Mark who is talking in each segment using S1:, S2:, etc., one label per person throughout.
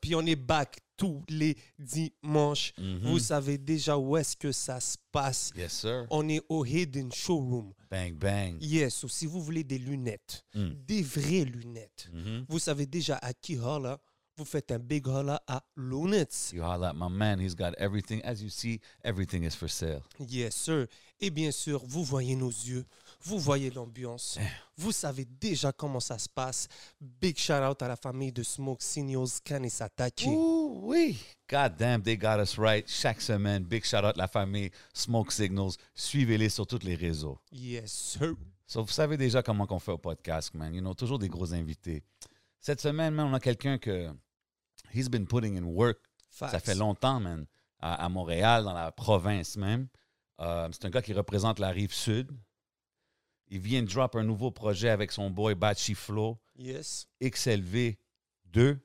S1: Puis on est back tous les dimanches.
S2: Mhm.
S1: Vous savez déjà où est-ce que ça se passe.
S2: Yes, sir.
S1: On est au Hidden Showroom.
S2: Bang, bang.
S1: Yes, ou si vous voulez des lunettes,
S2: Mm.
S1: des vraies lunettes,
S2: Mhm.
S1: vous savez déjà à qui holla. Vous faites un big holla à Lunettes.
S2: You holla at my man. He's got everything. As you see, everything is for sale.
S1: Yes, sir. Et bien sûr, vous voyez nos yeux, vous voyez l'ambiance,
S2: Eh.
S1: vous savez déjà comment ça se passe. Big shout out à la famille de Smoke Signals, Kane Sataki.
S2: Ooh, wee. God damn, they got us right. Chaque semaine, big shout out la famille Smoke Signals. Suivez-les sur tous les réseaux.
S1: Yes, sir.
S2: So, vous savez déjà comment qu'on fait au podcast, man. You know, toujours des gros invités. Cette semaine, man, on a quelqu'un que. He's been putting in work. Ça
S1: Facts.
S2: fait longtemps, man. À, à Montréal, dans la province même. Euh, c'est un gars qui représente la rive sud. Il vient de drop un nouveau projet avec son boy Bachi Flow,
S1: Yes.
S2: XLV 2.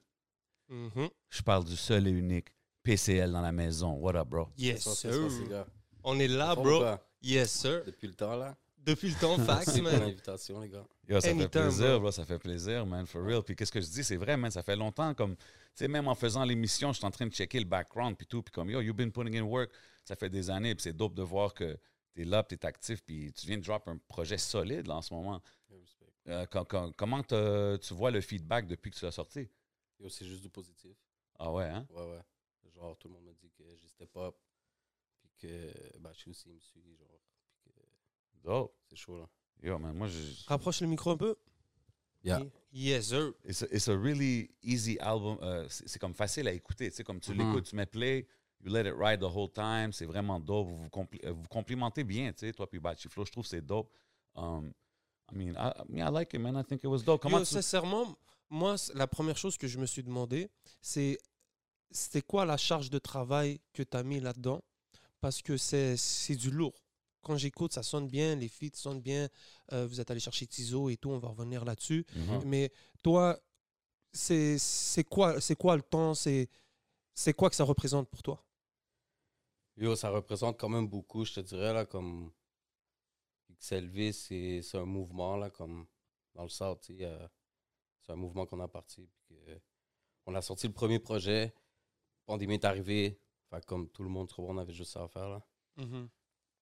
S1: Mhm.
S2: Je parle du seul et unique PCL dans la maison. What up, bro?
S1: Yes,
S3: Ça se passe,
S1: sir.
S3: les gars.
S1: On est là,
S3: Bon,
S1: bro.
S3: bah,
S1: Yes, sir.
S3: Depuis le temps, là.
S1: Depuis le temps, fax,
S3: C'est une
S1: man.
S3: invitation, les gars.
S2: Yo, ça fait
S1: Anytime,
S2: plaisir,
S1: bro.
S2: bro, Ça fait plaisir, man, for real. Puis qu'est-ce que je dis, c'est vrai, man. Ça fait longtemps, comme, tu sais, même en faisant l'émission, je suis en train de checker le background, puis tout. Puis comme, yo, you've been putting in work. Ça fait des années, puis c'est dope de voir que t'es là, puis t'es actif, puis tu viens de drop un projet solide, là, en ce moment.
S3: Yo, respect.
S2: Euh, com- com- comment te- tu vois le feedback depuis que tu l'as sorti?
S3: Yo, c'est juste du positif.
S2: Ah ouais, hein?
S3: Ouais, ouais. Genre, tout le monde m'a dit que j'ai step up. Puis que bah, je suis aussi, il me suit. Genre, puis que
S2: Dope.
S3: c'est chaud, là.
S2: Yo, man, moi, je...
S1: Rapproche le micro un peu.
S3: Yeah.
S1: Yes, sir.
S2: It's a, it's a really easy album. euh, c'est c'est comme facile à écouter. Tu sais, comme tu
S3: Mhm.
S2: l'écoutes, tu mets play, you let it ride the whole time. C'est vraiment dope. Vous vous, compli- euh, vous complimentez bien, tu sais, toi puis Bachi Flow. Je trouve que c'est dope. Um, I mean, I, I mean, I like it, man. I think it was dope. Comment
S1: Yo,
S2: tu...
S1: sincèrement, moi, c- la première chose que je me suis demandé, c'est c'était quoi la charge de travail que tu as mis là-dedans? Parce que c'est c'est du lourd. Quand j'écoute, ça sonne bien, les feats sonnent bien. euh, vous êtes allé chercher Tizo et tout, on va revenir là-dessus.
S2: Mhm.
S1: Mais toi, c'est c'est quoi, c'est quoi le temps? C'est c'est quoi que ça représente pour toi?
S3: Yo, ça représente quand même beaucoup, je te dirais, là, comme XLV, c'est c'est un mouvement, là, comme dans le South, tu sais, euh, c'est un mouvement qu'on a parti. puis que- on a sorti le premier projet, pandémie est arrivée, fait que comme tout le monde, tu comprends, on avait juste ça à faire, là.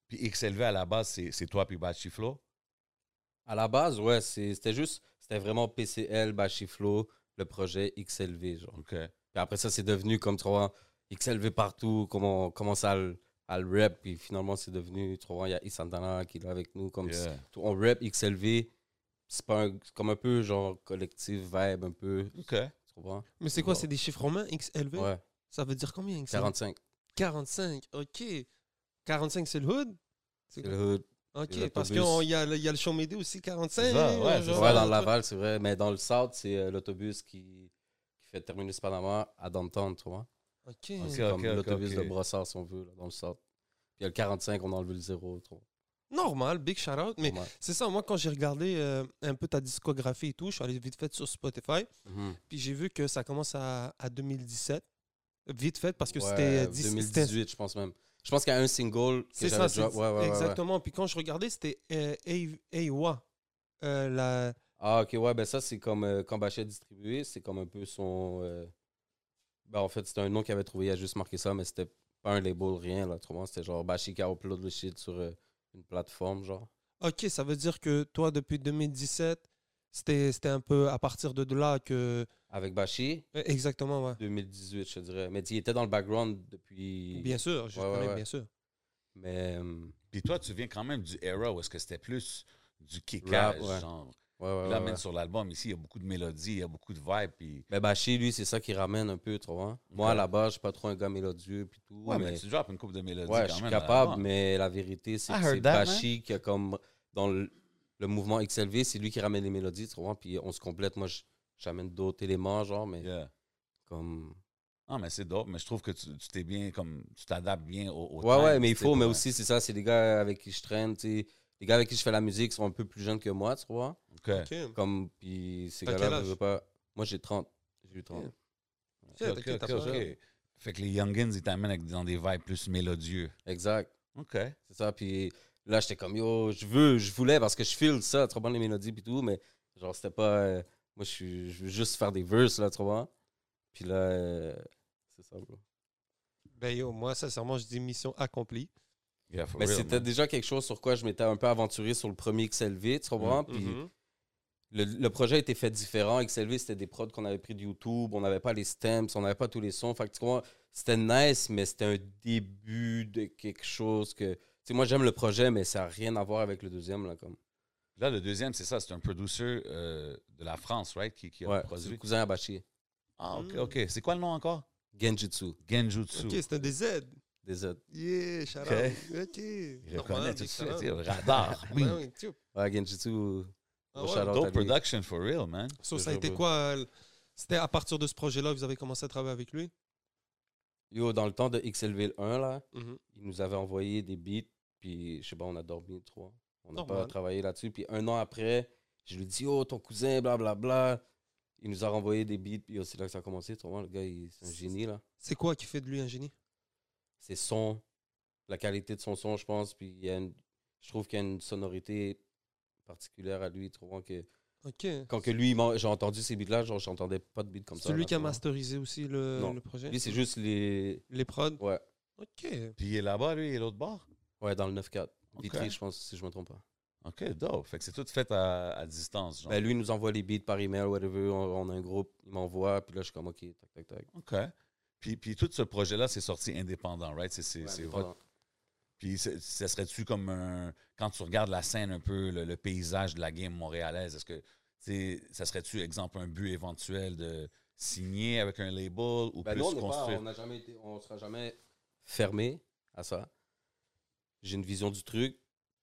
S2: Puis XLV, à la base, c'est c'est toi puis Bachi Flow.
S3: À la base, ouais, c'est- c'était juste, c'était vraiment PCL, Bachiflo, le projet XLV, genre.
S2: OK.
S3: Puis après ça, c'est devenu comme tu vois, XLV partout, comme on commence à le, à le rep. Puis finalement, c'est devenu, tu vois, il y a Isandana qui est là avec nous. Comme
S2: Yeah.
S3: si- tout- on rep XLV. C'est pas un- c'est comme un peu genre collectif, vibe, un peu.
S2: OK.
S3: Tu vois?
S1: Mais c'est quoi?
S3: Bon.
S1: C'est des chiffres romains, XLV?
S3: Ouais,
S1: Ça veut dire combien, XLV?
S3: 45.
S1: 45, ok. 45, c'est le hood?
S3: C'est le hood.
S1: Ok,
S3: les
S1: parce qu'il
S3: autobus.
S1: y a, le- il y a le Chomédé aussi, 45.
S2: C'est ça, ouais,
S1: hein,
S2: c'est
S1: genre,
S2: ça.
S3: Ouais, dans
S1: euh,
S3: Laval, c'est vrai. Mais dans le South, c'est euh, l'autobus qui, qui fait terminus Panama à downtown, tu vois?
S1: Ok.
S2: Ok.
S3: C'est comme l'autobus
S2: ok.
S3: de Brossard, si on veut, là, dans le South. Puis il y a le 45, on a enlevé le zéro, tu vois.
S1: Normal, big shout out. Mais
S3: Ouais.
S1: c'est ça, moi, quand j'ai regardé euh, un peu ta discographie et tout, je suis allé vite fait sur Spotify,
S3: Mhm.
S1: puis j'ai vu que ça commence à, à 2017. Vite fait, parce que
S3: Ouais,
S1: c'était. euh, dix- c'était-
S3: 2018, je pense même. Je pense qu'il y a un single. que
S1: C'est ça,
S3: j'avais
S1: c'est
S3: drop. Ouais, ouais, ouais, ouais.
S1: exactement. Puis quand je regardais, c'était euh, A- AWA. euh, la...
S3: Ah, ok, ouais, ben ça, c'est comme euh, quand Bachet distribué, c'est comme un peu son. euh, Ben, en fait, c'était un nom qu'il avait trouvé, il a juste marqué ça, mais c'était pas un label, rien, là. Autrement, c'était genre Bachet qui a upload le shit sur euh, une plateforme, genre.
S1: Ok, ça veut dire que toi, depuis 2017, c'était c'était un peu à partir de là que.
S3: Avec Bachet,
S1: Euh, Exactement, ouais.
S3: 2018, je te dirais. Mais il était dans le background depuis.
S1: Bien sûr, je
S3: Ouais, ouais,
S1: connais,
S3: ouais.
S1: bien sûr.
S3: Mais. euh,
S2: Puis toi, tu viens quand même du era où est-ce que c'était plus du
S3: Rap,
S2: kickage,
S3: ouais.
S2: genre.
S3: Ouais, ouais,
S2: Là,
S3: ouais,
S2: même
S3: ouais.
S2: sur l'album, ici, il y a beaucoup de mélodies, il y a beaucoup de vibes, puis...
S3: Mais Bachet, lui, c'est ça qui ramène un peu, tu vois. Moi,
S2: Ok.
S3: à la base, je suis pas trop un gars mélodieux, puis tout.
S2: Ouais, mais,
S3: mais-
S2: tu drops une coupe de mélodies
S3: Ouais,
S2: quand
S3: je suis
S2: même, Ah, à la
S3: capable,
S2: base.
S3: mais la vérité, c'est
S2: I
S3: que
S2: heard
S3: c'est
S2: that,
S3: Bashi qui a comme dans le, le mouvement XLV, c'est lui qui ramène les mélodies, tu vois, puis on se complète. Moi, je- j'amène d'autres éléments, genre, mais
S2: Yeah.
S3: comme.
S2: Non, mais c'est dope, mais je trouve que tu tu t'es bien, comme, tu t'adaptes bien au, au
S3: Ouais,
S2: time,
S3: ouais, mais il
S2: tu sais,
S3: faut, mais
S2: pour-
S3: aussi, c'est ça, c'est les gars avec qui je traîne, tu sais. Les gars avec qui je fais la musique sont un peu plus jeunes que moi, tu vois.
S2: OK.
S1: Ok.
S3: Comme, puis ces
S1: T'as quel
S3: gars-là,
S1: âge?
S3: je veux pas. Moi, j'ai 30. J'ai eu 30.
S1: Yeah.
S2: OK,
S1: Ok, t'as
S2: OK,
S1: pas
S2: OK,
S1: peur.
S2: OK. Fait que les youngins, ils t'amènent avec- dans des vibes plus mélodieux.
S3: Exact.
S2: OK.
S3: C'est ça, puis là, j'étais comme, yo, je veux, je voulais, parce que je file ça, trop bien les mélodies, puis tout, mais genre, c'était pas. euh, moi, je suis- je veux juste faire des verses, là, trop bien. Puis là, euh, c'est ça, bro.
S1: Ben yo, moi, sincèrement, je dis mission accomplie.
S2: Yeah, for
S3: Mais
S2: real,
S3: c'était
S2: man.
S3: déjà quelque chose sur quoi je m'étais un peu aventuré sur le premier XLV, tu
S2: Mm,
S3: comprends? Puis
S2: mm-hmm.
S1: Mhm.
S3: le, le projet était fait différent. XLV, c'était des prods qu'on avait pris de YouTube, on n'avait pas les stems, on n'avait pas tous les sons. Fait que tu comprends, c'était nice, mais c'était un début de quelque chose que. Tu sais, moi, j'aime le projet, mais ça n'a rien à voir avec le deuxième, là, comme.
S2: Là, le deuxième, c'est ça, c'est un producer euh, de la France, right, qui, qui a
S3: Ouais, c'est le
S2: produit.
S3: cousin Abachi.
S2: Ah, OK,
S1: Mm.
S2: OK. C'est quoi le nom encore?
S3: Genjutsu,
S2: Genjutsu.
S1: Ok, c'était des Z.
S3: des autres.
S1: Yeah, shout
S2: Ok.
S1: out. Ok.
S2: Il
S1: Normal, hein,
S2: reconnaît tout de suite,
S1: excellent.
S2: il y a le radar. oui.
S1: Ouais, ouais, tchou.
S3: Ouais, Genjutsu.
S1: Ben Ah
S3: gros
S1: ouais.
S3: shout-out à
S2: Dope
S3: lui.
S2: production, for real, man.
S1: So, ça a
S3: Toujours
S1: été
S3: beau.
S1: quoi euh, C'était à partir de ce projet-là que vous avez commencé à travailler avec lui
S3: Yo, dans le temps de XLV1, là,
S1: Mhm.
S3: il nous avait envoyé des beats, puis je sais pas, on a dormi trois. On n'a pas
S1: Normal.
S3: travaillé là-dessus. Puis un an après, je lui dis, oh, ton cousin, blablabla. Il nous a renvoyé des beats, puis yo, c'est là que ça a commencé. Tu vois, le gars, il- c'est un génie, là.
S1: C'est quoi qui fait de lui un génie
S3: C'est son, la qualité de son son, je pense. Puis il y a une- je trouve qu'il y a une sonorité particulière à lui. Tu vois, que,
S1: Ok.
S3: quand que lui, il m'a- j'ai entendu ces beats-là, genre, j'entendais pas de beats comme ça.
S1: C'est lui
S3: là,
S1: qui a
S3: tu vois.
S1: masterisé aussi le,
S3: Non.
S1: le projet
S3: Lui, c'est juste les.
S1: Les prods
S3: Ouais,
S1: Ok.
S2: Puis il est là-bas, lui, et l'autre bord.
S3: ouais dans le 9-4.
S2: Ok.
S3: Vitry, je pense, si je me trompe pas.
S2: OK, dope. Fait que c'est tout fait à, à distance, genre.
S3: Ben, lui, il nous envoie les beats par email, whatever. On, on a un groupe, il m'envoie, puis là, je suis comme, OK, tac, tac, tac.
S2: OK. Puis, puis tout ce projet-là, c'est sorti indépendant, right? C'est, c'est,
S3: Ouais,
S2: c'est
S3: Ben, mais
S2: votre-
S3: pendant-
S2: Puis c'est- ça serait-tu comme un... Quand tu regardes la scène un peu, le, le paysage de la game montréalaise, est-ce que c'est, ça serait-tu, exemple, un but éventuel de signer avec un label ou
S3: Ben,
S2: plus
S3: nous, on n'est pas-
S2: construire?
S3: on n'a jamais été, on sera jamais fermé à ça. J'ai une vision du truc,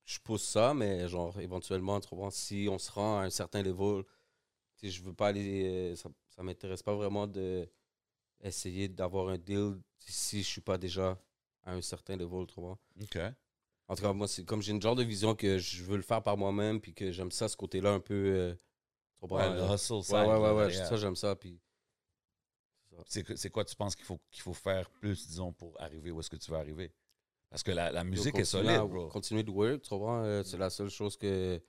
S3: je pousse ça, mais genre, éventuellement, tu comprends, si on se rend à un certain level, tu sais, je veux pas aller, euh, ça, ça m'intéresse pas vraiment de essayer d'avoir un deal si je suis pas déjà à un certain level, tu comprends.
S2: OK.
S3: En tout cas, moi, c'est comme j'ai une genre de vision que je veux le faire par moi-même, puis que j'aime ça, ce côté-là un peu. euh, trop
S2: Ouais,
S3: par-
S2: le
S3: euh,
S2: hustle side,
S3: ouais, ouais,
S2: là,
S3: ouais, ouais,
S2: derrière.
S3: ça, j'aime ça, puis. c'est ça.
S2: C'est que- c'est quoi tu penses qu'il faut, qu'il faut faire plus, disons, pour arriver où est-ce que tu veux arriver? Parce que la, la musique est
S3: Continuer
S2: solide,
S3: à-
S2: bro.
S3: Continuer de work, tu comprends? euh, c'est la seule chose que.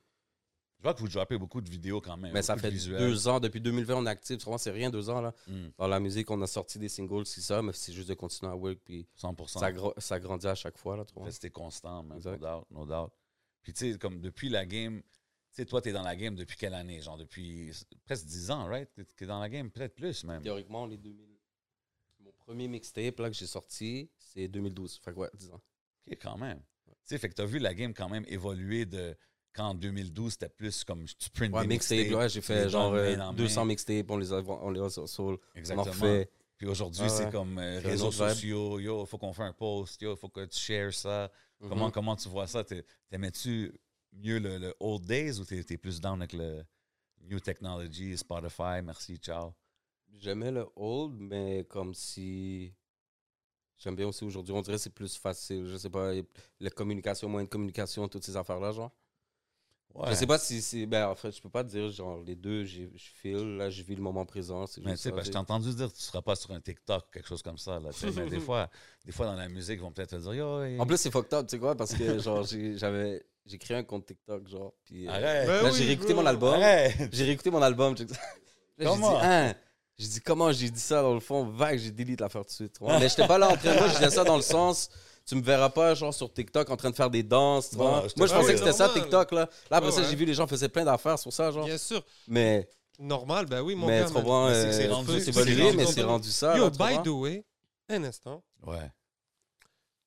S2: Je vois que vous droppez beaucoup de vidéos quand même.
S3: Mais Ben, ça
S2: beaucoup de
S3: fait
S2: visuels.
S3: deux ans, depuis 2020, on est actif, tu comprends? C'est rien, deux ans, là.
S2: Mm,
S3: Dans la musique, on a sorti des singles, c'est ça, mais c'est juste de continuer à work, puis
S2: 100
S3: ça, gro- ça grandit à chaque fois, là, tu
S2: En
S3: comprends?
S2: fait, c'était constant, man, no
S3: Exact.
S2: doubt, no doubt. Puis tu sais, comme depuis la game, tu sais, toi, t'es dans la game depuis quelle année? Genre depuis s- presque 10 ans, right? T'es- T'es dans la game, peut-être plus même.
S3: Théoriquement, les 2000. Mon premier mixtape, là, que j'ai sorti, c'est 2012. Fait que ouais, 10 ans.
S2: OK, quand même. Tu sais, fait que t'as vu la game quand même évoluer de quand en 2012, c'était plus comme tu print
S3: Ouais,
S2: des
S3: mixtape,
S2: mixtapes,
S3: ouais, j'ai
S2: tu les
S3: fait genre
S2: donnes
S3: euh,
S2: main dans main.
S3: 200 mixtapes, on les a, on les a sur Soul. On en
S2: Exactement.
S3: refait.
S2: Puis aujourd'hui,
S3: Ah
S2: c'est
S3: ouais.
S2: comme euh,
S3: C'est un
S2: réseaux
S3: autre vibe.
S2: sociaux, yo, faut qu'on fait un post, yo, faut que tu shares ça. Comment,
S3: Mhm.
S2: comment tu vois ça? T'es- T'aimais-tu mieux le, le old days ou t'es t'es plus down avec le new technology, Spotify, merci, ciao?
S3: J'aimais le old, mais comme si. J'aime bien aussi aujourd'hui. On dirait que c'est plus facile. Je sais pas, la communication, moyen de communication, toutes ces affaires-là, genre.
S2: Ouais.
S3: Je sais pas si c'est. Ben, en fait, je peux pas dire, genre, les deux, j'ai- je file, là, je vis le moment présent. C'est
S2: Mais tu
S3: juste
S2: sais,
S3: ça,
S2: parce que je t'ai entendu dire que tu seras pas sur un TikTok ou quelque chose comme ça. Là, tu sais. mais des fois, des fois, dans la musique, ils vont peut-être te dire Yo, hey,
S3: En plus, c'est fucked up, tu sais quoi, parce que, genre, j'ai- j'avais. J'ai créé un compte TikTok, genre. Puis, euh,
S2: arrête,
S1: Ben
S3: là,
S1: oui,
S3: j'ai réécouté
S1: bro.
S3: mon album.
S2: arrête.
S3: J'ai réécouté mon album. check ça. Là, j'ai dit,
S2: Comment?
S3: hein? J'ai dit, comment j'ai dit ça dans le fond? Vague, j'ai délite l'affaire tout de suite. tu vois. Mais j'étais pas là en train de. Moi, je disais ça dans le sens, tu me verras pas, genre, sur TikTok en train de faire des danses. tu
S2: Ouais,
S3: vois.
S2: je te-
S3: Moi, je
S1: Ah
S3: pensais
S1: oui,
S3: que c'était ça,
S1: normal.
S3: TikTok, là. Là, après
S1: Ouais,
S3: ça,
S1: ouais.
S3: j'ai vu les gens faisaient plein d'affaires sur ça, genre.
S1: Bien sûr.
S3: Mais,
S1: Normal, ben oui, mon
S3: mais
S1: gars.
S3: tu
S1: man.
S3: comprends,
S2: Mais c'est que c'est
S3: euh,
S2: rendu-
S3: faut
S2: c'est
S3: s'évoluer,
S2: rendu
S3: mais
S2: comme
S3: c'est
S2: ça.
S3: rendu ça.
S1: Yo,
S3: là, tu
S1: by
S3: vois.
S1: the way, un instant.
S2: Ouais.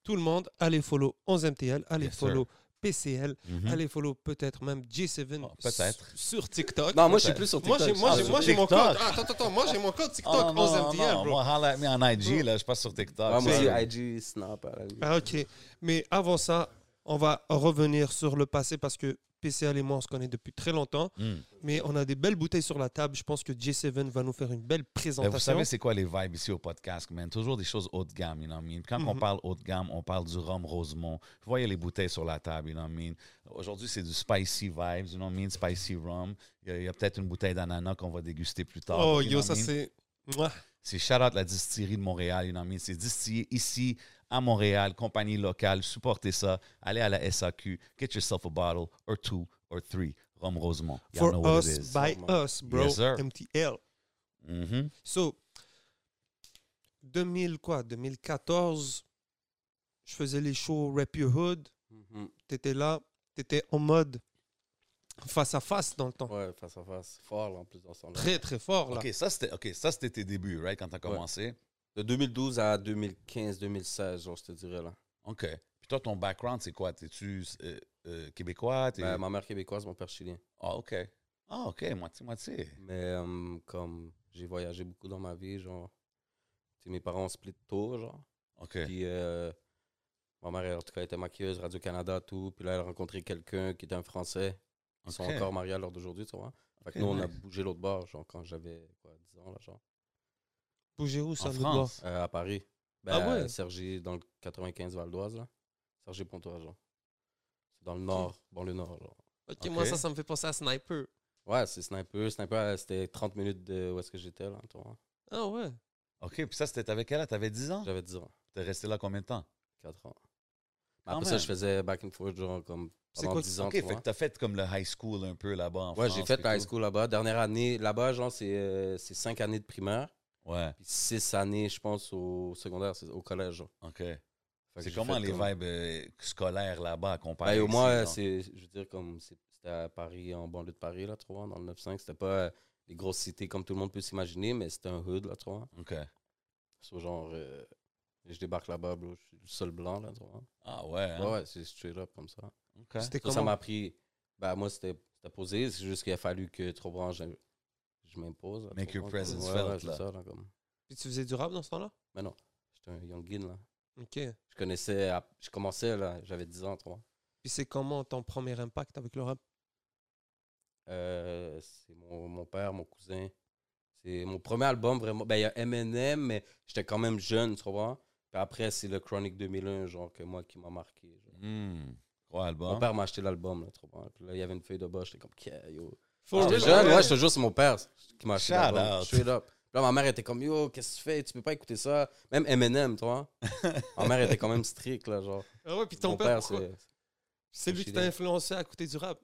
S1: Tout le monde, allez follow 11MTL, allez
S2: Yes, sir.
S1: follow PCL,
S2: Mhm.
S1: allez follow peut-être même J7
S2: Oh, peut-être.
S1: s- sur TikTok.
S3: Non, moi, je suis plus sur Oh,
S1: moi,
S3: TikTok.
S1: j'ai, moi,
S3: ça,
S1: j'ai,
S3: là.
S1: moi, j'ai mon code.
S2: TikTok.
S1: Ah, Attends, attends, attends, moi, j'ai mon code TikTok
S2: Ah, non,
S1: 11MTL,
S2: non,
S1: bro.
S2: Moi, holla at me en IG, là, je passe sur TikTok.
S3: Ah, Ouais, moi,
S2: ça,
S3: j'ai
S2: là.
S3: IG, Snap. euh, à la limite.
S1: Ah, ok. Mais avant ça, on va revenir sur le passé parce que PCL et moi, on se connaît depuis très longtemps.
S3: Hmm.
S2: Mm.
S1: Mais on a des belles bouteilles sur la table. Je pense que J7 va nous faire une belle
S2: Ben, vous
S1: présentation.
S2: savez, c'est quoi les vibes ici au podcast, man? Toujours des choses haut de gamme, you know what I mean? Quand on
S1: Mhm.
S2: parle haut de gamme, on parle du rhum Rosemont. Vous voyez les bouteilles sur la table, you know what I mean? Aujourd'hui, c'est du spicy vibes, you know what I mean? Spicy rum. Il y a- il y a, peut-être une bouteille d'ananas qu'on va déguster plus tard.
S1: oh,
S2: you know
S1: yo,
S2: what I
S1: ça,
S2: mean?
S1: c'est. Mouah.
S2: C'est shout out la distillerie de Montréal, you know what I mean? C'est distillé ici, à Montréal, compagnie locale. Supportez ça. Allez à la SAQ. Get yourself a bottle, or two, or three. Rhum Rosemont. Y'all
S1: For
S2: know what it
S1: us,
S2: is.
S1: by
S3: Normal.
S1: us, bro.
S2: Yes, sir.
S1: MTL.
S2: Mhm.
S1: So, 2000 quoi, 2014, je faisais les shows Rap Your Hood.
S3: Mhm.
S1: T'étais là, t'étais en mode face à face dans le temps.
S3: Ouais, face à face. Fort, là, en plus, dans ce temps-là.
S1: Très, très fort, là.
S2: OK, ça, c'était ok, ça, c'était tes débuts, right, quand t'as commencé.
S3: De 2012 à 2015, 2016, genre, je te dirais, là.
S2: OK. Puis toi, ton background, c'est quoi? T'es-tu euh, euh, québécois? T'es-
S3: Ben, ma mère québécoise, mon père chilien.
S2: Ah, OK. Ah, OK, moitié-moitié.
S3: Mais euh, comme j'ai voyagé beaucoup dans ma vie, genre, tu sais, mes parents ont split tôt, genre.
S2: OK.
S3: Puis euh, ma mère, elle, en tout cas, elle était maquilleuse, Radio-Canada, tout. Puis là, elle a rencontré quelqu'un qui était un Français. Ils sont
S2: OK.
S3: encore mariés à l'heure d'aujourd'hui, tu vois. Fait que
S2: Ok,
S3: nous, on a
S2: nice.
S3: bougé l'autre bord, genre, quand j'avais, quoi, 10 ans, là, genre.
S1: Bougez où, ça,
S2: en
S1: nous doit.
S2: France.
S3: Euh, à Paris. Ben,
S1: Ah ouais?
S3: à Cergy, dans le 95 Val d'Oise, là. Sergi Pontois, genre. C'est dans le nord, bon, le nord, genre.
S1: Ok,
S2: Ok.
S1: moi, ça, ça me fait penser à Sniper.
S3: Ouais, c'est Sniper. Sniper, euh, c'était 30 minutes de où est-ce que j'étais, là, tu vois.
S1: Ah ouais.
S2: OK, puis ça, c'était avec elle, t'avais 10 ans?
S3: J'avais 10 ans.
S2: T'es resté là combien de temps?
S3: 4 ans.
S2: Quand
S3: après ça,
S2: même.
S3: je faisais back and forth, genre, comme
S1: C'est
S3: pendant
S1: quoi
S3: 10 ans.
S2: OK,
S3: tu
S2: fait
S3: vois.
S2: que t'as fait comme le high school un peu là-bas en
S3: ouais,
S2: France
S3: j'ai fait
S2: et
S3: la high
S2: tout.
S3: school là-bas. Dernière année, là-bas, genre, c'est 5 années de primaire,
S2: Ouais,
S3: puis 6 années, je pense, au secondaire, c'est- au collège. genre.
S2: OK.
S3: Fait que
S2: C'est
S3: j'ai
S2: comment
S3: fait
S2: les
S3: comme-
S2: vibes euh, scolaires là-bas comparé
S3: Ben, au
S2: ici,
S3: moins, euh,
S2: genre?
S3: c'est, je veux dire, comme c'est- c'était à Paris, en banlieue de Paris, là, tu vois, dans le 9-5, c'était pas euh, les grosses cités comme tout le monde peut s'imaginer, mais c'était un hood, là, tu vois.
S2: OK.
S3: So, genre, euh, je débarque là-bas, bro, je suis le seul blanc, là, tu vois.
S2: Ah ouais, hein?
S3: Ouais, ouais, c'est straight up comme ça.
S2: OK.
S1: C'était
S3: Ça, ça
S1: comment?
S3: m'a pris. Ben, moi, c'était c'était posé. C'est juste qu'il a fallu que trop branche, je, je m'impose. là,
S2: Make
S3: tu
S2: your
S3: comprends, comme-
S2: presence
S3: ouais,
S2: felt,
S3: ouais, c'est
S2: là.
S3: ça, là, comme.
S1: Puis tu faisais du rap dans ce temps-là?
S3: Mais non, j'étais un youngin, là.
S1: Ok.
S3: Je connaissais, à- je commençais, là, j'avais 10 ans, tu vois.
S1: Puis c'est comment ton premier impact avec le rap?
S3: Euh, c'est mon, mon père, mon cousin. C'est mon premier album, vraiment. Ben, il y a M&M, mais j'étais quand même jeune, tu vois. Puis après, c'est le Chronic 2001, genre, que moi, qui m'a marqué. genre.
S2: Hmm. Quoi,
S3: Mon
S2: album?
S3: père m'a acheté l'album, là, tu vois. Puis là, il y avait une feuille de bas, j'étais comme, Yeah, yo.
S1: Faut
S3: J'étais jeune, hein? ouais, Ah, je te jure, c'est mon père qui m'a acheté
S2: Shout
S3: l'album.
S2: out.
S3: Straight up. Puis Là, ma mère était comme, yo, qu'est-ce que tu fais? Tu peux pas écouter ça. Même M&M, tu vois. ma mère était quand même stricte, là, genre.
S1: Ah ouais, puis ton
S3: mon
S1: père,
S3: père,
S1: pourquoi?
S3: c'est.
S1: c'est lui qui t'a influencé à côté du rap.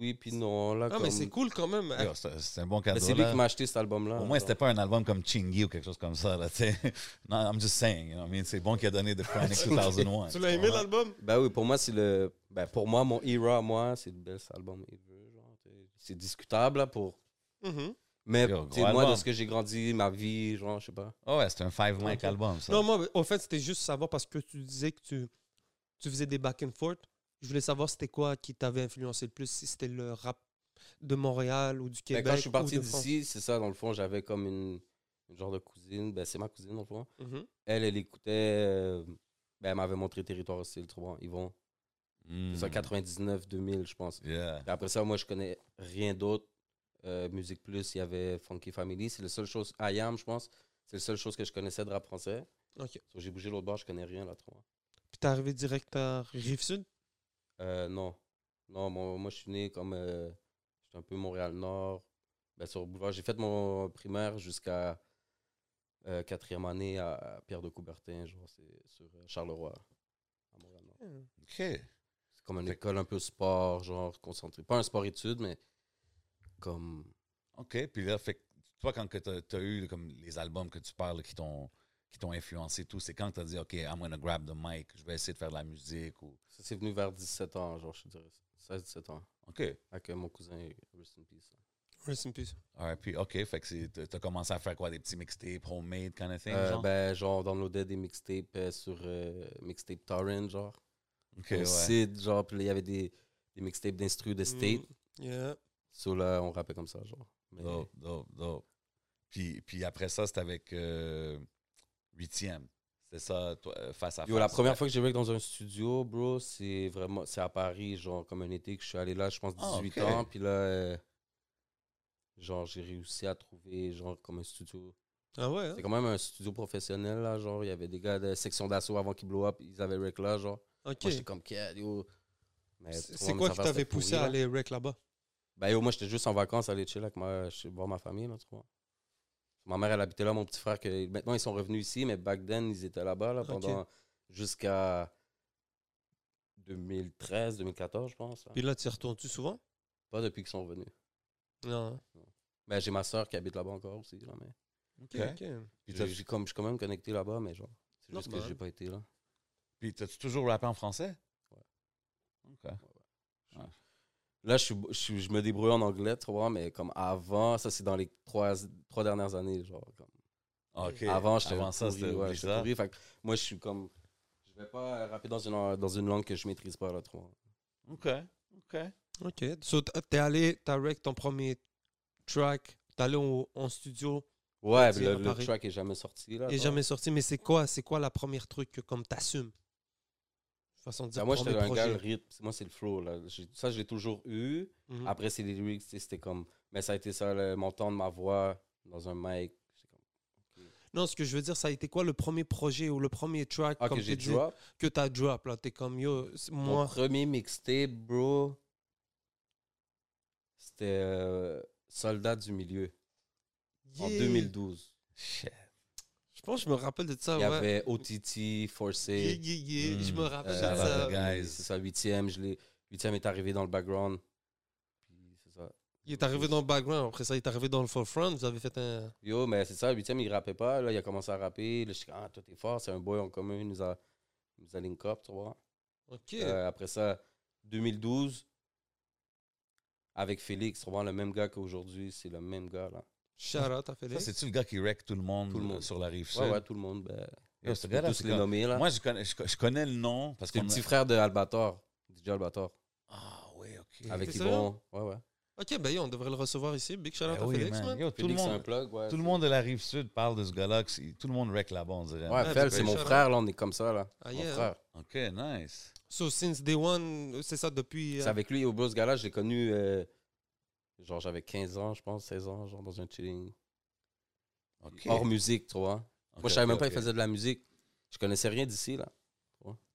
S3: Oui, puis non, là.
S1: Ah, mais
S3: comme-
S1: c'est cool quand même.
S2: Yo, c'est c'est un bon
S3: Mais
S2: cadeau.
S3: Ben, c'est lui
S2: là.
S3: qui m'a acheté cet album-là.
S2: Au moins,
S3: genre.
S2: c'était pas un album comme Chingy ou quelque chose comme ça. Là, tu sais. non, I'm just saying. You know what I mean? C'est bon qu'il a donné The Chronic 2001.
S1: Tu l'as aimé l'album?
S3: Ben oui, pour moi, c'est le. Ben pour moi, mon era, moi, c'est le best album ever. genre, tu sais. C'est discutable, là, pour. Mm-hmm.
S1: Mhm.
S3: Mais
S2: Yo,
S3: tu sais,
S2: gros
S3: moi, de
S2: album.
S3: ce que j'ai grandi, ma vie, genre, je sais pas. Ben,
S2: Oh, ouais, c'est un five mic
S1: Ok.
S2: album, ça.
S1: Non, moi, au fait, c'était juste savoir parce que tu disais que tu, tu faisais des back and forth. Je voulais savoir c'était quoi qui t'avait influencé le plus, si c'était le rap de Montréal ou du
S3: Ben,
S1: Québec.
S3: quand je suis
S1: ou
S3: parti
S1: de France.
S3: d'ici, c'est ça, dans le fond, j'avais comme une, une genre de cousine. Ben, c'est ma cousine, dans le fond.
S1: Mhm.
S3: Elle, elle écoutait. euh, Ben, elle m'avait montré Territoire Hostile, trop bon. Ils vont.
S2: Hmm.
S3: C'est ça, 99-2000, je pense.
S2: Yeah.
S3: Puis après ça, moi, je connais rien d'autre. Euh, Musique Plus, il y avait Funky Family. C'est la seule chose. I Am, je pense. C'est la seule chose que je connaissais de rap français.
S1: Ok.
S3: So, j'ai bougé l'autre bord, je connais rien là, trop.
S1: Puis t'es arrivé direct à Rive-Sud?
S3: Euh, non. Non, moi, moi, je suis né comme. euh, J'étais un peu Montréal-Nord. Ben, sur le boulevard. J'ai fait mon primaire jusqu'à euh, quatrième année à, à Pierre de Coubertin, genre, c'est sur euh, Charleroi, à Montréal-Nord.
S2: OK.
S3: C'est comme une
S2: Fait-
S3: école un peu sport, genre, concentré. Pas un sport-études, mais comme.
S2: OK. Puis là, fait, que toi, quand tu as, eu comme, les albums que tu parles qui t'ont qui t'ont influencé tout, c'est quand tu as dit, OK, I'm gonna grab the mic, je vais essayer de faire de la musique. Ou...
S3: Ça, c'est venu vers 17 ans, genre, je te dirais. 16-17 ans.
S2: OK.
S3: Avec euh, mon cousin, Rest in Peace.
S1: Rest in peace.
S2: RIP, OK. Fait que tu as commencé à faire quoi? Des petits mixtapes, homemade kind of thing?
S3: Euh,
S2: genre?
S3: ben, genre, downloadait des mixtapes euh, sur euh, Mixtape Torrent, genre.
S2: OK,
S3: un
S2: ouais.
S3: site, genre, puis là, il y avait des, des mixtapes d'instru de state.
S1: Mm. Yeah.
S3: So là, on rappelait comme ça, genre. Mais
S2: Dope, dope, dope. Puis, puis après ça, c'était avec euh, 8e. C'est ça, toi, euh, face à
S3: Yo,
S2: face.
S3: la première fois que j'ai vécu dans un studio, bro, c'est vraiment, c'est à Paris, genre, comme un été que je suis allé là, je pense
S2: Ah, ok.
S3: 18 ans, puis là, euh, genre, j'ai réussi à trouver, genre, comme un studio.
S1: Ah ouais? hein?
S3: C'est quand même un studio professionnel, là, genre, il y avait des gars de section d'assaut avant qu'ils blow up, ils avaient rec là, genre.
S1: Ok.
S3: Moi, j'étais euh, comme, Qu'est, yo. Mais tout
S1: C'est
S3: le
S1: c'est
S3: monde
S1: quoi
S3: s'en
S1: qui
S3: va, c'était
S1: t'avait poussé
S3: pourri,
S1: à
S3: là.
S1: aller rec là-bas?
S3: Ben yo, moi j'étais juste en vacances, aller chill avec ma, chez- voir ma famille, là, tu vois. Ma mère, elle habitait là, mon petit frère, que maintenant ils sont revenus ici, mais back then, ils étaient là-bas là,
S1: Ok.
S3: pendant jusqu'à 2013, 2014, je pense. là.
S1: Puis là, tu y retournes-tu souvent?
S3: Pas depuis qu'ils sont revenus.
S1: Non. hein?
S3: Ben j'ai ma soeur qui habite là-bas encore aussi, là, mais
S1: Ok,
S2: Ok.
S1: ok.
S2: Puis
S3: J'ai-
S2: t'as-
S3: j'ai comme- Je suis quand même connecté là-bas, mais genre, c'est juste que
S1: Normal.
S3: j'ai pas été là.
S2: Puis t'as-tu toujours rappé en français?
S3: Ouais.
S2: OK.
S3: Là, je, suis, je, suis- je me débrouille en anglais, tu vois, mais comme avant, ça, c'est dans les trois, trois dernières années, genre. comme-
S2: OK.
S3: Avant, j'étais
S2: Avant ça,
S3: pourri,
S2: c'était
S3: ouais,
S2: oublie
S3: j'étais
S2: ça.
S3: pourri. Fait que moi, je suis comme... Je vais pas rapper dans une, dans une langue que je maîtrise pas, là, trop.
S2: OK. OK.
S1: Ok. So, t- t'es allé, t'as rec ton premier track, t'es allé au- en studio,
S3: Ouais,
S1: Tu
S3: mais
S1: viens
S3: le,
S1: à
S3: le
S1: Paris.
S3: track est jamais sorti, là.
S1: il est
S3: genre.
S1: jamais sorti, mais c'est quoi, c'est quoi la première truc que comme t'assumes De façon de
S3: Ben,
S1: dire,
S3: moi, j'étais
S1: premier
S3: un gars, le
S1: projet.
S3: rythme. Moi, c'est le flow, là. J'ai- Ça, je l'ai toujours eu.
S1: Mhm.
S3: Après, c'est les lyrics, tu sais, c'était comme... Mais ça a été ça, le, mon temps de ma voix dans un mic. C'est comme-
S1: Non, ce que je veux dire, ça a été quoi le premier projet ou le premier track
S3: Ah,
S1: comme
S3: que j'ai
S1: t'as dit,
S3: drop.
S1: que t'as drop là, t'es comme yo, c'est
S3: Mon
S1: moi.
S3: premier mixtape, bro, c'était euh, Soldat du milieu, en
S1: Yeah.
S3: 2012.
S2: Shit.
S1: Je pense que je me rappelle de ça.
S3: Il y
S1: Ah ouais.
S3: avait Hmm. OTT, Forcé.
S1: Yeah, yeah, yeah, Je me
S2: Mm.
S1: rappelle de
S2: Euh,
S1: ça.
S2: the guys.
S3: C'est ça, huitième. Je l'ai- huitième est arrivé dans le background. Puis c'est ça.
S1: Il est arrivé dans le background, après ça, il est arrivé dans le forefront. Vous avez fait un.
S3: Yo, mais c'est ça, huitième, il rappait pas. Là, il a commencé à rapper. Là, je suis comme, ah, toi, t'es fort, c'est un boy en commun. Il nous a, il nous a link up, tu vois.
S1: Ok.
S3: Euh, après ça, 2012, avec Félix, tu vois, le même gars qu'aujourd'hui. C'est le même gars, là.
S1: Shout out à
S2: Ça,
S1: Félix.
S2: c'est-tu le gars qui wreck tout le monde,
S3: Tout le monde.
S2: sur la rive sud?
S3: Ouais, ouais, tout le monde. Ben,
S2: Yo, ce
S3: on peut
S2: gars-là,
S3: tous
S2: c'est
S3: les
S2: comme-
S3: nommer, là.
S2: Moi, je connais, je, co- je connais le nom parce
S3: c'est
S2: qu'on
S3: le
S2: a-
S3: petit frère de Albator, DJ Albator,
S2: Ah oui, OK.
S3: avec
S1: sérieux?
S3: Yvon. Ouais, ouais.
S1: Ok, ben yo, on devrait le recevoir ici. Big shout
S3: Eh
S2: Ben
S1: out à
S2: oui,
S1: Félix,
S2: man.
S1: man.
S2: Yo, tout, le
S3: Félix, c'est un
S2: monde,
S3: plug, ouais.
S2: tout le monde de la rive sud parle de ce gars-là. que c'est- Tout le monde wreck là-bas, on dirait. Ah,
S3: Ouais,
S1: Ouais,
S3: Fel,
S1: tu
S3: c'est
S1: peux
S3: mon
S1: shout out.
S3: frère, là, on est comme ça, là.
S1: Ah,
S3: Mon
S1: yeah.
S3: frère.
S2: OK, nice.
S1: So, since day one, c'est ça depuis.
S3: C'est
S1: euh,
S3: avec lui, au Blues Gala, je l'ai connu, euh, genre, j'avais 15 ans, je pense, 16 ans, genre, dans un chilling.
S2: OK.
S3: Hors musique, tu vois.
S2: OK,
S3: Moi, je savais
S2: OK,
S3: même pas
S2: OK.
S3: qu'il faisait de la musique. Je connaissais rien d'ici, là.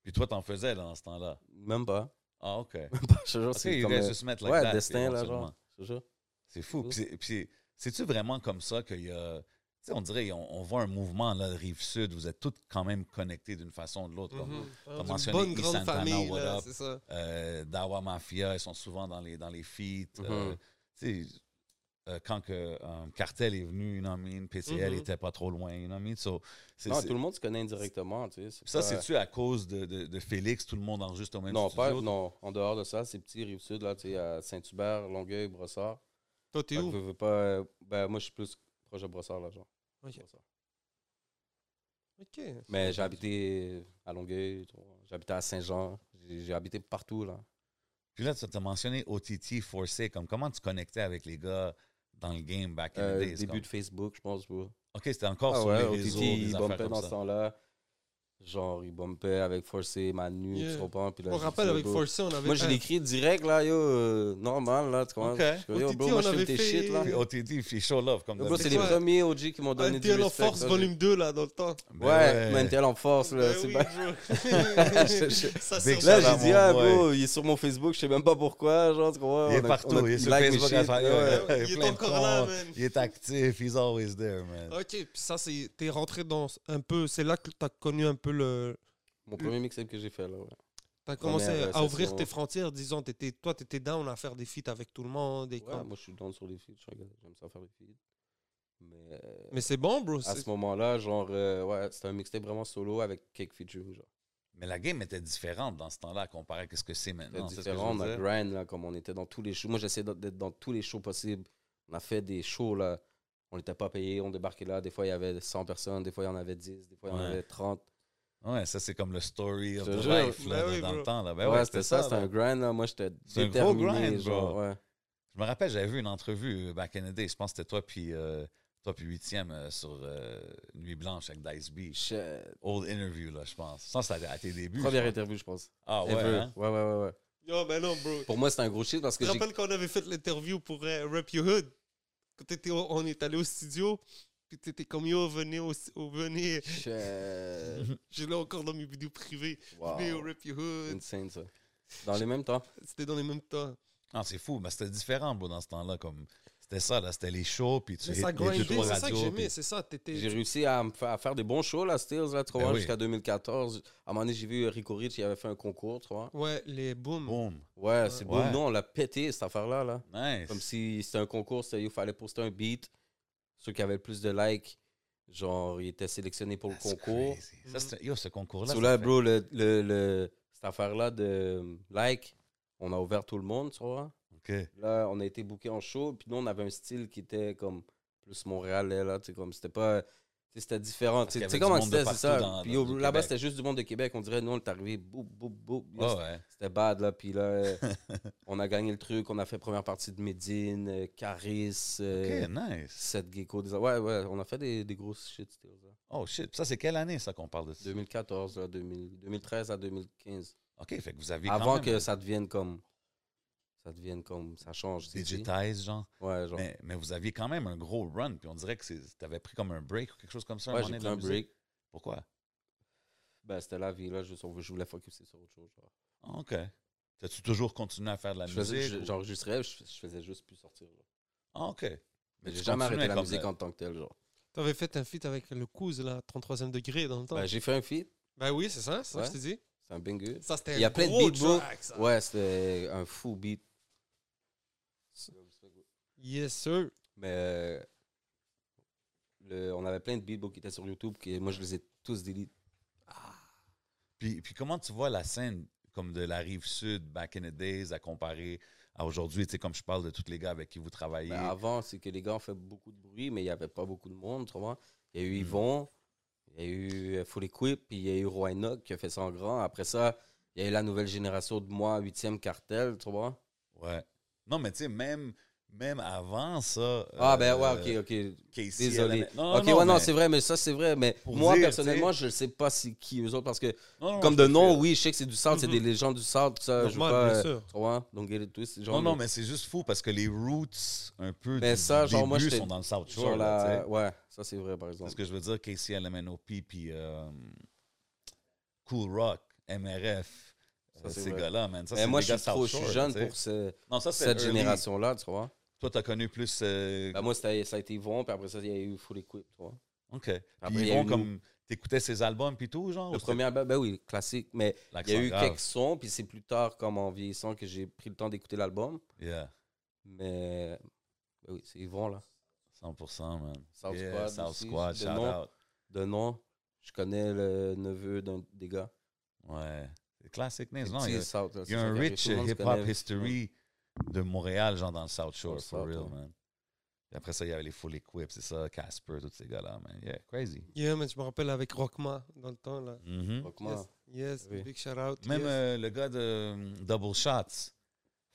S2: Puis toi, t'en faisais là, dans ce temps-là.
S3: Même pas.
S2: Ah, OK.
S3: Même pas, je te jure,
S2: OK,
S3: c'est
S2: il
S3: comme...
S2: allait
S3: euh,
S2: se mettre like
S3: ouais,
S2: that,
S3: destin, là,
S2: éventuellement.
S3: genre. Je te jure.
S2: C'est fou. Puis c'est- puis c'est- c'est-tu vraiment comme ça qu'il y a. Tu sais, on dirait, on, on voit un mouvement, là, de Rive-Sud, vous êtes tous quand même connectés d'une façon ou de l'autre.
S1: mhm.
S2: comme,
S1: Ah,
S2: t'as
S1: d'une
S2: mentionné
S1: bonne
S2: Yves
S1: grande
S2: Santana,
S1: famille,
S2: what
S1: là,
S2: up.
S1: c'est ça.
S3: Mm-hmm.
S2: euh, Dawa Mafia, ils sont souvent dans les, dans les feats. euh,
S3: Mhm.
S2: tu sais, euh, quand que, euh, Cartel est venu, you know what I mean, PCL
S1: Mhm.
S2: était pas trop loin, you know what I mean? So, c'est-
S3: Mm-hmm. Non,
S2: c'est-
S3: tout le monde se connaît indirectement, tu sais. c'est
S2: ça,
S3: pas-
S2: c'est-tu à cause de, de, de Félix, tout le monde enregistre au même
S3: Non, pas,
S2: studio?
S3: non, en dehors de ça, c'est petit, Rive-Sud, là, tu sais, à Saint-Hubert, Longueuil, Brossard.
S1: Toi, t'es
S3: Fait que
S1: où
S3: veux, veux pas, euh, ben, moi, je suis plus proche de Brossard, là, genre.
S1: Ok.
S3: Brossard.
S1: Ok.
S3: Mais j'ai habité euh, à Longueuil, tu vois, j'ai habité à Saint-Jean, j'ai j'ai habité partout, là.
S2: Puis là, tu as mentionné OTT, Forcé, comme comment tu connectais avec les gars dans le game back in
S3: Euh,
S2: the days?
S3: début
S2: comme-
S3: de Facebook, je pense. ouais.
S2: OK, c'était
S3: Ah
S2: encore sur les réseaux,
S3: OTT,
S2: des
S3: il
S2: affaires
S3: bumpait
S2: comme
S3: dans
S2: ça.
S3: ce temps-là. Genre, il bumpait avec Forcé, Manu,
S1: Yeah.
S3: tu comprends? Puis là,
S1: On
S3: j'ai dit,
S1: rappelle
S3: yo,
S1: avec
S3: bro.
S1: Forcy, on avait.
S3: Moi, je
S1: un-
S3: l'ai écrit direct, là, yo, euh, normal, là, tu comprends?
S2: OK.
S3: Je suis comme, Yo,
S1: OTT,
S3: bro,
S1: on
S3: moi, je filme
S1: avait
S3: tes
S1: fait-
S3: shit, là.
S2: Puis OTT, puis Show Love, comme
S3: Yo, bro,
S1: c'est
S3: c'est les
S1: quoi?
S3: premiers OG qui m'ont donné du
S1: NTL en
S3: respect.
S1: Force
S3: là,
S1: Volume 2, là, dans le temps.
S2: d'habitude.
S3: j'ai-
S2: Ben
S3: Ouais, mais NTL en force, là,
S1: Ben
S3: c'est
S1: oui,
S3: pas-
S1: bro.
S3: Je- je-
S1: Ça,
S2: Big
S1: c'est
S3: Là,
S2: shout out,
S3: j'ai dit,
S2: mon
S3: ah,
S2: boy.
S3: bro, il est sur mon Facebook, je sais même pas pourquoi, genre, tu comprends?
S2: Il est
S3: on a-
S2: partout,
S3: on a-
S2: il est sur
S3: like mes
S2: Facebook. à
S3: shit,
S2: faire-
S3: ouais.
S1: ouais,
S2: il
S1: il est
S2: plein de
S1: encore là,
S2: cons,
S1: man.
S2: Il est actif, he's always there, man.
S1: Ok, puis ça, c'est. T'es rentré dans un peu. C'est là que t'as connu un peu le.
S3: Mon premier mixtape que j'ai fait, là, ouais.
S1: T'as commencé
S3: Première, euh,
S1: à ouvrir
S3: session.
S1: tes frontières, disons. T'étais, toi, t'étais down à faire des feats avec tout le monde. et
S3: Ouais,
S1: comme-
S3: moi je suis down sur les feeds, je suis un gars, j'aime ça faire les feeds. Mais, euh,
S1: Mais c'est bon, bro.
S3: à
S1: c'est-
S3: ce moment-là, genre, euh, ouais, c'était un mixtape vraiment solo avec quelques featuring. Genre.
S2: Mais la game était différente dans ce temps-là comparé à ce que c'est
S3: C'était
S2: maintenant. c'est ce que je
S3: différent, on
S2: veux
S3: a
S2: dire.
S3: grind, là, comme on était dans tous les shows. Moi j'essayais d'être- d'être dans tous les shows possibles. On a fait des shows, là, on n'était pas payé, on débarquait là. Des fois il y avait 100 personnes, des fois il y en avait 10, des fois il y en
S2: Ouais.
S3: avait 30.
S2: Ouais, ça, c'est comme le story of
S3: Je te
S2: the
S3: jure.
S2: life là,
S1: Ben oui,
S2: dans
S1: bro.
S2: le temps. Là. Ben
S3: ouais,
S2: ouais,
S3: c'était ça, c'était
S2: là.
S3: un grind, là. Moi j'étais
S2: C'est un gros
S3: déterminé,
S2: grind,
S3: genre,
S2: bro.
S3: ouais.
S2: Je me rappelle, j'avais vu une entrevue euh, back in the day. Je pense que c'était toi puis euh, toi puis 8e euh, sur euh, Nuit Blanche avec Dice B.
S3: Shit.
S2: Old interview, là, je pense. Ça, c'était à tes débuts.
S3: Première
S2: je pense.
S3: interview, je pense.
S2: Ah ouais,
S3: Ever.
S2: hein?
S3: ouais, ouais, ouais, ouais.
S1: Yo, ben non, bro.
S3: Pour moi, c'était un gros shit parce que
S1: Je
S3: j'ai.
S1: rappelle qu'on avait fait l'interview pour euh, Rap Your Hood. Quand t'étais au- on est allé au studio, puis t'étais comme yo, venez, au, au- venez.
S3: Shit.
S1: Je l'ai encore dans mes vidéos privées. Venez au
S3: Wow.
S1: Rap Your Hood.
S3: Insane, ça. Dans les mêmes temps.
S1: C'était dans les mêmes temps.
S2: Non, c'est fou, mais c'était différent, bro, dans ce temps-là. Comme... C'était ça, là, c'était les shows, puis tu
S1: Mais ça
S2: hits les deux,
S1: grindait,
S2: trois
S1: c'est ça que
S2: radios.
S1: j'aimais,
S2: puis-
S1: c'est ça. T'étais.
S3: J'ai réussi à, me fa- à faire des bons shows, là, Stills, là, tu
S2: Ben
S3: vois,
S2: oui.
S3: jusqu'à 2014. À un moment donné, j'ai vu Rico Rich, il avait fait un concours, tu vois.
S1: Ouais, les boom.
S2: Boom.
S3: Ouais, c'est beau.
S2: Ouais.
S3: Nous, on l'a pété, cette affaire-là, là.
S2: Nice.
S3: Comme si c'était un concours, c'était- il fallait poster un beat. Ceux qui avaient le plus de likes, Genre, il était sélectionné pour le
S2: That's
S3: concours. Mm.
S2: crazy. Ça, c'est- yo, ce concours-là.
S3: Sous
S2: ça
S3: là,
S2: fait-
S3: bro, le, le- le- cette affaire-là de like, on a ouvert tout le monde, tu vois.
S2: OK.
S3: Là, on a été booké en show, puis nous, on avait un style qui était comme plus montréalais, là, tu sais, comme c'était pas. tu sais, C'était différent. Tu
S2: qu'il y
S3: sais, tu sais
S2: avait du
S3: comment
S2: monde de
S3: c'était, c'est
S2: partout
S3: ça.
S2: dans-
S3: Puis
S2: dans-
S3: au-
S2: au
S3: là-bas,
S2: Québec.
S3: c'était juste du monde de Québec. On dirait, nous, on est arrivé, boum, boum, boum. Là,
S2: Ah ouais.
S3: C'était bad, là. Puis là, euh, on a gagné le truc. On a fait première partie de Médine, euh, Caris, euh,
S2: OK, nice.
S3: 7 Gecko. Des... Ouais, ouais, on a fait des, des grosses shit steals, là.
S2: Oh, shit. Ça, c'est quelle année, ça, qu'on parle de ça?
S3: 2014, là, 2000 2013 à 2015.
S2: OK, fait que vous avez
S3: Avant
S2: quand
S3: que
S2: même hein.
S3: ça devienne comme. Ça devienne comme. Ça change. tu sais.
S2: digitize, genre.
S3: Ouais, genre.
S2: Mais, mais vous aviez quand même un gros run, puis on dirait que tu avais pris comme un break ou quelque chose comme ça. un
S3: ouais,
S2: moment
S3: j'ai
S2: donné de
S3: pris
S2: la
S3: un
S2: musique.
S3: break.
S2: Pourquoi?
S3: Ben, c'était la vie, là. Juste, on, je voulais focuser sur autre chose. genre.
S2: Ah, OK. As-tu toujours continué à faire de la
S3: Je faisais-
S2: musique?
S3: je-
S2: ou-
S3: J'enregistrais, je, je faisais juste plus sortir. genre.
S2: Ah, OK.
S3: Mais
S2: tu
S3: j'ai
S2: continuais
S3: jamais arrêté la
S2: comme
S3: musique
S2: de-
S3: en tant que telle, genre.
S1: T'avais fait un feat avec le Couz, là, 33e degré dans le temps.
S3: Ben,
S1: Ben,
S3: j'ai fait un feat.
S1: oui, c'est ça, c'est ça que
S3: Ouais.
S1: je te dis.
S3: C'est un banger.
S1: Ça, c'était
S3: Il y a
S1: un
S3: plein de
S1: gros
S3: beats, bro.
S1: track, ça.
S3: Ouais, c'était un fou beat.
S1: Yes, sir.
S3: Mais euh, le- on avait plein de beats bro, qui étaient sur YouTube. Que moi, je les ai tous délits.
S2: Puis, puis comment tu vois la scène comme de la rive sud, back in the days, à comparer à aujourd'hui, tu sais, comme je parle de tous les gars avec qui vous travaillez.
S3: Ben, avant, c'est que les gars ont fait beaucoup de bruit, mais il n'y avait pas beaucoup de monde, tu vois. Il y a eu
S2: Hmm.
S3: Yvon, il y a eu euh, Full Equip, puis il y a eu Roy Knock qui a fait ça en grand. Après ça, il y a eu la nouvelle génération de moi, 8e cartel, tu vois.
S2: Ouais. Non, mais tu sais, même, même avant ça.
S3: ah,
S2: euh,
S3: ben ouais, ok, ok.
S2: Casey,
S3: Désolé.
S2: Allen- Non,
S3: ok,
S2: Ah, non,
S3: ouais, non,
S2: mais-
S3: c'est vrai, mais ça, c'est vrai. Mais
S2: Pour
S3: moi,
S2: dire,
S3: personnellement, je ne sais pas c'est qui eux autres, parce que,
S2: Non, non,
S3: comme
S2: je Mhm.
S3: de
S2: te
S3: nom,
S2: file.
S3: oui, je sais que c'est du centre, c'est des légendes du centre, tout ça. je veux
S1: Normal,
S3: pas,
S1: bien
S3: euh,
S1: sûr.
S3: Tu vois, donc get it twisted, genre,
S2: Non, non, mais c'est juste fou parce que les roots un peu
S3: Mais
S2: du,
S3: Ben, ça,
S2: du
S3: genre, moi,
S2: début
S3: j'étais-
S2: sont dans le South
S3: genre
S2: Shore. là,
S3: la-
S2: tu sais.
S3: Ouais, ça, c'est vrai, par exemple.
S2: Parce que je veux dire, Casey LMNOP, puis euh, Cool Rock, MRF,
S3: Ça,
S2: euh,
S3: c'est
S2: ces
S3: vrai.
S2: gars-là, man. Ça,
S3: mais
S2: c'est
S3: moi,
S2: des
S3: je
S2: gars
S3: suis trop
S2: South Shore,
S3: je suis jeune
S2: tu sais.
S3: pour ce-
S2: Non, ça, c'est
S3: cette
S2: early.
S3: génération-là, tu vois.
S2: Toi, t'as connu plus. euh,
S3: Ben, moi, c'était- ça a été Yvon, puis après ça, il y a eu Full Equip, tu vois.
S2: OK. Puis
S3: après, il
S2: ils
S3: y a
S2: vont
S3: eu
S2: comme. T'écoutais ses albums, puis tout, genre.
S3: Le premier album, ben oui, classique, mais il y a eu quelques sons, puis c'est plus tard, comme en vieillissant, que j'ai pris le temps d'écouter l'album.
S2: Yeah,
S3: Mais ben oui, c'est Yvon, là.
S2: 100%, man.
S3: South
S2: Yeah,
S3: Squad
S2: South
S3: aussi,
S2: Squad,
S3: de
S2: shout
S3: nom.
S2: out.
S3: De nom, je connais le neveu d'un des gars.
S2: Ouais. C'est classique, Naze.
S3: C'est
S2: Non,
S3: petit,
S2: il y a-
S3: South, là,
S2: il y a
S3: c'est
S2: un
S3: ça,
S2: rich
S3: tout le monde se
S2: hip-hop
S3: connaît.
S2: history de Montréal, genre dans le South Shore,
S3: le
S2: for
S3: South,
S2: real,
S3: ouais.
S2: man. Puis après ça, il y avait les Full Equip, c'est ça, Casper, tous ces gars-là, man. Yeah, crazy.
S1: Yeah, mais je me rappelle avec Rockma dans le temps, là.
S2: Mhm.
S3: Donc, moi,
S1: Yes, yes,
S3: Oui.
S1: big shout out.
S2: Même
S1: yes.
S2: euh, le gars de euh, Double Shots,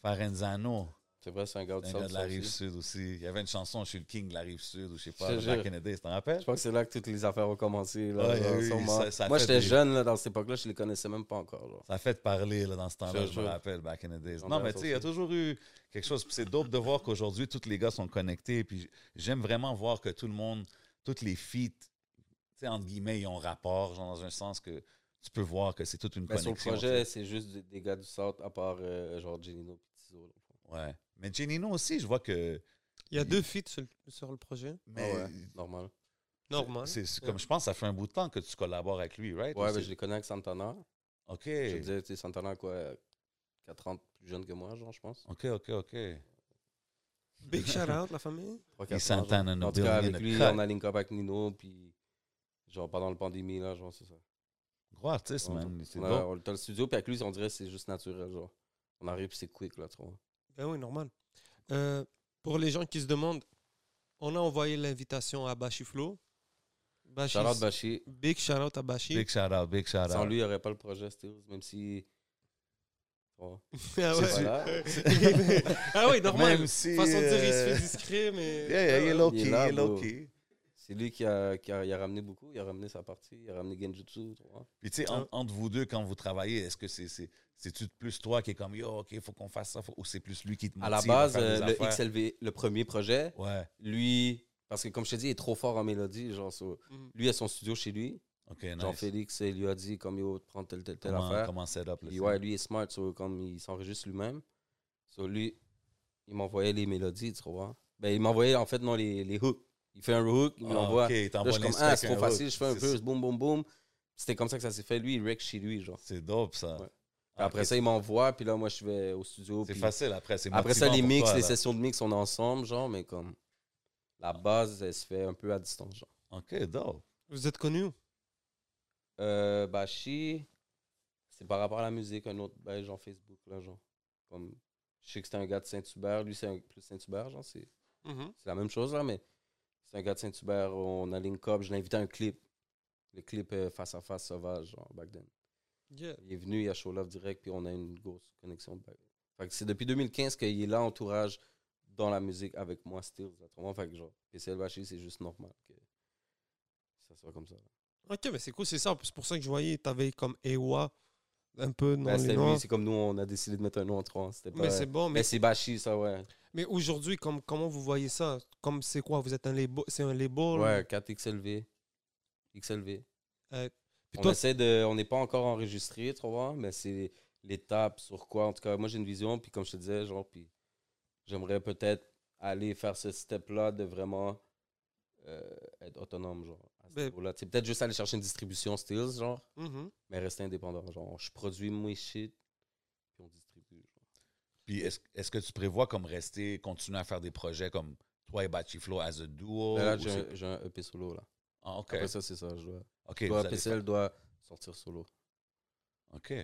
S2: Farenzano,
S3: C'est vrai, c'est un gars de
S2: un gars
S3: South.
S2: de la
S3: ça aussi.
S2: Rive-Sud aussi. Il y avait une chanson, je suis le king de la Rive-Sud, ou je sais pas,
S3: Je te
S2: Back
S3: jure.
S2: in the Days, t'en rappelles?
S3: Je pense que c'est là que toutes les affaires ont commencé. Là,
S2: Ouais,
S3: genre,
S2: oui,
S3: sûrement.
S2: ça- ça
S3: Moi,
S2: fait
S3: j'étais
S2: des-
S3: jeune là, dans cette époque-là, je les connaissais même pas encore. genre.
S2: Ça a fait parler là, dans ce temps-là,
S3: Je
S2: je,
S3: jure.
S2: me rappelle, back in the days.
S3: J'en
S2: Non,
S3: ai
S2: mais
S3: un
S2: tu sais, il y a toujours eu quelque chose. Puis c'est dope de voir qu'aujourd'hui, tous les gars sont connectés. Puis j'aime vraiment voir que tout le monde, toutes les feats, tu sais, entre guillemets, ils ont rapport, genre dans un sens que tu peux voir que c'est toute une
S3: Mais Ben, sur
S2: connexion.
S3: le projet, c'est juste des, des gars du South, à part euh, genre Genino et Tizo. là.
S2: tu sais. Ouais. Mais Genino aussi, je vois que.
S1: Il y a deux feats sur, le- sur le projet.
S2: Mais
S3: Ah ouais, normal.
S1: Normal.
S2: c'est c'est
S1: Ouais.
S2: comme je pense, ça fait un bout de temps que tu collabores avec lui, right?
S3: Ouais,
S2: Ou
S3: mais
S2: c'est-
S3: je les connais avec Santana.
S2: Ok.
S3: Je veux dire, tu sais, Santana, quoi, euh, 4 ans plus jeune que moi, genre, je pense.
S2: Ok, ok, ok.
S1: Big shout out, la famille.
S3: 3,
S2: Il s'entend dans nos
S3: En tout cas,
S2: buildings,
S3: avec
S2: in the
S3: lui,
S2: cut.
S3: on a link up avec Nino, puis genre pendant la pandémie, là, genre, c'est ça.
S2: Gros artiste,
S3: On-
S2: man. C'est
S3: on, a,
S2: dope.
S3: on est dans le studio, puis avec lui, on dirait que c'est juste naturel, genre. On arrive, puis c'est quick, là, tu vois.
S1: Ben oui, normal. Euh, pour les gens qui se demandent, on a envoyé l'invitation à Bachiflo. Bashi-
S3: Charlotte Bachi,
S1: Big shout out à Bashi.
S2: Big shout out, big shout out.
S3: sans lui, il n'y aurait pas le projet Stills, même si. Bon,
S1: ah,
S2: C'est
S1: ouais.
S3: voilà.
S1: ah oui, normal.
S2: Même si,
S1: Façon de dire, il se
S2: euh,
S1: fait discret, mais.
S2: Yeah, yeah, il est
S3: Il
S2: low-key,
S3: est
S2: il
S3: là,
S2: est
S3: bro.
S2: low-key.
S3: C'est lui qui a, qui a, il a ramené beaucoup, il a ramené sa partie, il a ramené Genjutsu, tu vois.
S2: Puis, tu sais,
S1: Hein?
S2: en- entre vous deux, quand vous travaillez, est-ce que c'est c'est- c'est-tu plus toi qui est comme, yo, OK, faut qu'on fasse ça, faut- ou c'est plus lui qui te motive
S3: À la base,
S2: faire
S3: euh,
S2: des
S3: le
S2: affaires?
S3: XLV, le premier projet,
S2: Ouais,
S3: lui, parce que comme je te dis, il est trop fort en mélodie, genre, so-
S1: Mhm.
S3: lui, il a son studio chez lui.
S2: OK, nice.
S3: Jean-Félix, il lui a dit, comme, yo, prends telle, telle, telle
S2: comment,
S3: affaire.
S2: comment set up, là,
S3: Puis
S2: ça?
S3: ouais, lui, il est smart, so, comme il s'enregistre lui-même. So, lui, il m'envoyait les mélodies, tu vois. Ben, il m'envoyait, en fait, non, les, les hooks. Il fait un hook, il me
S2: Ah,
S3: l'envoie.
S2: OK, il
S3: Là, je
S2: t'envoie
S3: suis comme,
S2: l'instru
S3: ah, c'est
S2: avec
S3: trop
S2: un
S3: facile,
S2: hook.
S3: je fais un
S2: Oh, C'est-
S3: peu, boum, boum, boum. C'était comme ça que ça s'est fait. Lui, il rec chez lui, genre. Puis
S2: C'est dope, ça.
S3: Ouais.
S2: Ah,
S3: après
S2: OK,
S3: ça, il m'envoie, puis là, moi, je vais au studio.
S2: C'est
S3: puis
S2: facile, après, c'est
S3: Après ça,
S2: motivant
S3: les
S2: pour
S3: mix,
S2: toi,
S3: les
S2: là.
S3: sessions de mix, on est ensemble, genre, mais comme la base, elle se fait un peu à distance, genre.
S2: OK, dope.
S1: Vous êtes connu où?
S3: Euh, Bashi, c'est par rapport à la musique, un autre belge genre Facebook, là, genre. Comme, je sais que c'est un gars de Saint-Hubert, lui, c'est un plus Saint-Hubert, genre, c'est c'est la même chose, là, mais c'est un gars de Saint-Hubert, on a Cop, je l'ai invité à un clip, le clip euh, Face à Face Sauvage, genre, back then.
S1: Yeah.
S3: Il est venu, il a show love direct, puis on a une grosse connexion. back. Fait que c'est depuis 2015 qu'il est là, entourage, dans la musique avec moi, Steve. Autrement, fait que genre, PCL Bashi, c'est juste normal que ça soit comme ça. là.
S1: Ok, mais c'est cool, c'est ça. C'est pour ça que je voyais, t'avais comme Ewa un peu dans
S3: Ben,
S1: les
S3: c'était lui,
S1: noirs.
S3: c'est comme nous, on a décidé de mettre un nom en trois. C'était pas.
S1: Mais c'est bon, mais,
S3: mais c'est Bashi, ça, ouais.
S1: mais aujourd'hui, comme, comment vous voyez ça Comme c'est quoi Vous êtes un label C'est un label
S3: Ouais, 4 XLV. XLV.
S1: Puis
S3: on
S1: toi,
S3: essaie de. On n'est pas encore enregistré, tu vois, mais c'est l'étape sur quoi. En tout cas, moi, j'ai une vision, puis comme je te disais, genre, puis j'aimerais peut-être aller faire ce step-là de vraiment euh, être autonome, genre, à ce
S1: Ben-
S3: niveau-là. Tu sais, peut-être juste aller chercher une distribution Stills, genre,
S1: Mhm.
S3: mais rester indépendant. Genre, je produis mes shit, puis on distribue. genre.
S2: Puis est-ce est-ce que tu prévois comme rester, continuer à faire des projets comme toi et Bachiflo as a duo?
S3: Mais Ben là,
S2: ou
S3: j'ai
S2: Oh, c'est-
S3: un- j'ai un EP solo, là.
S2: Ah, OK.
S3: Après ça, c'est ça, je dois.
S2: OK,
S3: dois-
S2: vous allez
S3: PCL doit sortir solo,
S2: faire- OK.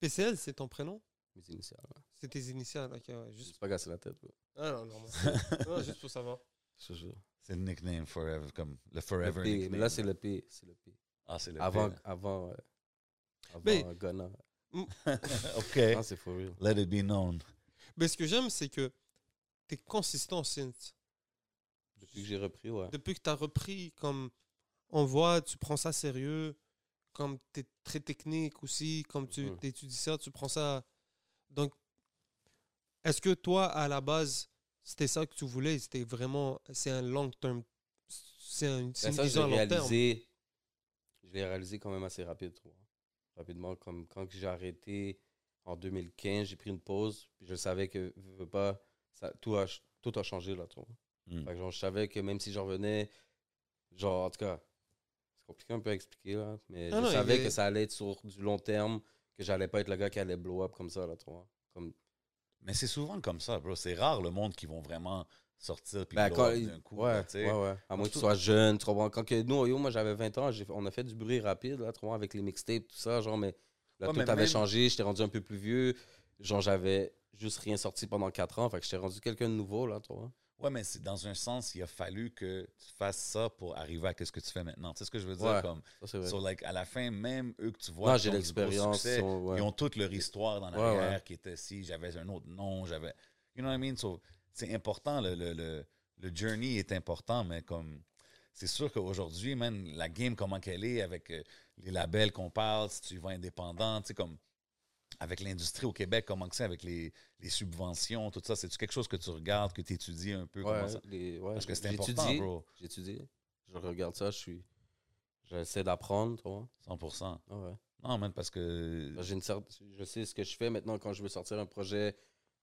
S1: PCL, c'est ton prénom
S3: mes initiales. là.
S1: C'est tes initiales. Ok, ouais.
S3: Je me suis
S1: Juste...
S3: pas casser la tête, là.
S1: Ah non, non, non. Non, juste pour savoir.
S3: je te jure.
S2: C'est le nickname forever, comme le
S3: Le
S2: forever
S3: P, mais
S2: nickname.
S3: là, c'est le P. C'est le P.
S2: Ah, c'est le
S3: avant,
S2: P.
S3: avant, euh, avant
S1: Mais-
S3: euh, Ghana. Non,
S2: OK.
S3: c'est for real.
S2: Let it be known.
S1: Mais ce que j'aime, c'est que t'es consistant, Synth.
S3: Depuis que j'ai repris, ouais.
S1: Depuis que t'as repris, comme on voit, tu prends ça sérieux, comme t'es très technique aussi, comme tu
S3: Mhm.
S1: étudies ça, tu prends ça. Donc, est-ce que toi, à la base, c'était ça que tu voulais C'était vraiment. C'est un long term. C'est un, c'est
S3: Ben
S1: une
S3: ça, je
S1: vision à
S3: l'ai
S1: long terme.
S3: réalisé. Je l'ai réalisé quand même assez rapide, tu vois. Rapidement, comme quand que j'ai arrêté en 2015, j'ai pris une pause. puis je savais que veux, veux pas, ça, tout, a, ch- tout a changé, là, tu vois.
S2: Mm.
S3: Fait que genre, je savais que même si j'en revenais, genre, en tout cas, c'est compliqué un peu à expliquer, là. Mais
S1: Ah
S3: je
S1: non, il
S3: savais
S1: est-
S3: que ça allait être sur du long terme, que j'allais pas être le gars qui allait blow up comme ça, là, tu vois. Comme
S2: Mais c'est souvent comme ça, bro. C'est rare le monde qui vont vraiment sortir puis
S3: Ben,
S2: blow
S3: quand
S2: up
S3: il-
S2: d'un coup.
S3: ouais,
S2: là, tu sais.
S3: ouais, ouais. À moins que tu
S2: surtout-
S3: sois jeune, tu comprends? Quand que nous, yo, moi j'avais 20 ans, j'ai- on a fait du bruit rapide, là, tu comprends, avec les mixtapes, tout ça, genre, mais là,
S2: Ouais,
S3: tout
S2: mais
S3: avait
S2: même-
S3: changé, j'étais rendu un peu plus vieux, genre, j'avais juste rien sorti pendant 4 ans, fait que j'étais rendu quelqu'un de nouveau, là, tu vois.
S2: Ouais, mais c'est dans un sens, il a fallu que tu fasses ça pour arriver à ce que tu fais maintenant. Tu sais ce que je veux dire?
S3: Ouais.
S2: Comme,
S3: Ça, c'est vrai.
S2: so, like, à la fin, même eux que tu vois,
S3: non,
S2: qui
S3: j'ai
S2: ont du gros
S3: l'expérience,
S2: succès,
S3: ils sont- ouais.
S2: Ils ont toute leur histoire dans
S3: Ouais,
S2: l'arrière
S3: ouais.
S2: qui était si j'avais un autre nom, j'avais. You know what I mean? So, c'est important, le, le, le, le journey est important, mais comme. C'est sûr qu'aujourd'hui, même la game, comment qu'elle est, avec euh, les labels qu'on parle, si tu vas indépendant, tu sais, comme. Avec l'industrie au Québec, comment que c'est, avec les, les subventions, tout ça, c'est-tu quelque chose que tu regardes, que tu étudies un peu?
S3: Ouais,
S2: comment ça-
S3: les- ouais,
S2: Parce que c'est
S3: j'étudie,
S2: important, bro.
S3: J'étudie, je regarde ça, je suis. J'essaie d'apprendre, tu vois.
S2: 100%.
S3: Ah ouais.
S2: Non, man, parce que.
S3: J'ai une sorte- je sais ce que je fais maintenant quand je veux sortir un projet,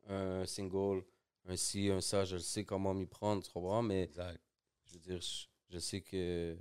S3: un single, un ci, un ça, je sais comment m'y prendre, tu comprends? Mais
S2: Exact.
S3: je veux dire, je, je sais que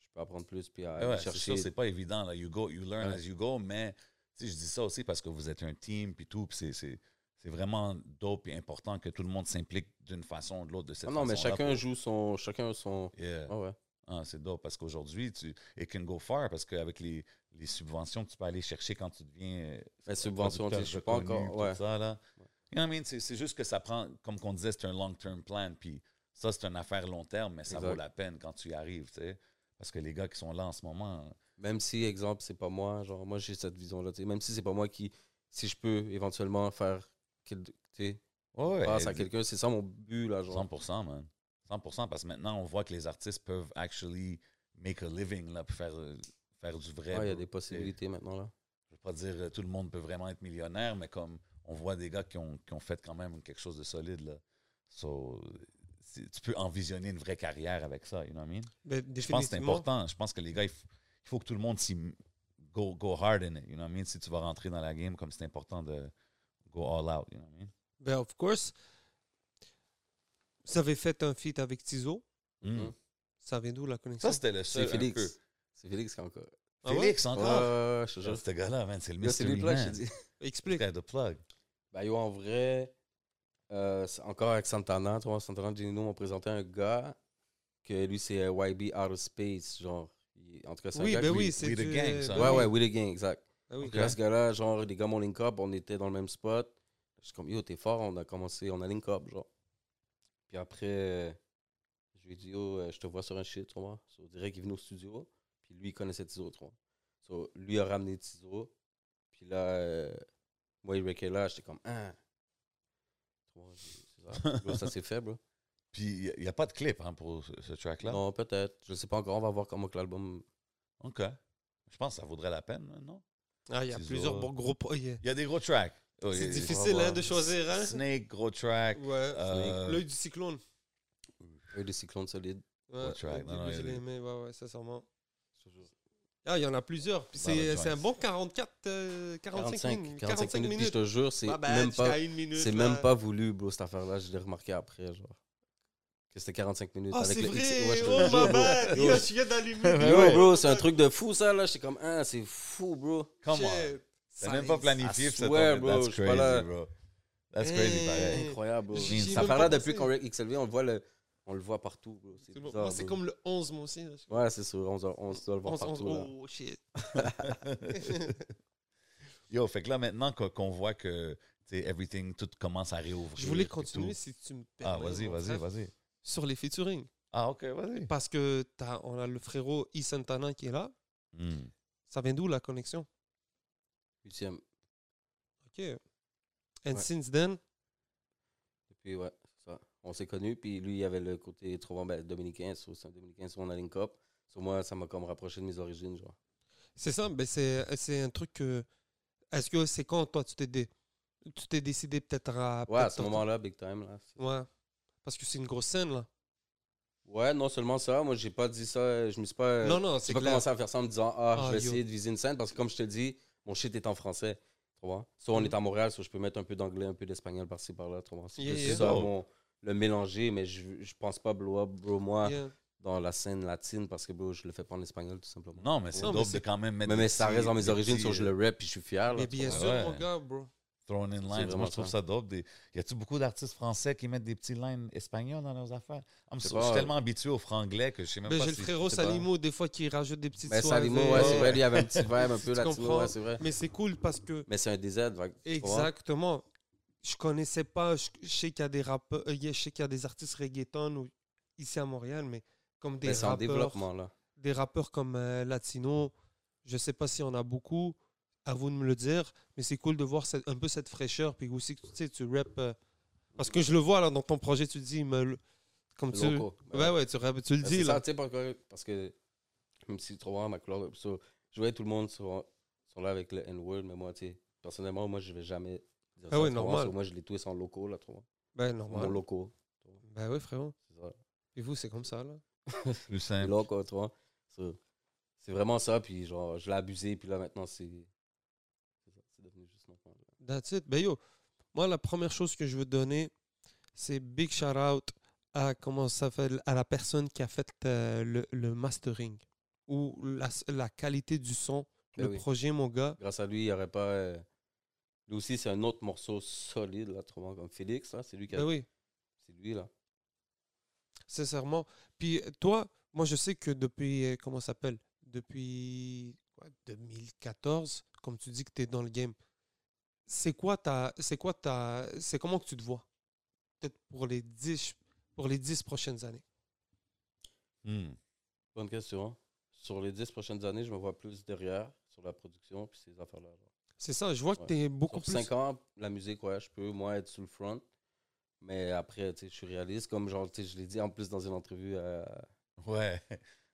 S3: je peux apprendre plus puis
S2: Ouais,
S3: aller
S2: ouais, c'est
S3: chercher.
S2: sûr, c'est pas évident. Là. You go, you learn
S3: Ouais.
S2: as you go, mais tu sais, je dis ça aussi parce que vous êtes un team puis tout, puis c'est- c'est c'est vraiment dope et important que tout le monde s'implique d'une façon ou de l'autre de cette
S3: Ah non, mais
S2: façon-là
S3: chacun
S2: pour-
S3: joue son. Chacun son.
S2: Yeah.
S3: Ah ouais.
S2: Ah, c'est dope parce qu'aujourd'hui, tu it can go far parce qu'avec les, les subventions que tu peux aller chercher quand tu deviens. euh,
S3: Ben, subvention, tu sais, je suis pas
S2: reconnu,
S3: encore-
S2: tout
S3: ouais.
S2: ça, là. You know what I mean? C'est c'est juste que ça prend, comme qu'on disait, c'est un long-term plan. Puis ça, c'est une affaire long terme, mais ça
S3: Exact.
S2: vaut la peine quand tu y arrives, tu sais. Parce que les gars qui sont là en ce moment,
S3: Même si, exemple, c'est pas moi, genre, moi j'ai cette vision-là, tu sais, même si c'est pas moi qui. Si je peux éventuellement faire. quel- Tu sais,
S2: ouais, ouais,
S3: passe à
S2: dis-
S3: quelqu'un, c'est Ah, ça mon but, là, genre.
S2: 100%, man. 100%, parce que maintenant, on voit que les artistes peuvent actually make a living, là, pour faire, euh, faire du vrai.
S3: Ouais, Il y a
S2: bro.
S3: des possibilités maintenant, là.
S2: Je veux pas dire euh, tout le monde peut vraiment être millionnaire, mais comme on voit des gars qui ont, qui ont fait quand même quelque chose de solide, là. So, c'est- tu peux envisionner une vraie carrière avec ça, you know what I mean?
S1: Mais
S2: Je pense que c'est
S1: Ben, définitivement,
S2: important. Je pense que les gars, il faut, il faut que tout le monde s'y m- go, go hard in it, you know what I mean? Si tu vas rentrer dans la game, comme c'est important de go all out, you know what I mean?
S1: ben, of course, vous avez fait un feat avec Tizo.
S2: Mm.
S3: Mhm.
S1: Ça vient d'où la connexion
S2: Ça, c'était le seul.
S3: C'est
S2: un peu.
S3: Félix. C'est Félix qui a encore.
S1: Ah ouais?
S2: Félix,
S3: Ouais,
S2: encore.
S3: ouais, ouais, je te jure.
S2: Genre, ce gars-là, man, c'est le
S3: Là, C'est lui,
S2: mystery
S3: là, je te
S2: man.
S3: dis.
S1: Explique.
S2: Guy the plug.
S3: Ben, yo, en vrai, euh, c'est encore avec Santana, tu vois, Santana Genino m'ont présenté un gars. que lui, c'est euh, YB Outer Space, genre. Il- En tout cas, c'est un
S1: Oui,
S3: gars
S1: ben
S3: que lui-
S1: oui, c'est
S2: We the
S1: du- ben
S2: Gang, ça.
S3: Ouais, ouais, We the Gang, exact.
S1: Ah oui.
S2: Ok.
S3: Là, ce gars-là, genre, les gars m'ont link up, on était dans le même spot. Je suis comme, yo, t'es fort, on a commencé, on a link up, genre. Puis après, euh, je lui ai dit, yo, euh, je te vois sur un shit, tu vois. So, direct, il est venu au studio, puis lui, il connaissait Tizo, tu vois. So, lui a ramené Tizo, puis là, euh, moi, il breakait là, j'étais comme, ah. Tu vois, j'ai- c'est ça. Yo, ça s'est fait, bro.
S2: Puis il n'y a pas de clip hein, pour ce, ce track-là.
S3: Non, peut-être. Je sais pas encore. On va voir comment que l'album.
S2: OK. Je pense que ça vaudrait la peine, hein, non?
S1: Ah, il y a
S2: Ciseaux.
S1: plusieurs bons gros po- yeah.
S2: Il y a des gros tracks. Oh, il y
S1: C'est
S2: a-
S1: difficile hein,
S3: voir.
S1: de choisir. Hein?
S2: Snake, gros track.
S1: Ouais.
S2: Euh,
S1: L'œil du cyclone.
S3: Eux, des cyclones solides.
S1: Ouais,
S2: Watch Right.
S1: au
S2: Non, non,
S1: début, je
S2: il y a
S1: l'ai
S2: des-
S1: aimé, ouais, ouais, sincèrement. Ah, il y en a plusieurs.
S3: Bah,
S1: Puis
S2: Ballad
S1: c'est c'est un
S2: Joints.
S1: bon 44, euh, 45,
S3: 45,
S1: minutes.
S3: 45 minutes. Puis
S1: minutes.
S3: je
S1: Bah, Ah, ben,
S3: te jure, c'est
S1: My bad,
S3: même
S1: j'étais à
S3: pas.
S1: une minute,
S3: C'est
S1: là.
S3: même pas voulu, bro, cette affaire-là. Je l'ai remarqué après, genre. Que c'était 45 minutes.
S1: Ah,
S3: avec
S1: c'est
S3: le
S1: vrai!
S3: X- ouais, je te
S1: oh,
S3: le jure,
S1: my
S3: bro.
S1: bad!
S3: Yo,
S1: Yo, je viens d'allumer.
S3: Yo, bro, c'est un truc de fou, ça, là. J'étais comme, ah, c'est fou, bro.
S2: Come on.
S1: Shit. Ah,
S2: T'as même pas planifié.
S3: I
S2: puis ça
S3: swear,
S2: tombe-
S3: bro,
S2: That's
S3: je suis pas là.
S2: crazy, bro. That's crazy,
S1: Hey.
S2: pareil.
S3: Incroyable, bro.
S2: J'y ai
S3: Ça
S1: même
S3: fait là
S1: pas
S3: depuis
S1: pensé.
S3: qu'on rec XLV, on le voit, le- on le voit partout, bro. C'est
S1: C'est bon.
S3: bizarre,
S1: Moi, c'est
S3: bro.
S1: comme le 11, moi aussi. là.
S3: Ouais, c'est sûr, 11h11, tu dois le voir
S1: 11, 11,
S3: partout, là.
S1: oh shit.
S2: Yo, fait que là, maintenant qu'on qu'on voit que tu sais, everything, tout commence à réouvrir.
S1: Je voulais
S2: puis
S1: continuer
S2: tout.
S1: si tu me permets.
S2: Ah, vas-y,
S1: mon
S2: vas-y,
S1: frère,
S2: vas-y.
S1: Sur les featuring.
S2: Ah, OK, vas-y.
S1: Parce que t'as- on a le frérot E. Santana qui est là.
S2: Hmm.
S1: Ça vient d'où la connexion?
S3: Huitième.
S1: OK. And
S3: Ouais.
S1: since then,
S3: Et puis, ouais, c'est ça. On s'est connus. Puis lui, il y avait le côté trop ben, dominicain. so, c'est un dominicain, sur on a link up. So, moi, ça m'a comme rapproché de mes origines, genre.
S1: c'est ça, mais c'est c'est un truc que. Est-ce que c'est quand toi tu t'es dé- tu t'es décidé peut-être à.
S3: Ouais, à
S1: peut-être
S3: ce moment-là, big time, là. c'est-
S1: Ouais. Parce que c'est une grosse scène, là.
S3: Ouais, non seulement ça, moi, j'ai pas dit ça. euh, Je me suis pas. euh,
S1: non, non,
S3: j'ai
S1: c'est
S3: pas
S1: clair.
S3: commencé à faire ça en me disant, ah,
S1: Ah,
S3: je vais
S1: yo.
S3: essayer de viser une scène. Parce que, comme je te dis, mon shit est en français. Tu vois? Soit on
S1: Mhm.
S3: est à Montréal, soit je peux mettre un peu d'anglais, un peu d'espagnol par-ci, par-là. Tu vois? C'est
S1: Yeah,
S3: juste
S1: yeah.
S3: ça,
S2: Oh.
S3: mon- le mélanger, mais je, je pense pas blow up, bro, moi,
S1: Yeah.
S3: dans la scène latine, parce que, bro, je le fais pas en espagnol, tout simplement.
S2: Non, mais c'est
S1: Non, mais
S2: dope de
S1: c'est-
S2: quand même mettre
S3: Mais, mais
S2: des
S3: ça
S2: petits-
S3: reste dans mes
S2: des
S3: origines,
S2: petits,
S3: sur je
S2: euh,
S3: le rap puis je suis fier. Là,
S1: Mais
S3: tu
S1: bien
S3: vois.
S1: sûr,
S2: ouais.
S1: mon gars, bro.
S2: Thrown in lines. Moi,
S3: vraiment
S2: je trouve
S3: ça.
S2: ça dope. Des... Y a-tu beaucoup d'artistes français qui mettent des petits lines espagnols dans leurs affaires? Ah, mais
S3: Je sais
S2: so- je
S3: pas.
S2: suis tellement habitué au franglais que je sais même
S1: Mais
S2: pas
S1: Ben, j'ai le
S2: si-
S1: frérot
S3: je sais pas.
S1: Salimo, des fois, qui rajoute des petites
S3: Mais
S1: soirées.
S3: Salimo, ouais, c'est vrai, lui il avait un petit vibe un peu
S1: Tu
S3: latino,
S1: comprends?
S3: ouais, c'est vrai.
S1: Mais c'est cool parce que
S3: Mais c'est un DZ, fait que tu vois.
S1: Exactement. Je connaissais pas. Je, je sais qu'il y a des rappeurs, euh, je sais qu'il y a des artistes reggaeton ou- ici à Montréal, mais comme des
S3: Mais c'est en
S1: rappeurs,
S3: développement, là.
S1: des rappeurs comme euh, Latino. Je sais pas si on a beaucoup. À vous de me le dire, mais c'est cool de voir cette- un peu cette fraîcheur. Puis aussi, tu sais, tu rap. euh, parce que je le vois là dans ton projet, tu dis, me le- comme tu.
S3: Loco.
S1: Ouais, ouais, tu, rap, tu le
S3: Ben,
S1: dis
S3: c'est ça,
S1: là.
S3: tu sais, pourquoi- parce que même si tu vois ma couleur, de- so, je voyais tout le monde sur, sont là avec le N-word, mais moi, tu sais, personnellement, moi, je vais jamais dire
S1: Ah
S3: ça,
S1: ouais,
S3: tu vois.
S1: normal.
S3: So, moi, je l'ai tous en locaux, là, tu vois.
S1: Ben,
S3: Mon
S1: normal.
S3: loco.
S1: Ben, ouais, frérot.
S3: C'est ça.
S1: Et vous, c'est comme ça là.
S2: Plus simple.
S3: là, quoi, tu vois. So, C'est vraiment ça, puis genre, je l'ai abusé, puis là, maintenant, c'est. c'est ça, C'est devenu juste mon point, là.
S1: That's it. Ben yo, moi, la première chose que je veux donner, c'est big shout out à, comment ça s'appelle, à la personne qui a fait euh, le, le mastering ou la, la qualité du son.
S3: Ben
S1: le
S3: oui.
S1: projet, mon gars.
S3: Grâce à lui, il n'y aurait pas. euh, Lui aussi, c'est un autre morceau solide, là, trouvant comme Félix, là. C'est lui qui a.
S1: Ben oui,
S3: C'est lui, là.
S1: sincèrement. Puis euh, toi, moi, je sais que depuis, euh, comment ça s'appelle, depuis quoi, 2014, comme tu dis que tu es dans le game, c'est quoi ta. C'est quoi ta. C'est comment que tu te vois? Peut-être pour les 10 pour les 10 prochaines années.
S2: Hmm.
S3: Bonne question. Sur les dix prochaines années, je me vois plus derrière, sur la production, puis ces affaires-là. genre.
S1: C'est ça, je vois que
S3: Ouais.
S1: tu es beaucoup
S3: Sur
S1: plus.
S3: cinq ans, la musique, ouais, je peux, moi, être sur le front. Mais après, tu sais, je suis réaliste. Comme, genre, tu sais, je l'ai dit en plus dans une entrevue à,
S2: Ouais.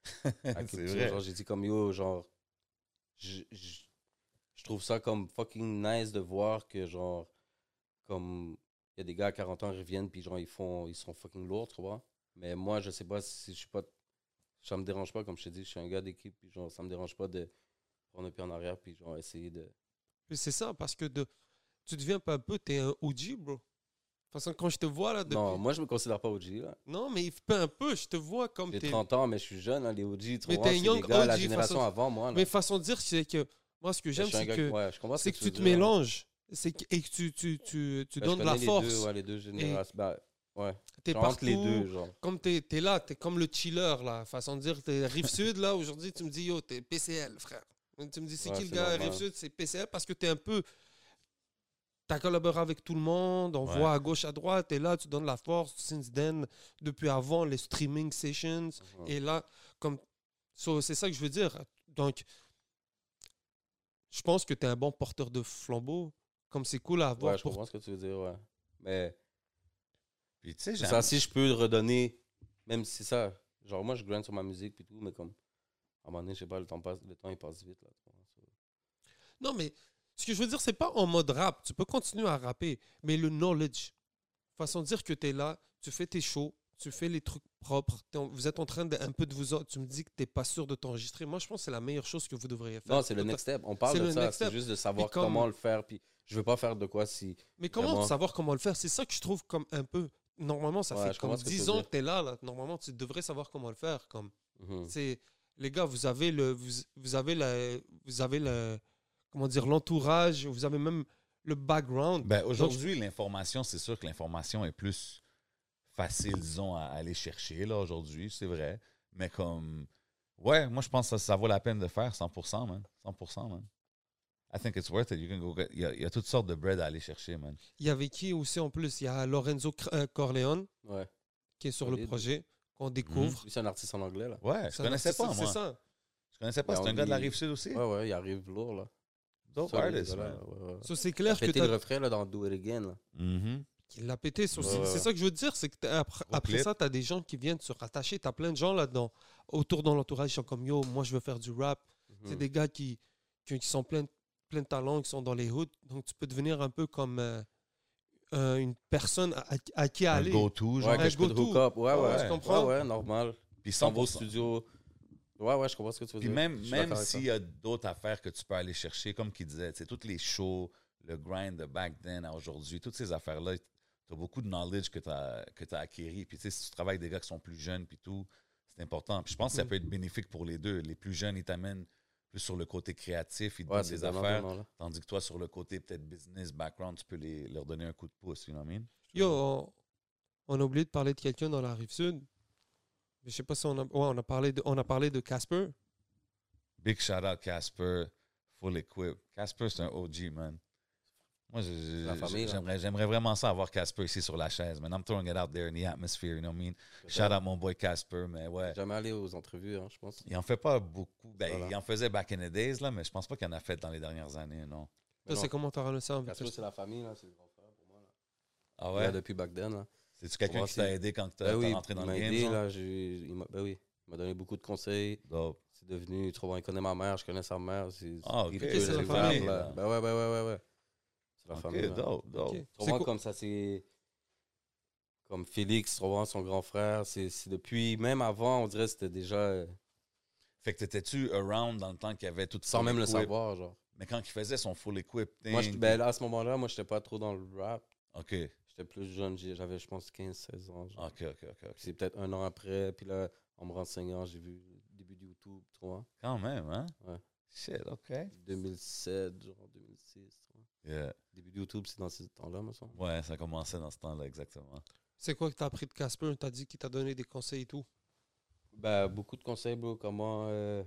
S3: à
S2: c'est
S3: Culture,
S2: vrai.
S3: genre, j'ai dit comme yo, genre, je, je, je trouve ça comme fucking nice de voir que, genre, comme il y a des gars à 40 ans, ils reviennent, puis genre, ils font, ils sont fucking lourds, tu vois. Mais moi, je sais pas si je suis pas, ça me dérange pas, comme je te dis, je suis un gars d'équipe, puis genre, ça me dérange pas de prendre un pied en arrière, puis genre, essayer de.
S1: Mais C'est ça, parce que de, tu deviens pas un peu, t'es un OG, bro. De toute façon, quand je te vois là, depuis...
S3: Non,
S1: non,
S3: moi, je me considère pas OG, là.
S1: mais il fait un peu, je te vois comme
S3: J'ai
S1: t'es.
S3: 30 ans, mais je suis jeune, hein, les OG, tu
S1: Mais
S3: vois,
S1: t'es
S3: c'est
S1: un young
S3: les gars, la
S1: OG,
S3: génération
S1: façon-
S3: avant, moi. là.
S1: Mais façon de dire, c'est que moi, ce que
S3: Je
S1: j'aime,
S3: suis un
S1: c'est
S3: gars-
S1: que,
S3: ouais, je comprends ce
S1: c'est que
S3: veux
S1: tu te
S3: dire, là.
S1: mélanges c'est que, et que tu, tu, tu, tu
S3: Ben, je
S1: donnes de la
S3: connais les
S1: force.
S3: deux, ouais, les deux générations. Ben, Ouais.
S1: T'es
S3: Genre, entre
S1: partout.
S3: les deux, genre.
S1: Comme t'es es là, t'es comme le chiller, là. Façon de dire, t'es Rive-Sud, là. Aujourd'hui, tu me dis, yo, t'es PCL, frère. Tu me dis, c'est
S3: Ouais,
S1: qui le
S3: c'est
S1: gars
S3: normal.
S1: Rive-Sud, c'est PCL parce que t'es un peu. T'as collaboré avec tout le monde, on
S2: Ouais.
S1: voit à gauche, à droite, et là, tu donnes la force. Since then, depuis avant, les streaming sessions.
S3: Ouais.
S1: Et là, comme. so, c'est ça que je veux dire. Donc, je pense que tu es un bon porteur de flambeau. Comme c'est cool à avoir
S3: Ouais, je
S1: pour
S3: comprends ce que tu veux dire, ouais. Mais
S2: Puis tu sais,
S3: c'est
S2: j'aime-
S3: ça, si je peux redonner, même si c'est ça, genre moi je grind sur ma musique puis tout, mais comme à un moment donné, je sais pas, le temps passe, le temps il passe vite là. tu vois.
S1: Non, mais ce que je veux dire, c'est pas en mode rap. Tu peux continuer à rapper, mais le knowledge. Façon de dire que tu es là, tu fais tes shows, tu fais les trucs propres. t'es en- vous êtes en train de, un peu de vous. en- Tu me dis que tu pas sûr de t'enregistrer. Moi, je pense que c'est la meilleure chose que vous devriez faire.
S3: Non, c'est le
S1: Tout à-
S3: next step. On
S1: c'est
S3: parle de
S1: le
S3: ça,
S1: next
S3: c'est
S1: step.
S3: juste de savoir
S1: Puis comme-
S3: comment le faire puis je veux pas faire de quoi si
S1: Mais comment
S3: Vraiment.
S1: savoir comment le faire C'est ça que je trouve comme un peu. Normalement, ça
S3: Ouais,
S1: fait
S3: je
S1: comme
S3: comprends ce que tu
S1: 10
S3: veux
S1: ans
S3: dire.
S1: que tu es là, là. Normalement, tu devrais savoir comment le faire. Comme.
S3: Mhm.
S1: c'est les gars vous avez le vous, vous avez le vous avez le comment dire l'entourage vous avez même le background
S2: Ben, aujourd'hui, l'information, c'est sûr que l'information est plus facile, disons, à aller chercher, là, aujourd'hui, c'est vrai. Mais comme, ouais, moi, je pense que ça, ça vaut la peine de faire 100%, man. 100%, man. I think it's worth it. You can go get- Il y, a- il y a toutes sortes de bread à aller chercher, man.
S1: il y avait qui aussi en plus il y a Lorenzo Cr- euh, Corleone
S3: Ouais.
S1: qui est sur le
S3: Solide.
S1: projet qu'on découvre
S3: Lui, c'est un artiste en anglais là.
S2: Mhm. Ouais, je
S1: Ça-
S2: connaissais
S1: c'est-
S2: pas,
S1: c'est
S2: moi.
S1: ça
S2: Je connaissais pas.
S3: Ben,
S2: C'est un
S3: on
S2: gars de la
S3: est-
S2: Rive-Sud aussi.
S3: Ouais, ouais, il arrive lourd là.
S2: Dope
S3: Ça, les
S2: artist,
S3: gars, là,
S2: Oh, man.
S3: ouais, ouais.
S1: So, c'est
S3: Il a
S1: clair que
S3: pété
S1: t'as-
S3: le refrain là, dans Do It Again. Là.
S2: Mhm.
S1: qu'il l'a pété so, c'est
S3: Ouais, ouais,
S1: c'est
S3: ouais.
S1: ça que je veux dire c'est que t'as- après,
S2: Gros
S1: après
S2: clip.
S1: ça tu as des gens qui viennent se rattacher tu as plein de gens là-dedans autour dans l'entourage ils sont comme yo moi je veux faire du rap C'est
S3: Mhm.
S1: des gars qui, qui, qui sont pleins de- plein de talents, qui sont dans les hoods. Donc, tu peux devenir un peu comme euh, euh, une personne à, à- à qui
S2: Un
S1: aller.
S2: go-to, genre.
S3: Hum. Ouais, que je peux te
S1: go-to.
S3: hook up. Ouais,
S2: Ouais,
S3: ouais.
S2: tu
S3: Ouais,
S1: comprends?
S3: ouais, normal.
S2: Puis
S3: Sans vos
S2: 100%.
S3: studios. Ouais, ouais, je comprends ce que tu veux
S2: Puis
S3: dire.
S2: même,
S3: Je suis
S2: même
S3: d'accord avec
S2: s'il
S3: toi.
S2: y a d'autres affaires que tu peux aller chercher, comme qu'il disait, c'est toutes les shows, le grind de back then à aujourd'hui, toutes ces affaires-là, tu as beaucoup de knowledge que tu as, que t'as acquéri. Puis tu sais, si tu travailles avec des gars qui sont plus jeunes, puis tout, c'est important. Puis je pense que ça
S1: Mm.
S2: peut être bénéfique pour les deux. Les plus jeunes, ils t'amènent plus sur le côté créatif, ils te
S3: Ouais,
S2: donnent
S3: c'est
S2: des
S3: vraiment
S2: affaires,
S3: bon, là.
S2: tandis que toi, sur le côté peut-être business, background, tu peux les, leur donner un coup de pouce, you know what I mean?
S1: Yo, on, on a oublié de parler de quelqu'un dans la rive sud. Je sais pas si on a, ouais, on a parlé de, on a parlé de Casper.
S2: Big shout out Casper, full equip. Casper, c'est un OG, man. Moi, je- je-
S3: La famille,
S2: je-
S3: là.
S2: j'aimerais j'aimerais vraiment ça avoir Casper ici sur la chaise, man. I'm throwing it out there in the atmosphere, you know what I mean? Shout out mon boy Casper, mais ouais.
S3: Jamais allé aux entrevues, hein, je pense.
S2: Il en fait pas beaucoup. Ben,
S3: Voilà.
S2: Il en faisait back in the days, là, mais je pense pas qu'il en a fait dans les dernières années, non.
S1: Ça, c'est comment t'as ramené ça avec
S3: Castro,
S1: toi?
S3: c'est la famille, là, c'est le grand frère pour moi. Là.
S2: Ah
S3: Là,
S2: ouais?
S3: depuis back then. Là.
S2: C'est-tu quelqu'un
S3: Moi,
S2: qui t'a
S3: c'est-
S2: aidé quand t'as
S3: Ben
S2: t'as
S3: oui,
S2: rentré
S3: il
S2: dans le
S3: m'a
S2: game?
S3: aidé,
S2: genre?
S3: là, j'ai- il m'a- ben oui, il m'a donné beaucoup de conseils.
S2: Dope.
S3: C'est devenu trop bon. Il connaît ma mère, je connais sa mère. c'est-
S2: Ah, ok,
S3: il peut
S1: c'est
S3: les
S1: la
S3: femmes,
S2: famille,
S3: là.
S2: là.
S3: Ben ouais, ben ouais, ouais, ouais. C'est la
S2: Ok,
S3: famille. là.
S2: dope, dope.
S1: Ok.
S3: Tu
S1: C'est
S3: vois,
S1: quoi-
S3: comme ça, c'est. Comme Félix, tu vois, son grand frère. C'est c'est depuis, même avant, on dirait que c'était déjà. euh,
S2: Fait que t'étais-tu around dans le temps qu'il y avait tout
S3: Sans
S2: full
S3: même le
S2: equip?
S3: savoir, genre.
S2: Mais quand il faisait son full equip,
S3: Moi, je-
S2: thing,
S3: ben, là, à ce moment-là, moi, j'étais pas trop dans le rap.
S2: OK,
S3: J'étais plus jeune, j'ai- j'avais, je pense, 15-16 ans. genre.
S2: OK, OK, OK.
S3: Puis C'est peut-être un an après, puis là, en me renseignant, j'ai vu le début de YouTube, tu vois,
S2: Quand même, hein?
S3: Ouais.
S2: Shit, OK.
S3: 2007, genre 2006, tu vois.
S2: Yeah.
S3: Début de YouTube, c'est dans ces temps-là, me semble.
S2: Ouais, ça commençait dans ce temps-là, exactement.
S1: C'est quoi que t'as appris de Casper? T'as dit qu'il t'a donné des conseils et tout.
S3: Ben, beaucoup de conseils, bro, comment euh,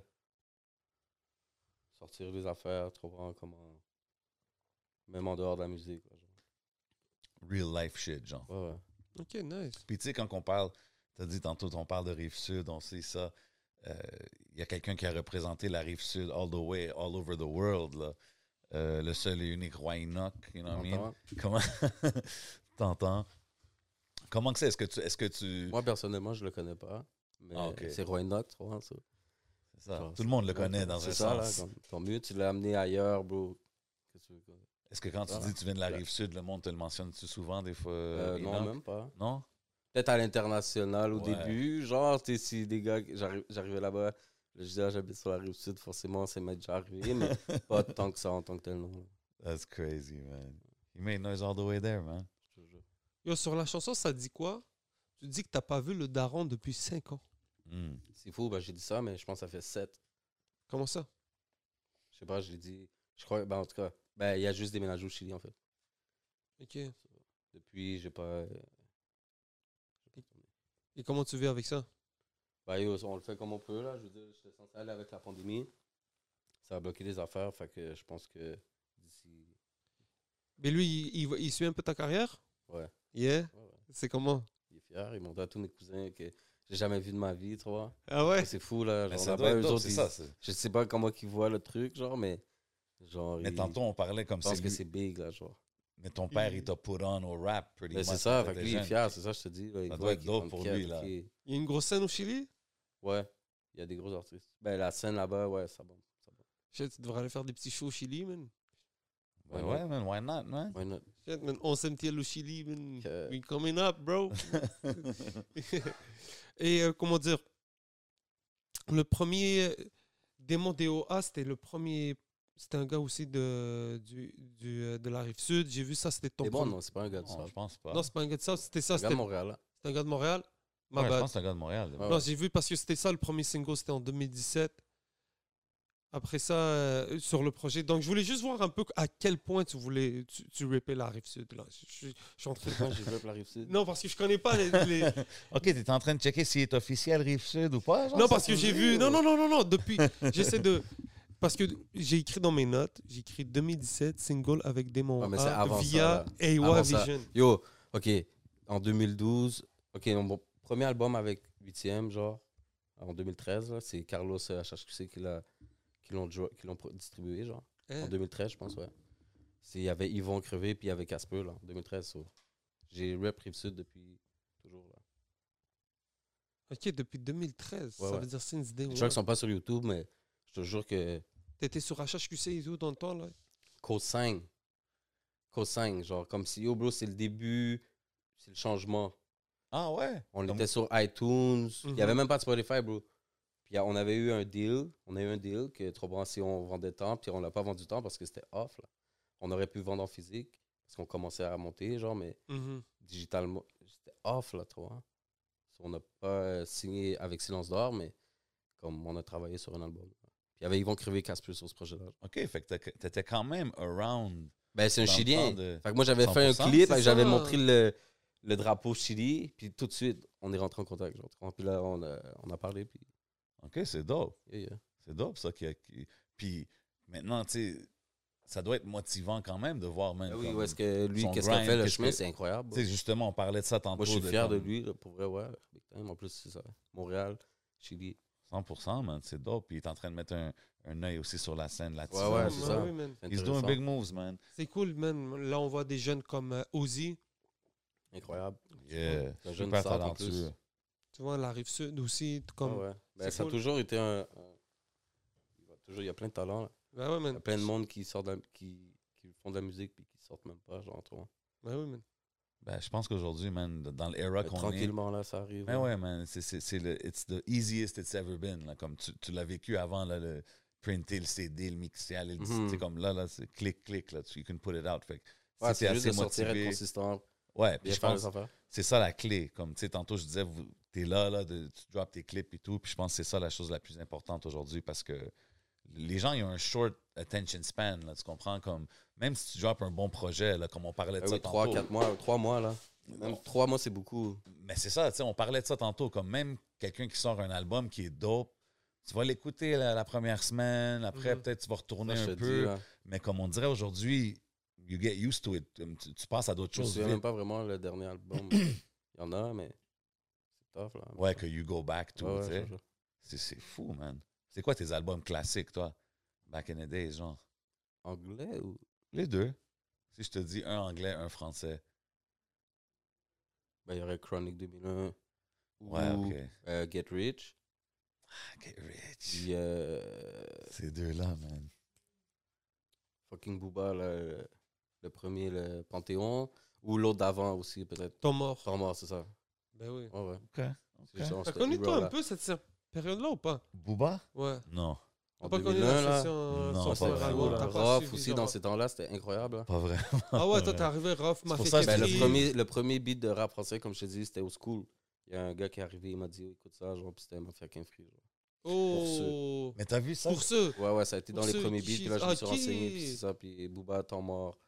S3: sortir des affaires, trop grand, comment... Même en dehors de la musique, quoi, genre.
S2: Real life shit, genre.
S3: Ouais, ouais.
S1: Ok, nice.
S2: Puis tu sais, quand on parle, t'as dit tantôt, on parle de Rive-Sud, on sait ça. Euh, Il y a quelqu'un qui a représenté la Rive-Sud all the way, all over the world, là. Euh, le seul et unique Roy Enoch, you know what I mean?
S3: T'entends?
S2: Comment... T'entends? Comment que c'est? Est-ce que tu... Est-ce que tu...
S3: Moi, personnellement, je le connais pas, mais
S2: Ah, ok.
S3: c'est Roy Knox, tu vois, ça.
S2: c'est ça,
S3: genre,
S2: Tout le monde le
S3: Ouais,
S2: connaît
S3: comme-
S2: dans un
S3: c'est ça, là,
S2: sens.
S3: comme- Tant mieux, tu l'as amené ailleurs, bro. Qu'est-ce que tu veux, quoi?
S2: Est-ce que quand tu
S3: Voilà.
S2: dis que tu viens de la
S3: Ah. Ouais.
S2: Rive-Sud, le monde te le mentionne-tu souvent, des fois?
S3: Euh, non,
S2: Enoch?
S3: même pas.
S2: Non?
S3: Peut-être à l'international au
S2: Ouais.
S3: début. Genre, t'es si des gars, j'arri- j'arrivais là-bas, là, je disais, ah, j'habite sur la rive sud, forcément, c'est m'est déjà arrivé, mais pas tant que ça en tant que tel, non. là,
S2: That's crazy, man. You made noise all the way there, man.
S3: je te jure.
S1: Yo, sur la chanson, ça dit quoi? Tu dis que t'as pas vu le daron depuis 5 ans.
S2: Mm.
S3: C'est fou, ben, j'ai dit ça, mais je pense que ça fait 7.
S1: Comment ça?
S3: Je sais pas, je l'ai dit. Je crois, ben, en tout cas, ben, il a juste déménagé au Chili, en fait.
S1: Ok.
S3: Depuis, j'ai pas. euh,
S1: Et comment tu vis avec ça?
S3: Ben, yo, on le fait comme on peut, là. Je veux dire, j'étais censé aller avec la pandémie. Ça a bloqué des affaires, fait que je pense que d'ici.
S1: Mais lui, il, il va- il suit un peu ta carrière?
S3: Ouais.
S1: Yeah?
S3: Ouais, ouais.
S1: C'est comment?
S3: Il est fier, il monte à tous mes cousins que j'ai jamais vu de ma vie, tu vois.
S1: Ah ouais?
S3: C'est fou, là.
S2: Mais Ben,
S3: Genre,
S2: ça
S3: là-bas,
S2: doit être
S3: eux
S2: dope,
S3: autres,
S2: c'est
S3: ils-
S2: ça. c'est-
S3: Je sais pas comment ils voient le truc, genre, mais. Genre,
S2: Mais
S3: ils-
S2: tantôt, on parlait comme
S3: je
S2: si
S3: pense que
S2: lui-
S3: c'est big, là, genre.
S2: Mais ton père, il t'a put on au rap, pretty
S3: Mais
S2: much,
S3: c'est ça,
S2: quand
S3: fait que
S2: t'étais
S3: lui, il est
S2: jeune.
S3: fier, c'est ça, je te dis. là, il
S2: Ça
S3: voit
S2: doit être
S3: qu'il
S2: dope
S3: est
S2: pour
S3: 34,
S2: lui, là.
S3: ok.
S1: Il y a une grosse scène au Chili?
S3: Ouais, il y a des gros artistes. Ben, la scène là-bas, ouais, ça bombe. Ça bombe.
S1: Shit, tu devrais aller faire des petits shows au Chili, man.
S2: Ben ouais, man, why not, man?
S3: Why not?
S1: Shit, man, 11 MTL au Chili, man.
S3: Que-
S1: We coming up, bro. Et euh, comment dire? Le premier démon DOA, c'était le premier. C'était un gars aussi de, du, du, euh, de la rive sud. J'ai vu ça, c'était ton
S3: C'est bon,
S1: premier-
S3: non, c'est pas un gars de ça.
S2: Non, je pense pas.
S1: Non, c'est pas un gars de ça, c'était ça.
S3: C'est un
S1: C'était
S3: gars de Montréal, là.
S1: c'était un gars de Montréal. Ma
S2: Ouais, je
S1: bad.
S2: pense que c'est un gars de Montréal.
S3: Ah
S1: Non,
S3: ouais.
S1: j'ai vu parce que c'était ça le premier single, c'était en 2017. Après ça, euh, sur le projet. Donc, je voulais juste voir un peu à quel point tu voulais, tu, tu rappais la rive sud. Là. Je, je- je suis en train
S3: Moi,
S1: de...
S3: j'ai vu la Rive-Sud.
S1: Non, parce que je connais pas les. les-
S2: OK, t'es en train de checker s'il est officiel Rive-Sud ou pas? genre,
S1: Non,
S2: ça,
S1: parce que
S2: tu
S1: j'ai
S2: dis,
S1: vu.
S2: ou-
S1: Non, non, non, non, non. Depuis, j'essaie de. Parce que j'ai écrit dans mes notes, j'ai écrit 2017 single avec Démon
S3: Ouais, mais
S1: A
S3: c'est avant ça,
S1: via
S3: là.
S1: AY
S3: Avant ça.
S1: Vision.
S3: Yo, ok, en 2012, ok, mon premier album avec 8ème, genre, en 2013, là, c'est Carlos euh, HHQC qui l'a- qui l'ont dro- qui l'ont pro- distribué, genre,
S1: Hein?
S3: en 2013, je pense, ouais. C'est- Il y avait Yvon Crevé, puis il y avait Casper, là, en 2013. so. J'ai rep Rive Sud depuis toujours, là.
S1: Ok, depuis 2013.
S3: Ouais,
S1: ça
S3: ouais.
S1: veut dire since day
S3: Les
S1: one.
S3: tracks sont pas sur YouTube, mais je te jure que
S1: T'étais sur HHQC et tout dans le temps, là.
S3: Code 5. Code 5, genre, comme si, yo, bro, c'est le début, c'est le changement.
S2: Ah ouais?
S3: On
S2: Comme-
S3: était sur iTunes. Il n'y avait
S1: Mhm.
S3: même pas de Spotify, bro. Puis on avait eu un deal. On a eu un deal que trop bon si on vendait tant, puis on l'a pas vendu tant parce que c'était off. là. On aurait pu vendre en physique parce qu'on commençait à monter, genre, mais
S1: Mhm.
S3: digitalement, c'était off, là, trop. hein. On n'a pas euh, signé avec Silence d'Or, mais comme on a travaillé sur un album. Puis il y avait Yvon Crevé Casper sur ce projet-là.
S2: OK, fait que t'étais- t'étais quand même around.
S3: Ben, c'est un
S2: dans le
S3: Chilien.
S2: temps de-
S3: Fait que moi, j'avais fait un
S2: 100%,
S3: clip,
S1: c'est
S3: fait que j'avais
S1: ça.
S3: montré le, le drapeau Chili, puis tout de suite, on est rentré en contact. Genre, tu comprends? puis là, on a, on a parlé, puis
S2: OK, c'est dope.
S3: yeah, yeah.
S2: C'est dope, ça. Qui, qui- Puis maintenant, tu sais, ça doit être motivant quand même de voir même.
S3: Ah oui,
S2: comme-
S3: ouais, est-ce que lui,
S2: son
S3: qu'est-ce qu'il a
S2: grind,
S3: fait, le
S2: qu'est-ce
S3: chemin,
S2: que-
S3: c'est incroyable.
S2: Tu sais, justement, on parlait de ça tantôt.
S3: Bah. Moi, je suis fier de
S2: comme-
S3: lui, là, pour vrai, ouais. Big time, en plus, c'est ça. Montréal, Chili.
S2: 100%, man. C'est dope. Puis il est en train de mettre un, un œil aussi sur la scène là-dessus.
S3: Ouais, ouais,
S1: Ah,
S3: c'est
S1: bah
S3: ça.
S1: oui, man.
S3: c'est
S2: He's doing
S3: intéressant.
S2: big moves, man.
S1: C'est cool, man. Là, on voit des jeunes comme euh, Ozzy,
S3: Incroyable.
S2: Yeah.
S3: Un jeune
S2: Super
S3: centre en plus.
S2: talentueux.
S1: tu vois, la rive sud aussi. tout
S3: Ouais,
S1: Comme...
S3: ouais. Ben,
S1: c'est
S3: ça
S1: cool.
S3: a toujours été un. un- Il va toujours- il y a plein de talents, là.
S1: Ben ouais,
S3: Il y
S1: man.
S3: a plein de monde qui, sort de la- qui, qui font de la musique, puis qui sortent même pas, genre, tu vois.
S1: Ben ouais, man.
S2: Ben, je pense qu'aujourd'hui, man, dans l'era qu'on est.
S3: Mais Ben, Tranquillement, là, ça arrive.
S2: Ben ouais, man, c'est- c'est c'est le it's the easiest it's ever been. Là, comme tu, tu l'as vécu avant, là, le printer, le CD, le mixer, aller le
S3: Mhm.
S2: c'est comme là, là, c'est clic, clic, là, tu you can put it out. Fait que
S3: Ouais,
S2: si t'es
S3: c'est juste de
S2: assez
S3: sortir, être
S2: motivé.
S3: consistant,
S2: Ouais, puis
S3: bien
S2: je
S3: faire les
S2: pense
S3: affaires.
S2: c'est ça la clé. Comme tu sais, tantôt je disais, vous- t'es là, là, de- tu drops tes clips et tout. Puis je pense que c'est ça la chose la plus importante aujourd'hui parce que les gens, ils ont un short attention span, là, tu comprends? Comme même si tu drops un bon projet, là, comme on parlait de
S3: Ah
S2: ça
S3: oui,
S2: tantôt.
S3: 3, 4 mois, 3 mois là. Même 3 mois, c'est beaucoup.
S2: Mais c'est ça, tu sais, on parlait de ça tantôt, comme même quelqu'un qui sort un album qui est dope, tu vas l'écouter la, la première semaine, après
S1: Mhm.
S2: peut-être tu vas retourner
S3: Ça, je te
S2: un
S3: dis, hein.
S2: peu,
S3: là.
S2: mais comme on dirait aujourd'hui, you get used to it, Comme tu, tu passes à d'autres
S3: Je me
S2: choses
S3: souviens même
S2: vite.
S3: pas vraiment le dernier album. Il y en a, mais c'est tough là.
S2: Ouais, que you go back to,
S3: Ouais, ouais,
S2: tu sais.
S3: c'est ça.
S2: C'est- C'est fou, man. C'est quoi tes albums classiques, toi, back in the days, genre?
S3: Anglais ou.
S2: Les deux. Si je te dis un anglais, un français.
S3: Ben, il y aurait Chronic 2001. Ou
S2: Ouais, ok.
S3: euh, Get Rich.
S2: Ah, Get rich.
S3: Puis euh,
S2: Ces deux-là, man.
S3: Fucking Booba, là, le, le premier, le Panthéon. Ou l'autre d'avant aussi, peut-être.
S1: Tom mort.
S3: Trois mois, c'est ça.
S1: Ben oui.
S3: Ouais, ouais.
S2: OK.
S3: C'est ça, on
S1: T'as
S3: s'était
S1: connu
S3: hero,
S1: toi un
S3: là.
S1: peu cette cette période-là ou pas
S2: Booba?
S1: Ouais.
S2: Non,
S1: T'as
S3: En
S1: pas connu
S3: 2001,
S1: la
S3: là.
S1: session euh,
S2: Non,
S1: sur
S2: pas
S1: ce
S2: vraiment.
S1: album, t'as pas
S3: Rough
S1: suivi,
S3: aussi,
S1: ça
S3: dans
S1: va.
S3: ces temps-là, c'était incroyable. là.
S2: pas vrai.
S1: Ah ouais, toi t'es arrivé, Rof m'a
S2: pour
S1: fait
S2: ça que
S1: quelques
S3: Ben,
S2: Qui-
S3: le,
S1: clips.
S3: premier, le premier beat de rap français, comme je te dis, c'était au school. Il y a un gars qui est arrivé, il m'a dit écoute ça, genre, puis c'était Mafia King Free. Genre.
S1: Oh
S2: Mais t'as vu ça?
S1: Pour ceux
S3: Ouais, ouais, ça a été dans
S1: Pour
S3: les
S1: ceux
S3: premiers
S1: qui-
S3: beats, puis là, je me suis
S1: ok.
S3: renseigné, puis c'est ça, puis Booba, Temps Mort,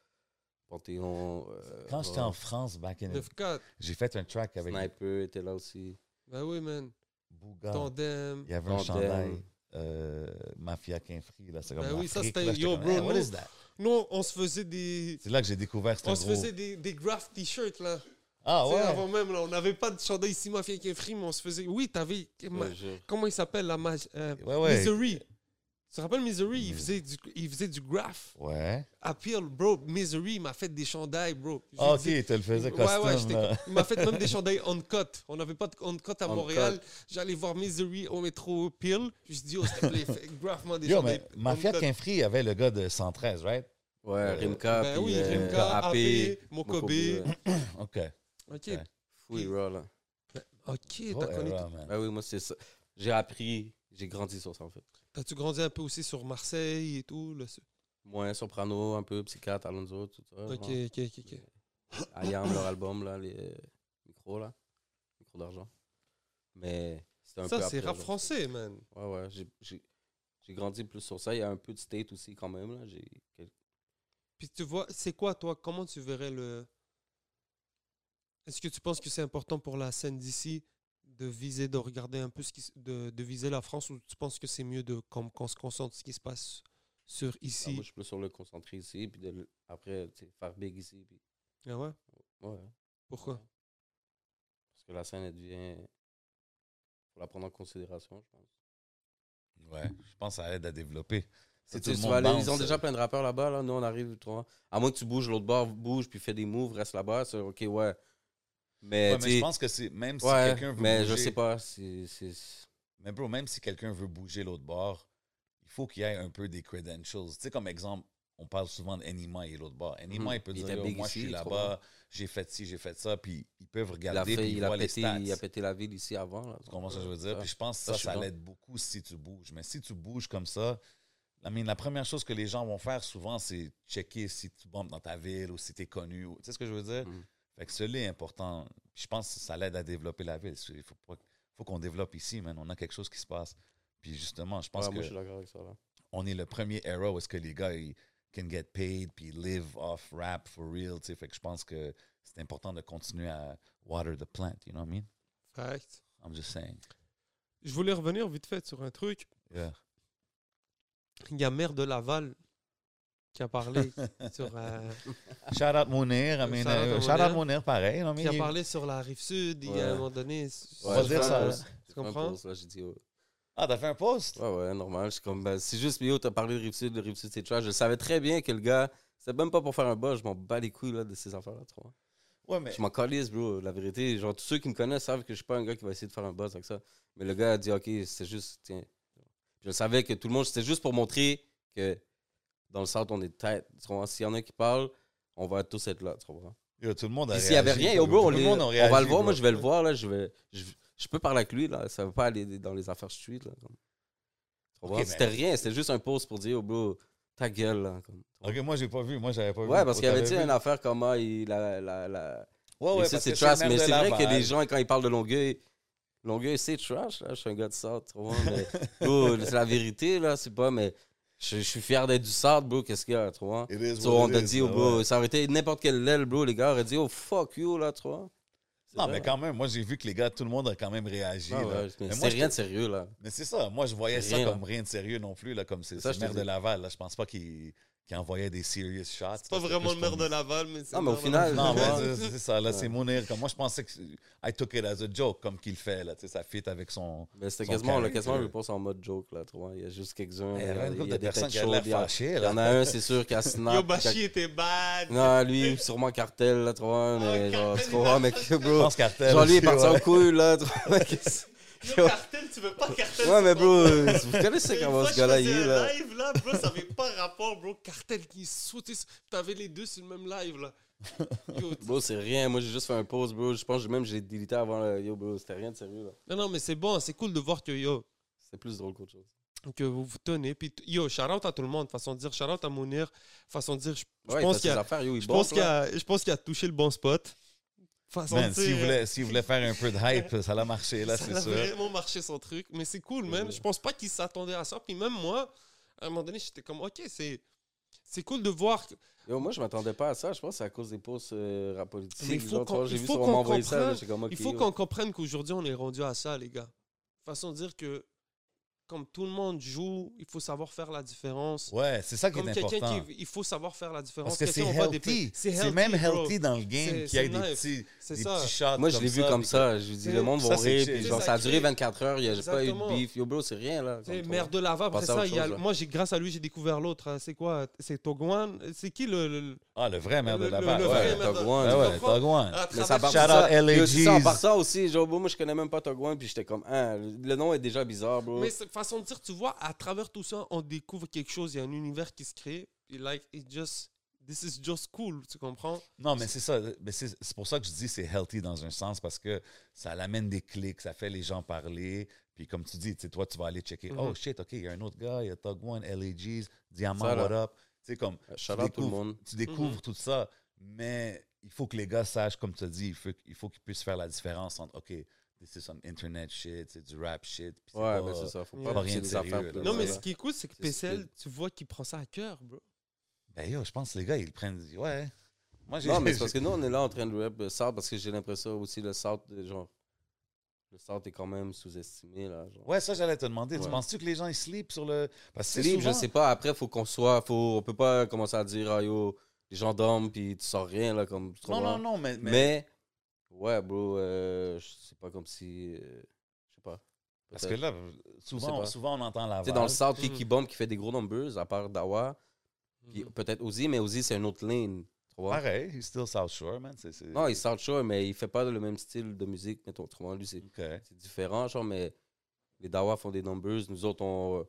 S3: Panthéon. euh,
S2: Quand j'étais
S3: ouais.
S2: en France, back in the
S1: 9-4.
S2: j'ai fait un track avec.
S3: Sniper était là aussi.
S1: Ben oui, man.
S2: Ah.
S4: Bouga.
S1: Tandem.
S4: Il y avait un
S3: Tandem.
S4: chandail euh, Mafia Quinfri. Là, c'est comme
S1: Ben oui, ça,
S4: l'Afrique,
S1: c'était-
S4: là, j'étais
S1: yo,
S4: comme,
S1: bro,
S4: hey, what
S1: nous-
S4: is that?
S1: Non, on se faisait des.
S4: C'est là que j'ai découvert ce
S1: On se
S4: gros.
S1: faisait des, des graph t-shirts, là.
S4: Ah
S1: Tu sais,
S4: ouais.
S1: Avant même, là, on n'avait pas de chandail ici, mafia qui est free, mais on se faisait. Oui, t'avais. ma-
S3: Ouais, je-
S1: Comment il s'appelle, la mage. euh,
S4: Ouais, ouais.
S1: Misery. Tu te rappelles Misery? Il
S4: Mais-
S1: faisait du, il faisait du graph.
S4: Ouais.
S1: Appeal, bro. Misery, il m'a fait des chandails, bro. J'ai
S4: Ah, ok,
S1: dit-
S4: il te le faisait
S1: Ouais, ouais,
S4: costume.
S1: j'étais-
S4: là.
S1: Il m'a fait même des chandails on-cut. On n'avait pas de on-cut à
S3: On
S1: Montréal. J'allais voir Misery au métro Peel. Je dis, oh, s'il te plaît, fais graph-moi des
S4: Yo, mais
S1: chandails.
S4: Mafia
S1: on-cut.
S4: Quinfri avait le gars de 113, right?
S3: Ouais, Rimka,
S1: Ben
S3: puis
S1: oui,
S3: euh,
S1: Rimka, AP, Mokobe.
S3: Mokobe, ouais.
S4: Ok.
S1: Ok.
S4: Ouais.
S3: Fouille Raw, là.
S1: Ok,
S4: Gros
S1: t'as connu.
S4: erreur, man.
S3: Ben oui, moi, c'est ça. J'ai appris, j'ai grandi sur ça, en fait.
S1: T'as-tu grandi un peu aussi sur Marseille et tout? là, ce-
S3: Moi, Soprano, un peu, Psychiatre, Alonso, tout ça.
S1: Ok,
S3: genre.
S1: ok, ok. ok.
S3: Ayam, leur album, là, les euh, micros, là. Micros d'argent. Mais c'était un peu.
S1: Ça, c'est
S3: après,
S1: rap
S3: genre.
S1: français, man.
S3: Ouais, ouais. j'ai- J'ai j'ai grandi plus sur ça. Il y a un peu de state aussi, quand même, là. J'ai quel-
S1: Puis tu vois, c'est quoi toi Comment tu verrais le Est-ce que tu penses que c'est important pour la scène d'ici de viser, de regarder un peu ce qui, s- de, de viser la France, ou tu penses que c'est mieux de comme qu'on se concentre sur ce qui se passe sur
S3: Ah, moi,
S1: ici
S3: je suis plus sur le concentré ici, puis de, le- après, tu sais, faire big ici. Puis...
S1: Ah ouais
S3: Ouais.
S1: Pourquoi
S3: Parce que la scène, elle devient. Faut la prendre en considération, je pense.
S2: Ouais, je pense que ça aide à développer. Si tout
S3: Tu
S2: le monde
S3: sais, tu vas aller-
S2: danse,
S3: ils ont
S2: euh,
S3: déjà plein de rappeurs là-bas, là. Nous, on arrive, tu vois. À moins que tu bouges, l'autre bord bouge, puis fais des moves, reste là-bas. c'est OK, ouais. Mais,
S2: ouais,
S3: tu
S2: mais je
S3: sais,
S2: pense que c'est même si
S3: ouais,
S2: quelqu'un veut
S3: mais
S2: bouger,
S3: je sais pas. c'est- c'est-
S2: mais bro, même si quelqu'un veut bouger l'autre bord, il faut qu'il y ait un peu des credentials. Tu sais comme exemple, on parle souvent de Anima et l'autre bord. Anima,
S3: Mhm.
S2: il peut
S3: Il
S2: dire
S3: était
S2: Yo,
S3: big
S2: moi
S3: ici,
S2: je suis
S3: il est trop
S2: là-bas, j'ai fait ci, j'ai fait ça, puis ils peuvent
S3: Il a,
S2: regarder
S3: fait,
S2: puis ils
S3: il, a
S2: voient les
S3: pété,
S2: stats.
S3: il a pété la ville ici avant. Là,
S2: Tu comprends ce que je veux
S3: Ça.
S2: dire? Puis je pense que ça,
S3: Ça, je suis
S2: ça
S3: dans.
S2: l'aide beaucoup si tu bouges. Mais si tu bouges comme ça, I mean, la première chose que les gens vont faire souvent, c'est checker si tu bombes dans ta ville ou si tu es connu. ou- Tu sais ce que je veux dire?
S3: Mhm.
S2: Fait que cela est important. Puis je pense que ça l'aide à développer la ville. Il faut, pas- faut qu'on développe ici, man. On a quelque chose qui se passe. Puis justement, je pense
S3: Ouais, moi, je
S2: que
S3: suis d'accord avec ça. Là.
S2: on est le premier era où est-ce que les gars ils can get paid puis live off rap for real. tu sais. Fait que je pense que c'est important de continuer à water the plant. You know what I mean?
S1: Fact.
S2: I'm just saying.
S1: Je voulais revenir vite fait sur un truc.
S2: Yeah.
S1: Il y a Mère de Laval qui a parlé sur euh,
S4: Shout out Mounir. I mean,
S1: Shout out
S4: euh,
S1: à
S4: Shout out
S1: Mounir.
S4: Mounir, pareil. non, mais
S1: qui a
S4: il-
S1: parlé sur la rive sud. Il y a un
S3: Ouais.
S1: moment donné.
S4: On va
S3: je
S4: dire
S3: fais un
S4: ça,
S3: post,
S4: là.
S3: je
S1: Tu
S3: fais un
S1: comprends?
S3: post, là, j'ai dit, oh.
S4: Ah, t'as fait un post?
S3: ouais, ouais, normal. Je suis comme, ben, c'est juste, mais yo, t'as parlé de Rive-Sud, de Rive-Sud, c'est trash. Je savais très bien que le gars, c'est même pas pour faire un bas, je m'en bats les couilles là, de ces affaires-là, tu vois.
S4: Ouais, mais.
S3: Je m'en calisse, bro. La vérité, genre, tous ceux qui me connaissent savent que je suis pas un gars qui va essayer de faire un buzz avec ça. Mais le gars a dit, OK, c'est juste, tiens. Je savais que tout le monde, c'était juste pour montrer que dans le centre, on est tête. Tu comprends? S'il y en a qui parlent, on va tous être là, tu comprends?
S4: Yo, tout le monde a
S3: Puis
S4: réagi.
S3: S'il y avait rien, yo,
S4: bro.
S3: bro, on,
S4: Tout le
S3: les-
S4: monde a
S3: on
S4: réagi,
S3: va le voir.
S4: bro.
S3: Moi, je vais le voir, là. Je vais... Je, je peux parler avec lui, là. Ça va pas aller dans les affaires street, là. comme. Tu comprends?
S4: mais-
S3: C'était rien. C'était juste un post pour dire, oh, bro, ta gueule, là. comme.
S4: Ok, moi, j'ai pas vu. Moi, j'avais pas vu.
S3: Ouais, parce
S4: Oh,
S3: qu'il avait
S4: t'avais
S3: dit
S4: vu?
S3: une affaire comment il... la- la- la,
S4: Ouais, Oh, ouais,
S3: mais ça,
S4: parce
S3: c'est
S4: que
S3: trash,
S4: le
S3: mais
S4: maire
S3: c'est
S4: de
S3: vrai
S4: Laval.
S3: que les gens, quand ils parlent de Longueuil, Longueuil, c'est trash, là. Je suis un gars de Sartre, tu vois, mais, bro, c'est la vérité, là, c'est pas, mais je, je suis fier d'être du Sartre, bro, qu'est-ce qu'il y a, tu vois.
S4: It is
S3: Tu
S4: what
S3: vois, on
S4: it
S3: t'a
S4: is,
S3: dit, oh,
S4: là,
S3: bro,
S4: ouais.
S3: ça aurait été n'importe quelle aile, bro, les gars auraient dit, oh, fuck you, là, tu vois. C'est
S4: Non,
S3: vrai.
S4: mais quand même, moi, j'ai vu que les gars, tout le monde a quand même réagi.
S3: Ah,
S4: là.
S3: ouais, mais
S4: Mais
S3: c'est
S4: moi, je
S3: rien de sérieux, là.
S4: Mais c'est ça, moi je voyais
S3: C'est
S4: ça
S3: rien,
S4: comme rien de sérieux non plus, là, comme c'est
S3: C'est ça,
S4: le
S3: je te
S4: maire de
S3: dis.
S4: Laval. Là, je pense pas qu'il qu'il envoyait des serious shots.
S1: C'est pas vraiment le maire de Laval, mais c'est.
S3: Non, mais au
S1: vraiment-
S3: final-
S4: Non,
S3: Laval.
S4: mais c'est- c'est ça, là,
S3: Ouais.
S4: c'est mon air. Comme moi, je pensais que I took it as a joke, comme qu'il fait, là, tu sais, ça fit avec son.
S3: Mais c'était
S4: Son
S3: quasiment, on a
S4: carré,
S3: quasiment
S4: que-
S3: le post en mode joke, là, tu vois. Il y a juste quelques-uns.
S4: euh. Eh, Il y avait une
S3: regarde,
S4: couple
S3: il y
S4: de
S3: a des
S4: personnes
S3: têtes
S4: qui avaient l'air
S3: chaudes, il y a-
S4: fâchées,
S3: Il y
S4: là.
S3: en a un, c'est sûr, qui a snap.
S1: Yo,
S3: qui a-
S1: Bachi était bad.
S3: Non, lui, sûrement cartel, là, tu vois. Mais genre,
S1: Ah, Cartel,
S3: tu
S1: il
S3: vois,
S1: a-
S3: mais que,
S4: Je
S3: bro.
S4: pense qu'Artel.
S3: Genre, lui, il est
S4: aussi,
S3: parti en
S4: ouais.
S3: couille, là, tu vois. Qu'est-ce-
S1: Yo, cartel, tu veux pas cartel.
S3: Ouais, mais
S1: c'est pas-
S3: bro, euh, vous connaissez comment ce gars-là il est, là.
S1: Une fois, je faisais un live, là, bro, ça avait pas rapport, bro. Cartel qui sautait. sur- T'avais les deux sur le même live, là. Yo, tu-
S3: Bro, c'est rien. Moi, j'ai juste fait un pause, bro. Je pense que même j'ai délité avant. là. Yo, bro, c'était rien de sérieux, là.
S1: Non, non, mais c'est bon, c'est cool de voir que, yo,
S3: C'était plus drôle qu'autre chose.
S1: que vous vous tenez. Puis, t- yo, shout-out à tout le monde. Façon de dire, shout-out à Mounir. Façon de dire, je je
S3: Ouais,
S1: pense qu'il
S3: y
S1: a,
S3: affaires, yo, il
S1: je
S3: bosse,
S1: pense qu'il
S3: là.
S1: a, je pense qu'il a touché le bon spot. Façon
S4: Man,
S1: de
S4: s'il
S1: dire,
S4: voulait, s'il voulait faire un peu de hype, ça l'a marché, là,
S1: hein. ça
S4: c'est
S1: a
S4: sûr.
S1: vraiment marché son truc. Mais c'est cool, man.
S3: Ouais.
S1: Je pense pas qu'il s'attendait à ça. Puis même moi, à un moment donné, j'étais comme, OK, c'est C'est cool de voir. que-
S3: Yo, moi, je m'attendais pas à ça. Je pense que c'est à cause des pauses euh, rap
S1: Mais
S3: politique.
S1: il faut
S3: Genre,
S1: qu'on-
S3: quand J'ai
S1: il
S3: vu
S1: faut
S3: ça,
S1: qu'on
S3: on m'envoyait ça.
S1: comprenne-
S3: là, J'étais comme,
S1: Il
S3: OK,
S1: faut
S3: yo.
S1: qu'on comprenne qu'aujourd'hui, on est rendu à ça, les gars. Façon de dire que, comme tout le monde joue, il faut savoir faire la différence.
S2: Ouais, c'est ça qui
S1: Comme
S2: est important.
S1: quelqu'un qui. Il faut savoir faire la différence.
S2: Parce que c'est
S1: Quelqu'un, on voit des
S2: healthy.
S1: pe-
S2: C'est même
S1: bro.
S2: healthy dans le
S1: C'est-
S2: game qu'il y
S1: c'est
S2: ait des
S1: nice.
S2: petits,
S1: C'est
S2: des
S1: ça.
S2: petits shots.
S3: Moi, je l'ai vu comme
S2: puis-
S3: ça. Je lui dis,
S1: C'est-
S3: le monde
S2: ça,
S3: va
S2: c'est
S3: rire.
S2: chill.
S3: Puis, genre,
S1: Ça
S3: ça a duré
S1: crée-
S3: 24 heures. Il n'y a j'ai pas eu
S1: Exactement.
S3: de beef. Yo, bro, c'est rien, là.
S1: Tu sais,
S3: comme
S1: Mère de Lava, après
S3: Passer à
S1: ça,
S3: autre
S1: il y a-
S3: chose, là.
S1: moi, j'ai- grâce à lui, j'ai découvert l'autre. hein. C'est quoi C'est Togwan C'est qui le. le- le-
S2: Ah, le vrai merde de
S1: le-
S2: la
S1: le-
S2: barre.
S1: le
S2: ouais.
S1: vrai
S3: ouais,
S1: mère de-
S3: Togwan.
S1: tu
S2: Ah ouais,
S1: comprends?
S2: Thug One.
S1: À
S3: Mais
S1: travers
S3: ça part
S2: Shout
S1: ça,
S2: out
S3: ça. Yo, c'est ça, en
S2: LAGs.
S3: partant aussi, genre, bon, moi, je connais même pas Togwan, puis j'étais comme, ah, le nom est déjà bizarre, bro.
S1: Mais c'est- façon de dire, tu vois, à travers tout ça, on découvre quelque chose. Il y a un univers qui se crée. Et like, it just, this is just cool, tu comprends
S2: Non, mais c'est ça. Mais c'est c'est pour ça que je dis c'est healthy dans un sens parce que ça l'amène des clics, ça fait les gens parler. Puis comme tu dis, tu sais, toi, tu vas aller checker.
S1: Mhm.
S2: Oh shit, OK, il y a un autre gars, il y a Thug One, LAGs, Diamant,
S3: Ça, là.
S2: what up. Tu sais, comme
S3: Shout
S2: tu
S3: out tout le
S2: découvres-
S3: monde.
S2: tu découvres tout ça, mais il faut que les gars sachent, comme tu as dit, il faut, il faut qu'ils puissent faire la différence entre OK, this is some internet shit, c'est du rap shit. puis c'est
S3: Ouais,
S2: pas-
S3: mais c'est ça. Faut
S1: Ouais.
S3: pas
S1: Pas
S2: rien
S3: pousser
S2: de
S3: les
S2: sérieux,
S3: affaires.
S2: là.
S3: plus
S1: Non,
S3: loin,
S1: mais
S3: là.
S1: ce qui est cool, c'est que
S3: C'est stupide.
S1: PCL, tu vois qu'il prend ça à cœur, bro.
S2: Ben yo, je pense que les gars, ils le prennent. Ouais. Moi, j'ai.
S3: Non, mais c'est parce que nous, on est là en train de rap le South parce que j'ai l'impression aussi le South, euh, genre, le South est quand même sous-estimé, là. Genre.
S2: Ouais, ça, j'allais te demander. Tu
S3: Ouais.
S2: penses-tu que les gens, ils sleep sur le. Parce que c'est
S3: Libre, je
S2: souvent-
S3: sais pas. Après, faut qu'on soit, faut, on peut pas commencer à dire, ah yo, les gens dorment puis tu sors rien, là, comme. tu
S2: Non,
S3: comprends?
S2: non, non, mais. mais-
S3: Mais, ouais, bro, euh, je- c'est pas comme si, euh, je sais pas.
S2: parce que
S3: Peut-être.
S2: là,
S3: Je sais
S2: souvent,
S3: pas.
S2: souvent on entend la
S3: Tu sais, dans le South, qui
S2: mm.
S1: Mhm.
S3: qui bombe, qui fait des gros numbers, à part Dawa,
S2: Mm-hmm.
S3: puis
S1: Mm-hmm.
S3: peut-être Ozzy, mais Ozzy, c'est une autre ligne. Tu vois?
S2: Pareil, he's still South Shore, man. C'est, c'est...
S3: Non, il sort chaud, mais il fait pas le même style de musique, mettons, autrement. Lui, c'est
S2: OK.
S3: c'est différent, genre, mais les Dawa font des numbers, nous autres, on. euh,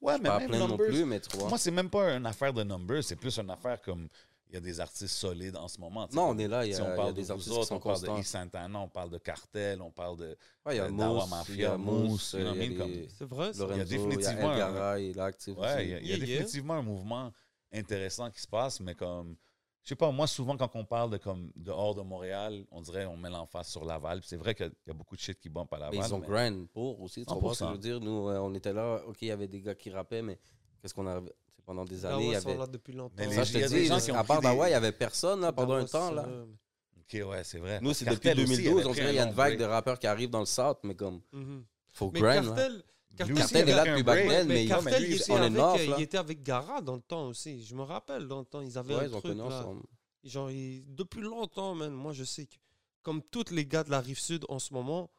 S2: Ouais, mais
S3: Pas
S2: même
S3: plein non
S2: Numbers,
S3: plus, mais tu vois.
S2: Moi, c'est même pas une affaire de numbers, c'est plus une affaire comme il y a des artistes solides en ce moment. tu sais,
S3: Non,
S2: comme
S3: on est là, il y a,
S2: si
S3: euh, il
S2: on
S3: y a
S2: parle de
S3: des
S2: vous
S3: artistes qui
S2: autres,
S3: sont
S2: on parle de
S3: constants.
S2: Yves Santana, on parle de Cartel, on parle de
S3: Ouais, il y a
S2: euh, Dawa
S3: Mousse, il y
S2: Mafia,
S3: a
S2: Mousse,
S3: Mousse,
S2: you know what I mean, comme-
S3: des-
S1: C'est vrai, ça.
S3: Lorenzo, il y a
S2: définitivement
S3: définitivement.
S2: un-
S3: El Garay, il est là, actif
S2: Ouais,
S3: aussi.
S2: il y a, il y a
S1: Yeah, yeah.
S2: définitivement un mouvement intéressant qui se passe, mais comme. Je sais pas, moi, souvent, quand on parle de comme dehors de Montréal, on dirait on met l'emphase sur Laval. Puis c'est vrai qu'il y a- il y a beaucoup de shit qui bombe à
S3: Mais
S2: Laval.
S3: ils ont
S2: mais-
S3: grind pour aussi. Tu
S2: 100%.
S3: vois ce que je veux dire? Nous, euh, on était là, OK, il y avait des gars qui rappaient, mais qu'est-ce qu'on a. tu sais, Pendant
S1: Ah
S3: des années, il y
S1: Dawa sont
S3: avait.
S1: là depuis longtemps.
S2: Mais les-
S3: Ça, je
S2: il y
S3: te
S2: a des
S3: dis,
S2: gens qui ont
S3: à part
S2: pris des-
S3: Dawa, il n'y avait personne là, pendant
S1: Dawa,
S3: un temps.
S1: c'est
S3: là.
S1: là.
S2: Ok, ouais, c'est vrai.
S3: Nous, c'est
S2: Parce que
S3: depuis
S2: Cartel aussi, il avait
S3: 2012, on
S2: pris
S3: dirait qu'il y
S2: un
S3: a une
S2: long
S3: vague de
S2: break.
S3: rappeurs qui arrivent dans le South, mais comme,
S1: Mhm.
S3: faut
S1: Mais
S3: grind. là.
S1: Cartel,
S2: Lui
S1: Cartel,
S2: aussi,
S3: Cartel
S2: il
S3: est là
S2: avait
S3: depuis
S2: un break.
S3: back then,
S1: mais
S3: mais
S1: Cartel, il
S3: ils
S1: était,
S3: sont en
S1: avec, euh,
S3: north, là.
S1: il était avec Gara dans le temps aussi. Je me rappelle dans le temps, ils avaient
S3: Ouais,
S1: un
S3: ils ont
S1: truc
S3: connu
S1: là.
S3: ensemble.
S1: Genre, ils- depuis longtemps, man. Moi, je sais que comme tous les gars de la rive sud en ce moment,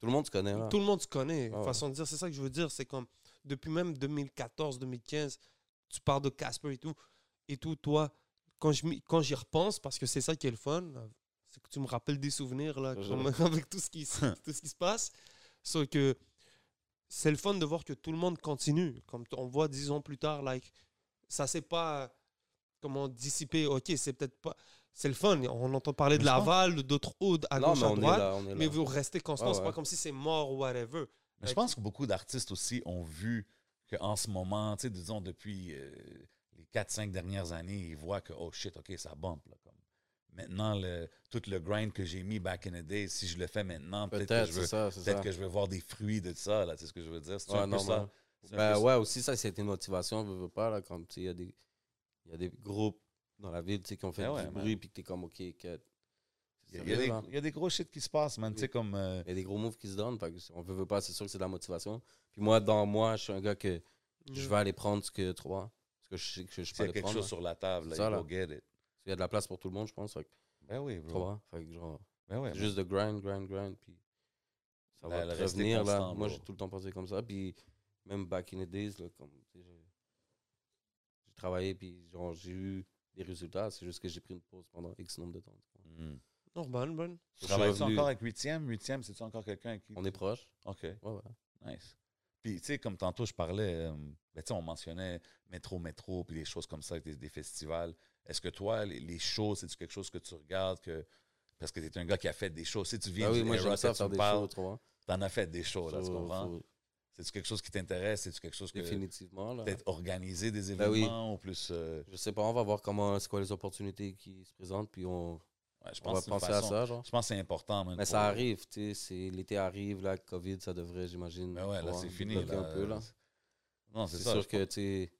S3: Tout le monde se connaît là.
S1: tout le monde se connaît.
S3: Ah ouais.
S1: Façon de dire, c'est ça que je veux dire. C'est comme depuis même 2014, 2015, tu parles de Casper et tout. Et tout, toi, quand je m'y- quand j'y repense, parce que c'est ça qui est le fun, c'est que tu me rappelles des souvenirs là,
S3: Toujours.
S1: comme- avec tout ce qui, se- tout ce qui se passe. Sauf que c'est le fun de voir que tout le monde continue. Comme t- on voit dix ans plus tard, like, ça s'est pas euh, comment dissiper. Ok, c'est peut-être pas. C'est le fun. On entend parler de
S2: Mais je pense-
S1: Laval, d'autres Aude à
S3: Non,
S1: gauche,
S3: mais
S1: à
S3: on est
S1: droite.
S3: là, on est
S1: Mais
S3: là.
S1: vous restez constant,
S3: Ouais,
S1: c'est
S3: ouais.
S1: pas comme si c'est mort ou whatever.
S2: Mais je pense que beaucoup d'artistes aussi ont vu qu'en ce moment, tu sais, disons, depuis euh, les 4-5 dernières années, ils voient que, oh shit, OK, ça bombe. Là, comme. Maintenant, le, tout le grind que j'ai mis back in the day, si je le fais maintenant, peut-être que,
S3: Peut-être,
S2: je veux-
S3: c'est ça, c'est
S2: peut-être
S3: ça.
S2: que je vais voir des fruits de ça. là, C'est ce que je veux dire. C'est
S3: Ouais,
S2: un peu
S3: normal.
S2: ça. C'est un
S3: Ben
S2: peu ça.
S3: ouais, aussi, ça, c'était une motivation, veux, veux pas, là, comme, tu sais, il y a des, il y a des groupes dans la ville, tu sais, qui ont fait
S2: Ben ouais,
S3: du
S2: man.
S3: bruit, puis que t'es comme, OK, que...
S2: Il y a- il y, a
S3: sérieux,
S2: des-
S3: là.
S2: il y a des gros shit qui se passent, man. Tu sais, comme. euh,
S3: Il y a des gros moves qui se donnent, fait que on veut, veut pas, c'est sûr que c'est de la motivation. Puis moi, dans moi, je suis un gars que je vais aller prendre ce que tu vois, ce que je sais que je
S2: S'il y a
S3: peux aller
S2: quelque
S3: prendre.
S2: chose
S3: là.
S2: sur la table, là,
S3: Ça,
S2: you
S3: là.
S2: go get it.
S3: Il y a de la place pour tout le monde, je pense, fait que,
S2: Ben oui,
S3: tu
S2: bro.
S3: vois, fait que genre,
S2: Ben oui.
S3: c'est juste de grind, grind, grind, puis
S2: Ben,
S3: ça va
S2: le
S3: te
S2: rester
S3: revenir, là.
S2: constant,
S3: Moi,
S2: bro.
S3: j'ai tout le temps pensé comme ça, puis même back in the days, là, comme, tu sais, j'ai j'ai travaillé, puis genre, j'ai eu des résultats, c'est juste que j'ai pris une pause pendant X nombre de temps. tu vois.
S2: Mm.
S1: Normal, bon.
S2: Tu
S3: Je suis
S2: travailles-tu
S3: revenu.
S2: encore avec 8e 8e, c'est-tu encore quelqu'un avec qui.
S3: On est proche,
S2: OK.
S3: ouais, ouais.
S2: Nice. Puis, tu sais, comme tantôt, je parlais, euh, ben, tu sais, on mentionnait métro, métro, puis des choses comme ça, des, des festivals. Est-ce que toi, les, les shows, c'est-tu quelque chose que tu regardes que. Parce que t'es un gars qui a fait des shows. Si tu viens
S3: Ah oui,
S2: du
S3: moi,
S2: era
S3: j'aime
S2: que
S3: ça
S2: tu
S3: faire
S2: me
S3: des
S2: parles,
S3: shows, tu vois.
S2: T'en as fait des shows, là, tu
S3: Faut-
S2: comprends?
S3: faut-
S2: C'est-tu quelque chose qui t'intéresse? C'est-tu quelque chose que.
S3: Définitivement, là.
S2: Peut-être organiser des
S3: Ben oui.
S2: événements ou plus. euh,
S3: Je sais pas, on va voir comment, c'est quoi les opportunités qui se présentent, puis on,
S2: ouais, je pense
S3: on va
S2: que c'est une
S3: penser à
S2: façon-
S3: ça, genre.
S2: Je pense que c'est important. man,
S3: Mais
S2: pour-
S3: ça arrive, tu sais, c'est- l'été arrive, là, COVID, ça devrait, j'imagine.
S2: Ben ouais, là,
S3: pouvoir
S2: c'est fini.
S3: débloquer
S2: là.
S3: un peu, là.
S2: Non, c'est
S3: C'est
S2: ça.
S3: sûr
S2: je
S3: que, tu sais,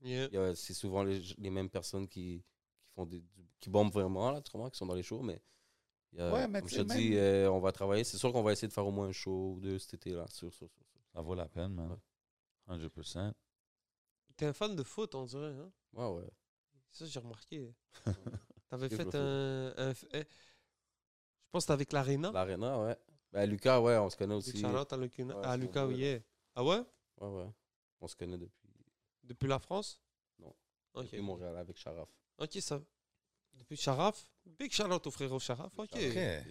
S1: Yeah.
S3: Il y a- C'est souvent les, les mêmes personnes qui, qui font des, du- qui bombent vraiment, là, tu comprends, qui sont dans les shows, mais. il y a-
S2: Ouais, mais
S3: comme
S2: tu
S3: je te
S2: sais,
S3: dis,
S2: même-
S3: euh, on va travailler. C'est sûr qu'on va essayer de faire au moins un show ou deux cet été-là. Sûr, sûr, sûr, sûr.
S2: Ça vaut la peine, man. 100%.
S1: T'es un fan de foot, on dirait. Hein?
S3: Ouais, ouais.
S1: Ça, j'ai remarqué. T'avais
S3: Je le
S1: fait
S3: fais.
S1: un, un f- eh, Je pense que c'était avec l'Arena.
S3: L'Arena, ouais. Ben, Lucas, ouais, on se connaît aussi. Ouais,
S1: Charlotte à, Lucina-
S3: Ouais,
S1: à
S3: c'est
S1: Lucas
S3: mon boy, là.
S1: hier. Ah ouais
S3: ouais. On se connaît depuis,
S1: Depuis la France
S3: Non.
S1: Ok.
S3: depuis Montréal avec Sharaf.
S1: Ok, ça. Depuis Sharaf. Big Charlotte au frérot Sharaf. Ok.
S2: Ok.
S1: Yeah.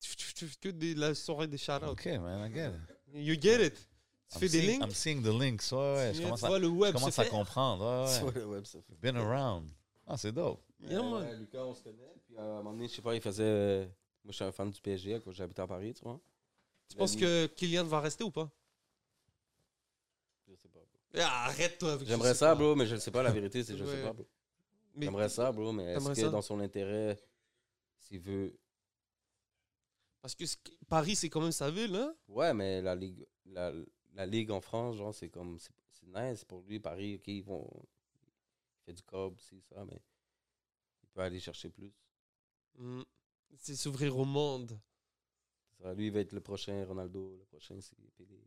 S1: Tu- tu- tu- Que des, la soirée des Charlotte.
S2: OK, man, I get it.
S1: You get it Tu
S2: I'm
S1: fais des
S2: seeing-
S1: links
S2: I'm seeing the links. Ouais, ouais. Je
S1: Tu
S2: commence à,
S1: vois le
S2: je
S1: web
S2: commence
S1: se
S2: à
S1: faire.
S2: comprendre. Ouais, ouais.
S3: Sur le web, ça fait-
S2: Been around. Ah, c'est dope.
S1: Yeah,
S3: Ouais,
S1: man.
S3: Euh, ouais, Lucas, on se connaît. Puis euh, à un moment donné, je sais pas, il faisait. euh, moi, je suis un fan du PSG quand j'habitais à Paris, tu vois.
S1: Tu penses que Kylian va rester ou pas
S3: Je sais pas.
S1: Ah, Arrête-toi avec je
S3: J'aimerais
S1: sais
S3: ça,
S1: pas.
S3: bro, mais je ne sais pas. La vérité, c'est je
S1: Ouais.
S3: sais pas, bro.
S1: Mais
S3: J'aimerais ça, bro, mais est-ce
S1: T'aimerais
S3: que
S1: ça?
S3: dans son intérêt, s'il veut.
S1: Parce que ce qui- Paris, c'est quand même sa ville, hein
S3: Ouais, mais la Ligue, la, la ligue en France, genre, c'est comme. C'est c'est nice pour lui. Paris, OK, ils vont. Il fait du cob, c'est ça, mais. Il peut aller chercher plus.
S1: Mm. C'est s'ouvrir au monde.
S3: Ça, lui, il va être le prochain Ronaldo, le prochain, c'est Pelé.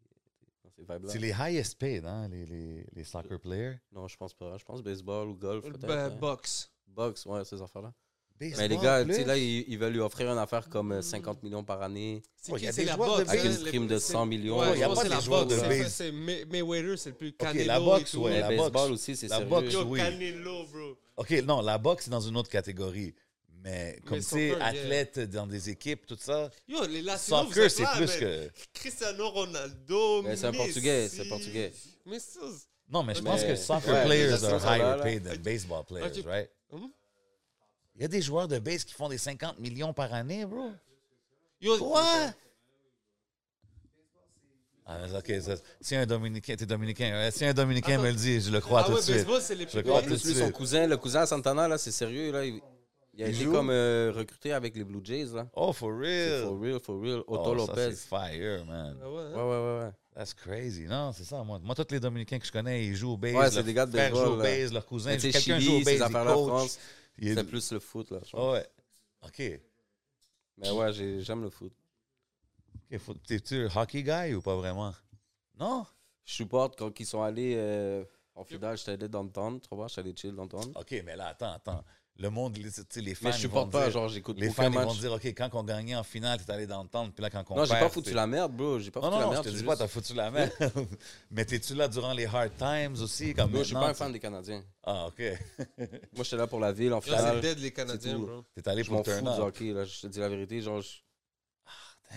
S3: Dans ces vibes-là.
S2: C'est les highest paid, hein, les, les, les soccer players.
S3: Non, je pense pas. Je pense baseball ou golf, peut-être.
S1: Ben,
S3: hein.
S1: box.
S3: Box, ouais, ces affaires-là. Mais
S2: Baseball,
S3: les gars, tu
S2: plus.
S3: sais, là, ils, ils veulent lui offrir une affaire comme euh,
S1: Mm.
S3: 50 millions par année
S1: C'est
S2: Oh,
S1: qui,
S2: y a
S1: c'est
S2: des
S1: la
S2: joueurs de
S1: boxe.
S3: avec
S1: hein,
S3: une
S1: le-
S3: prime de
S1: c'est-
S3: 100 millions.
S1: Ouais,
S2: Ouais, y
S1: je
S2: a
S1: pense
S2: pas
S1: que
S2: des
S1: c'est la
S2: joueurs
S1: boxe.
S2: de
S1: ça, ça,
S2: base.
S1: c'est May- Mayweather, c'est le plus
S2: la
S1: Canelo.
S2: boxe,
S1: et tout.
S2: ouais,
S3: Mais
S2: la
S3: baseball
S2: boxe-
S3: aussi, c'est
S2: la
S3: sérieux.
S2: boxe,
S1: Yo,
S2: oui.
S1: Canelo, bro.
S2: OK, non, la boxe, c'est dans une autre catégorie. Mais comme tu sais,
S1: soccer, yeah.
S2: athlète dans des équipes, tout ça,
S1: Yo, les latinos, vous
S2: soccer,
S1: êtes
S2: c'est
S1: là,
S2: plus
S1: man.
S2: que... Eh,
S1: Cristiano Ronaldo,
S3: Mais c'est un
S1: Messi.
S3: Portugais, c'est un Portugais.
S1: Mais ça, c'est-
S2: Non, mais je
S1: Mais-
S2: pense que soccer
S3: Ouais,
S2: players
S3: les
S2: are
S3: astronautes,
S2: higher
S3: là.
S2: paid than baseball players,
S1: Ok.
S2: right?
S1: Hmm?
S2: Il y a des joueurs de base qui font des 50 millions par année, bro.
S1: Yo,
S2: Quoi? Ah, mais OK, ça, si un Dominicain, t'es Dominicain, hein? si un Dominicain me le dit, je le crois
S1: Ah
S2: tout de
S1: ouais,
S2: suite.
S1: baseball, c'est les plus
S2: Je
S3: En
S1: gros.
S2: crois tout de
S3: plus, lui,
S2: suite.
S3: son cousin, le cousin Santana, là, c'est sérieux, là. Il, il a
S2: Il
S3: été
S2: joue?
S3: comme euh, recruté avec les Blue Jays, là.
S2: Oh, for
S3: C'est
S2: real?
S3: For real, for real.
S2: Oh, ça,
S3: Otto Lopez.
S2: c'est fire, man.
S1: Ah ouais, hein?
S3: Ouais, ouais, ouais, ouais.
S2: That's crazy. Non, c'est ça. Moi, moi, tous les Dominicains que je connais, ils jouent au base.
S3: Ouais, c'est
S2: leur
S3: des gars de
S2: frère joue au
S3: baseball, là.
S2: base, leur cousin.
S3: Mais tu sais,
S2: Quelqu'un
S3: Chili,
S2: joue au
S3: ces
S2: base,
S3: affaires-là,
S2: ils coach.
S3: France,
S2: Il est-
S3: c'est plus le foot, là. je pense.
S2: Ah ouais. OK.
S3: Mais ouais, j'ai- j'aime le foot.
S2: Ok, faut- T'es-tu hockey guy ou pas vraiment? Non?
S3: Je supporte quand ils sont allés euh, en finale, j'étais allé dans le temps, tu vois, j'étais allé chill dans le temps.
S2: OK, mais là, attends, attends. Le monde, les, tu sais, les fans,
S3: Mais je
S2: ils vont
S3: supporte pas,
S2: dire,
S3: genre, j'écoute
S2: les
S3: aucun
S2: fans, ils vont
S3: match.
S2: dire, OK, quand on gagnait en finale, t'es allé dans le temple, puis là, quand on
S3: Non, j'ai
S2: perd...
S3: pas foutu
S2: t'es-
S3: la merde, bro. J'ai pas
S2: Non,
S3: foutu
S2: non,
S3: la
S2: non,
S3: merde.
S2: je te
S3: c'est
S2: dis
S3: juste-
S2: pas, t'as foutu la merde. mais t'es-tu là durant les hard times aussi? Comme
S3: Bro, je suis
S2: maintenant,
S3: pas un
S2: tu-
S3: fan des Canadiens.
S2: Ah, OK.
S3: Moi, j'étais là pour la ville en
S1: Yo, c'est
S3: finale.
S1: dead, les Canadiens,
S3: tout.
S1: bro.
S2: T'es allé
S3: Je m'en
S2: pour
S3: fous
S2: turn
S3: du
S2: up.
S3: hockey, là. Je te dis la vérité, genre, je...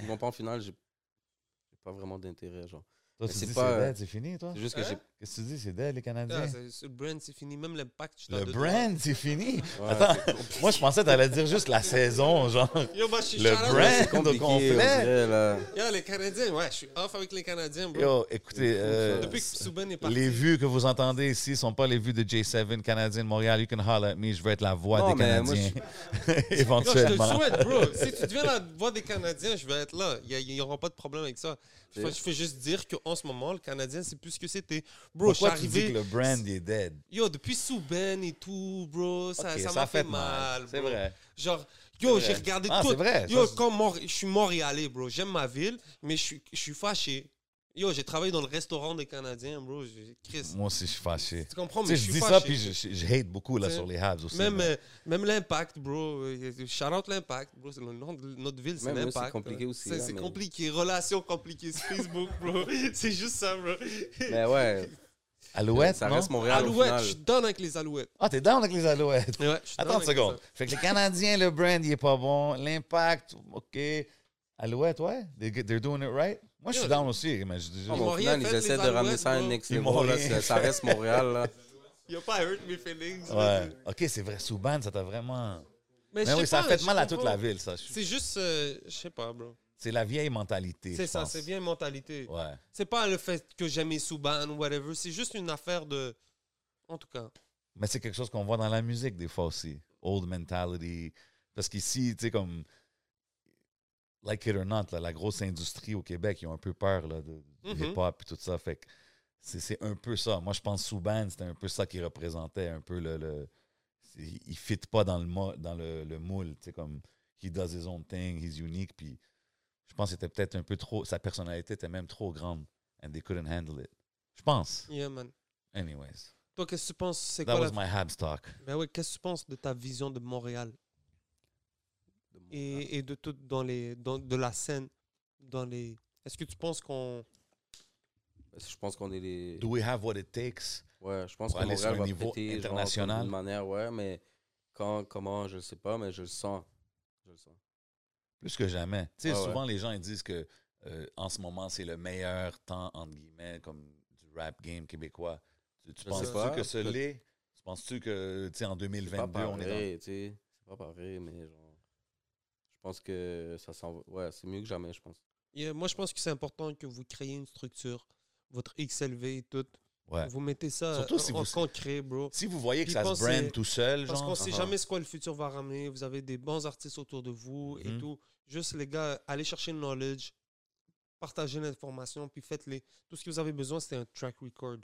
S3: ils vont pas en finale, j'ai j'ai pas vraiment d'intérêt, genre.
S2: Toi,
S3: Mais
S2: tu
S3: c'est
S2: dis,
S3: pas- euh,
S2: c'est dead, c'est fini, toi?
S3: C'est juste que
S1: Hein?
S2: Qu'est-ce que tu dis, c'est dead, les Canadiens?
S1: Ah, c'est- c'est- Le brand, c'est fini. Même l'impact, tu t'en
S2: le
S1: doutes.
S2: brand, c'est fini?
S3: j'ai. Ouais,
S2: Attends,
S3: c'est-
S2: moi, je pensais que t'allais dire juste la saison, genre...
S1: Yo, moi, je suis
S2: Le
S1: shout-out.
S2: brand.
S3: c'est compliqué,
S2: Donc, on
S3: on
S2: fait-
S3: dirait, là.
S1: Yo, les Canadiens, ouais, je suis off avec les Canadiens, bro.
S2: Yo, écoutez... euh,
S1: Depuis que Subban est parti.
S2: Les vues que vous entendez ici sont pas les vues de J7 Canadien de Montréal. You can holler at me. Je veux être la voix
S3: Non,
S2: des
S3: mais moi,
S2: Canadiens.
S1: Yo, je te le
S2: Éventuellement.
S1: souhaite, bro. Si tu deviens la voix des Canadiens, je vais être là. Il n'y aura pas de problème avec ça. Je fais, je fais juste dire qu'en ce moment, le Canadien, c'est plus ce que c'était. Bro,
S2: Pourquoi
S1: je
S2: tu
S1: suis
S2: dis
S1: arrivé.
S2: que le brand il est dead?
S1: Yo, depuis Souben et tout, bro, ça
S2: Ok,
S1: ça m'a fait, mal.
S2: C'est
S1: bro.
S2: vrai.
S1: Genre, yo,
S2: vrai.
S1: j'ai regardé
S2: Ah,
S1: tout.
S2: c'est vrai,
S1: Yo,
S2: ça, c'est-
S1: comme Mor- je suis Montréalais, bro. J'aime ma ville, mais je suis- je suis fâché. Yo, j'ai travaillé dans le restaurant des Canadiens, bro. J'ai- Chris.
S2: Moi aussi, je suis fâché.
S1: Tu comprends,
S2: Tu
S1: mais
S2: sais,
S1: je
S2: je
S1: suis
S2: dis
S1: fâché.
S2: ça, puis je, je- je hate beaucoup là,
S1: Tu sais,
S2: sur les Habs aussi.
S1: Même,
S2: là.
S1: euh, même l'impact, bro. Euh, Shout out l'impact, bro. C'est le nom de notre ville, c'est
S3: Même eux,
S1: l'impact. hein.
S3: c'est compliqué aussi,
S1: C'est
S3: là,
S1: c'est
S3: mais-
S1: compliqué. Relations compliquées sur Facebook, bro. c'est juste ça, bro.
S3: Mais ouais,
S2: Alouettes,
S3: ça
S2: non?
S3: reste Montréal au
S1: Alouettes,
S3: final.
S1: je suis down avec les alouettes.
S2: Ah, t'es down avec les Alouettes.
S1: Ouais, je suis down
S2: Attends une
S1: avec
S2: seconde.
S1: ça.
S2: Fait que les Canadiens, le brand, il est pas bon. L'impact, OK. Alouettes, ouais. They get- They're doing it right. Moi, je suis
S1: Yo, Ah,
S2: down aussi. Mais je, je-
S3: Non, mais
S1: m'ont
S3: au
S1: rien
S3: final,
S1: fait,
S3: ils
S1: les
S3: essaient de
S1: Alouettes,
S3: ramener ça à un
S1: bro.
S3: next
S2: Ils
S3: level,
S2: m'ont
S3: là.
S2: rien
S3: Ça- Ça reste Montréal, là.
S1: You a pas hurt mes feelings.
S2: ouais. OK, c'est vrai. Souban, ça t'a vraiment...
S1: Mais, je
S2: Mais
S1: sais
S2: oui, ça a
S1: pas,
S2: fait
S1: je
S2: mal à
S1: comprends.
S2: toute la ville, ça. Je-
S1: C'est juste, euh, je sais pas, bro.
S2: C'est la vieille mentalité.
S1: C'est
S2: je
S1: ça,
S2: pense.
S1: c'est bien une mentalité.
S2: Ouais.
S1: C'est pas le fait que j'aimais Souban ou whatever. C'est juste une affaire de. En tout cas.
S2: Mais c'est quelque chose qu'on voit dans la musique des fois aussi. Old mentality. Parce qu'ici, tu sais, comme. Like it or not, là, la grosse industrie au Québec, ils ont un peu peur là, de, du
S1: Mhm.
S2: hip-hop et tout ça. Fait que c'est, c'est un peu ça. Moi, je pense Souban, c'était un peu ça qui représentait un peu le. le- c'est- il ne fit pas dans le, mo- dans le, le moule. Tu sais, comme he does his own thing, he's unique. Puis je pense que c'était peut-être un peu trop. Sa personnalité était même trop grande. And they couldn't handle it. Je pense.
S1: Yeah, man.
S2: Anyways,
S1: Toi, qu'est-ce que tu penses C'est
S2: that
S1: quoi la...
S2: was my Habs talk.
S1: Ben ouais, qu'est-ce que tu penses de ta vision de Montréal
S3: de mon-
S1: et, et de tout dans les dans, de la scène dans les. Est-ce que tu penses qu'on
S3: Parce que Je pense qu'on est les.
S2: Do we have what it takes?
S3: Ouais, je pense
S2: Pour
S3: que
S2: aller sur
S3: Montréal
S2: un
S3: va
S2: niveau
S3: péter, genre,
S2: international.
S3: comme d'une manière, ouais, mais quand, comment, je sais pas, mais je le sens. Je le sens.
S2: Plus que jamais. Tu sais,
S3: Ah ouais.
S2: souvent les gens ils disent que euh, en ce moment c'est le meilleur temps entre guillemets comme du rap game québécois. Tu, tu
S3: Je
S2: penses-tu
S3: sais pas.
S2: que ce
S3: Peut-
S2: l'est? Tu penses-tu que tu sais en
S3: C'est pas
S2: 2022 on est
S3: pareil, tu sais. C'est pas pareil, mais genre. Je pense que ça s'en va. Ouais, c'est mieux que jamais, je pense.
S1: Yeah, moi, je pense que c'est important que vous créez une structure, votre XLV et tout.
S2: dans... Ouais.
S1: Vous mettez ça
S2: Surtout
S1: en,
S2: si
S1: en
S2: vous-
S1: concret, bro.
S2: Si vous voyez que
S1: Puis
S2: ça se
S1: pensez-
S2: brand tout seul,
S1: Parce qu'on
S2: genre,
S1: sait
S3: uh-huh.
S1: jamais ce quoi le futur va ramener. Vous avez des bons artistes autour de vous et
S2: Mhm.
S1: tout. Juste, les gars, allez chercher le knowledge, partagez l'information, puis faites-les. Tout ce que vous avez besoin, c'est un track record.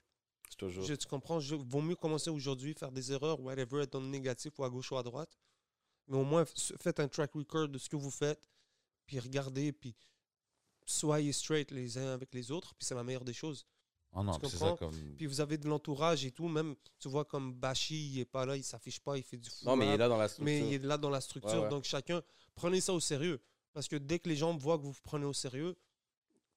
S3: C'est toujours.
S1: Je, tu comprends? Je, vaut mieux commencer aujourd'hui, faire des erreurs, whatever, être dans le négatif ou à gauche ou à droite. Mais au moins, f- faites un track record de ce que vous faites, puis regardez, puis soyez straight les uns avec les autres, puis c'est la meilleure des choses.
S2: oh non,
S1: tu
S2: puis c'est ça
S1: comprends?
S2: comme
S1: Puis vous avez de l'entourage et tout, même, tu vois, comme Bashi, il est pas là, il s'affiche pas, il fait du fou.
S3: Non, mais il est là dans la structure.
S1: Mais il est là dans la structure,
S3: Ouais, ouais.
S1: donc chacun, prenez ça au sérieux. Parce que dès que les gens voient que vous vous prenez au sérieux,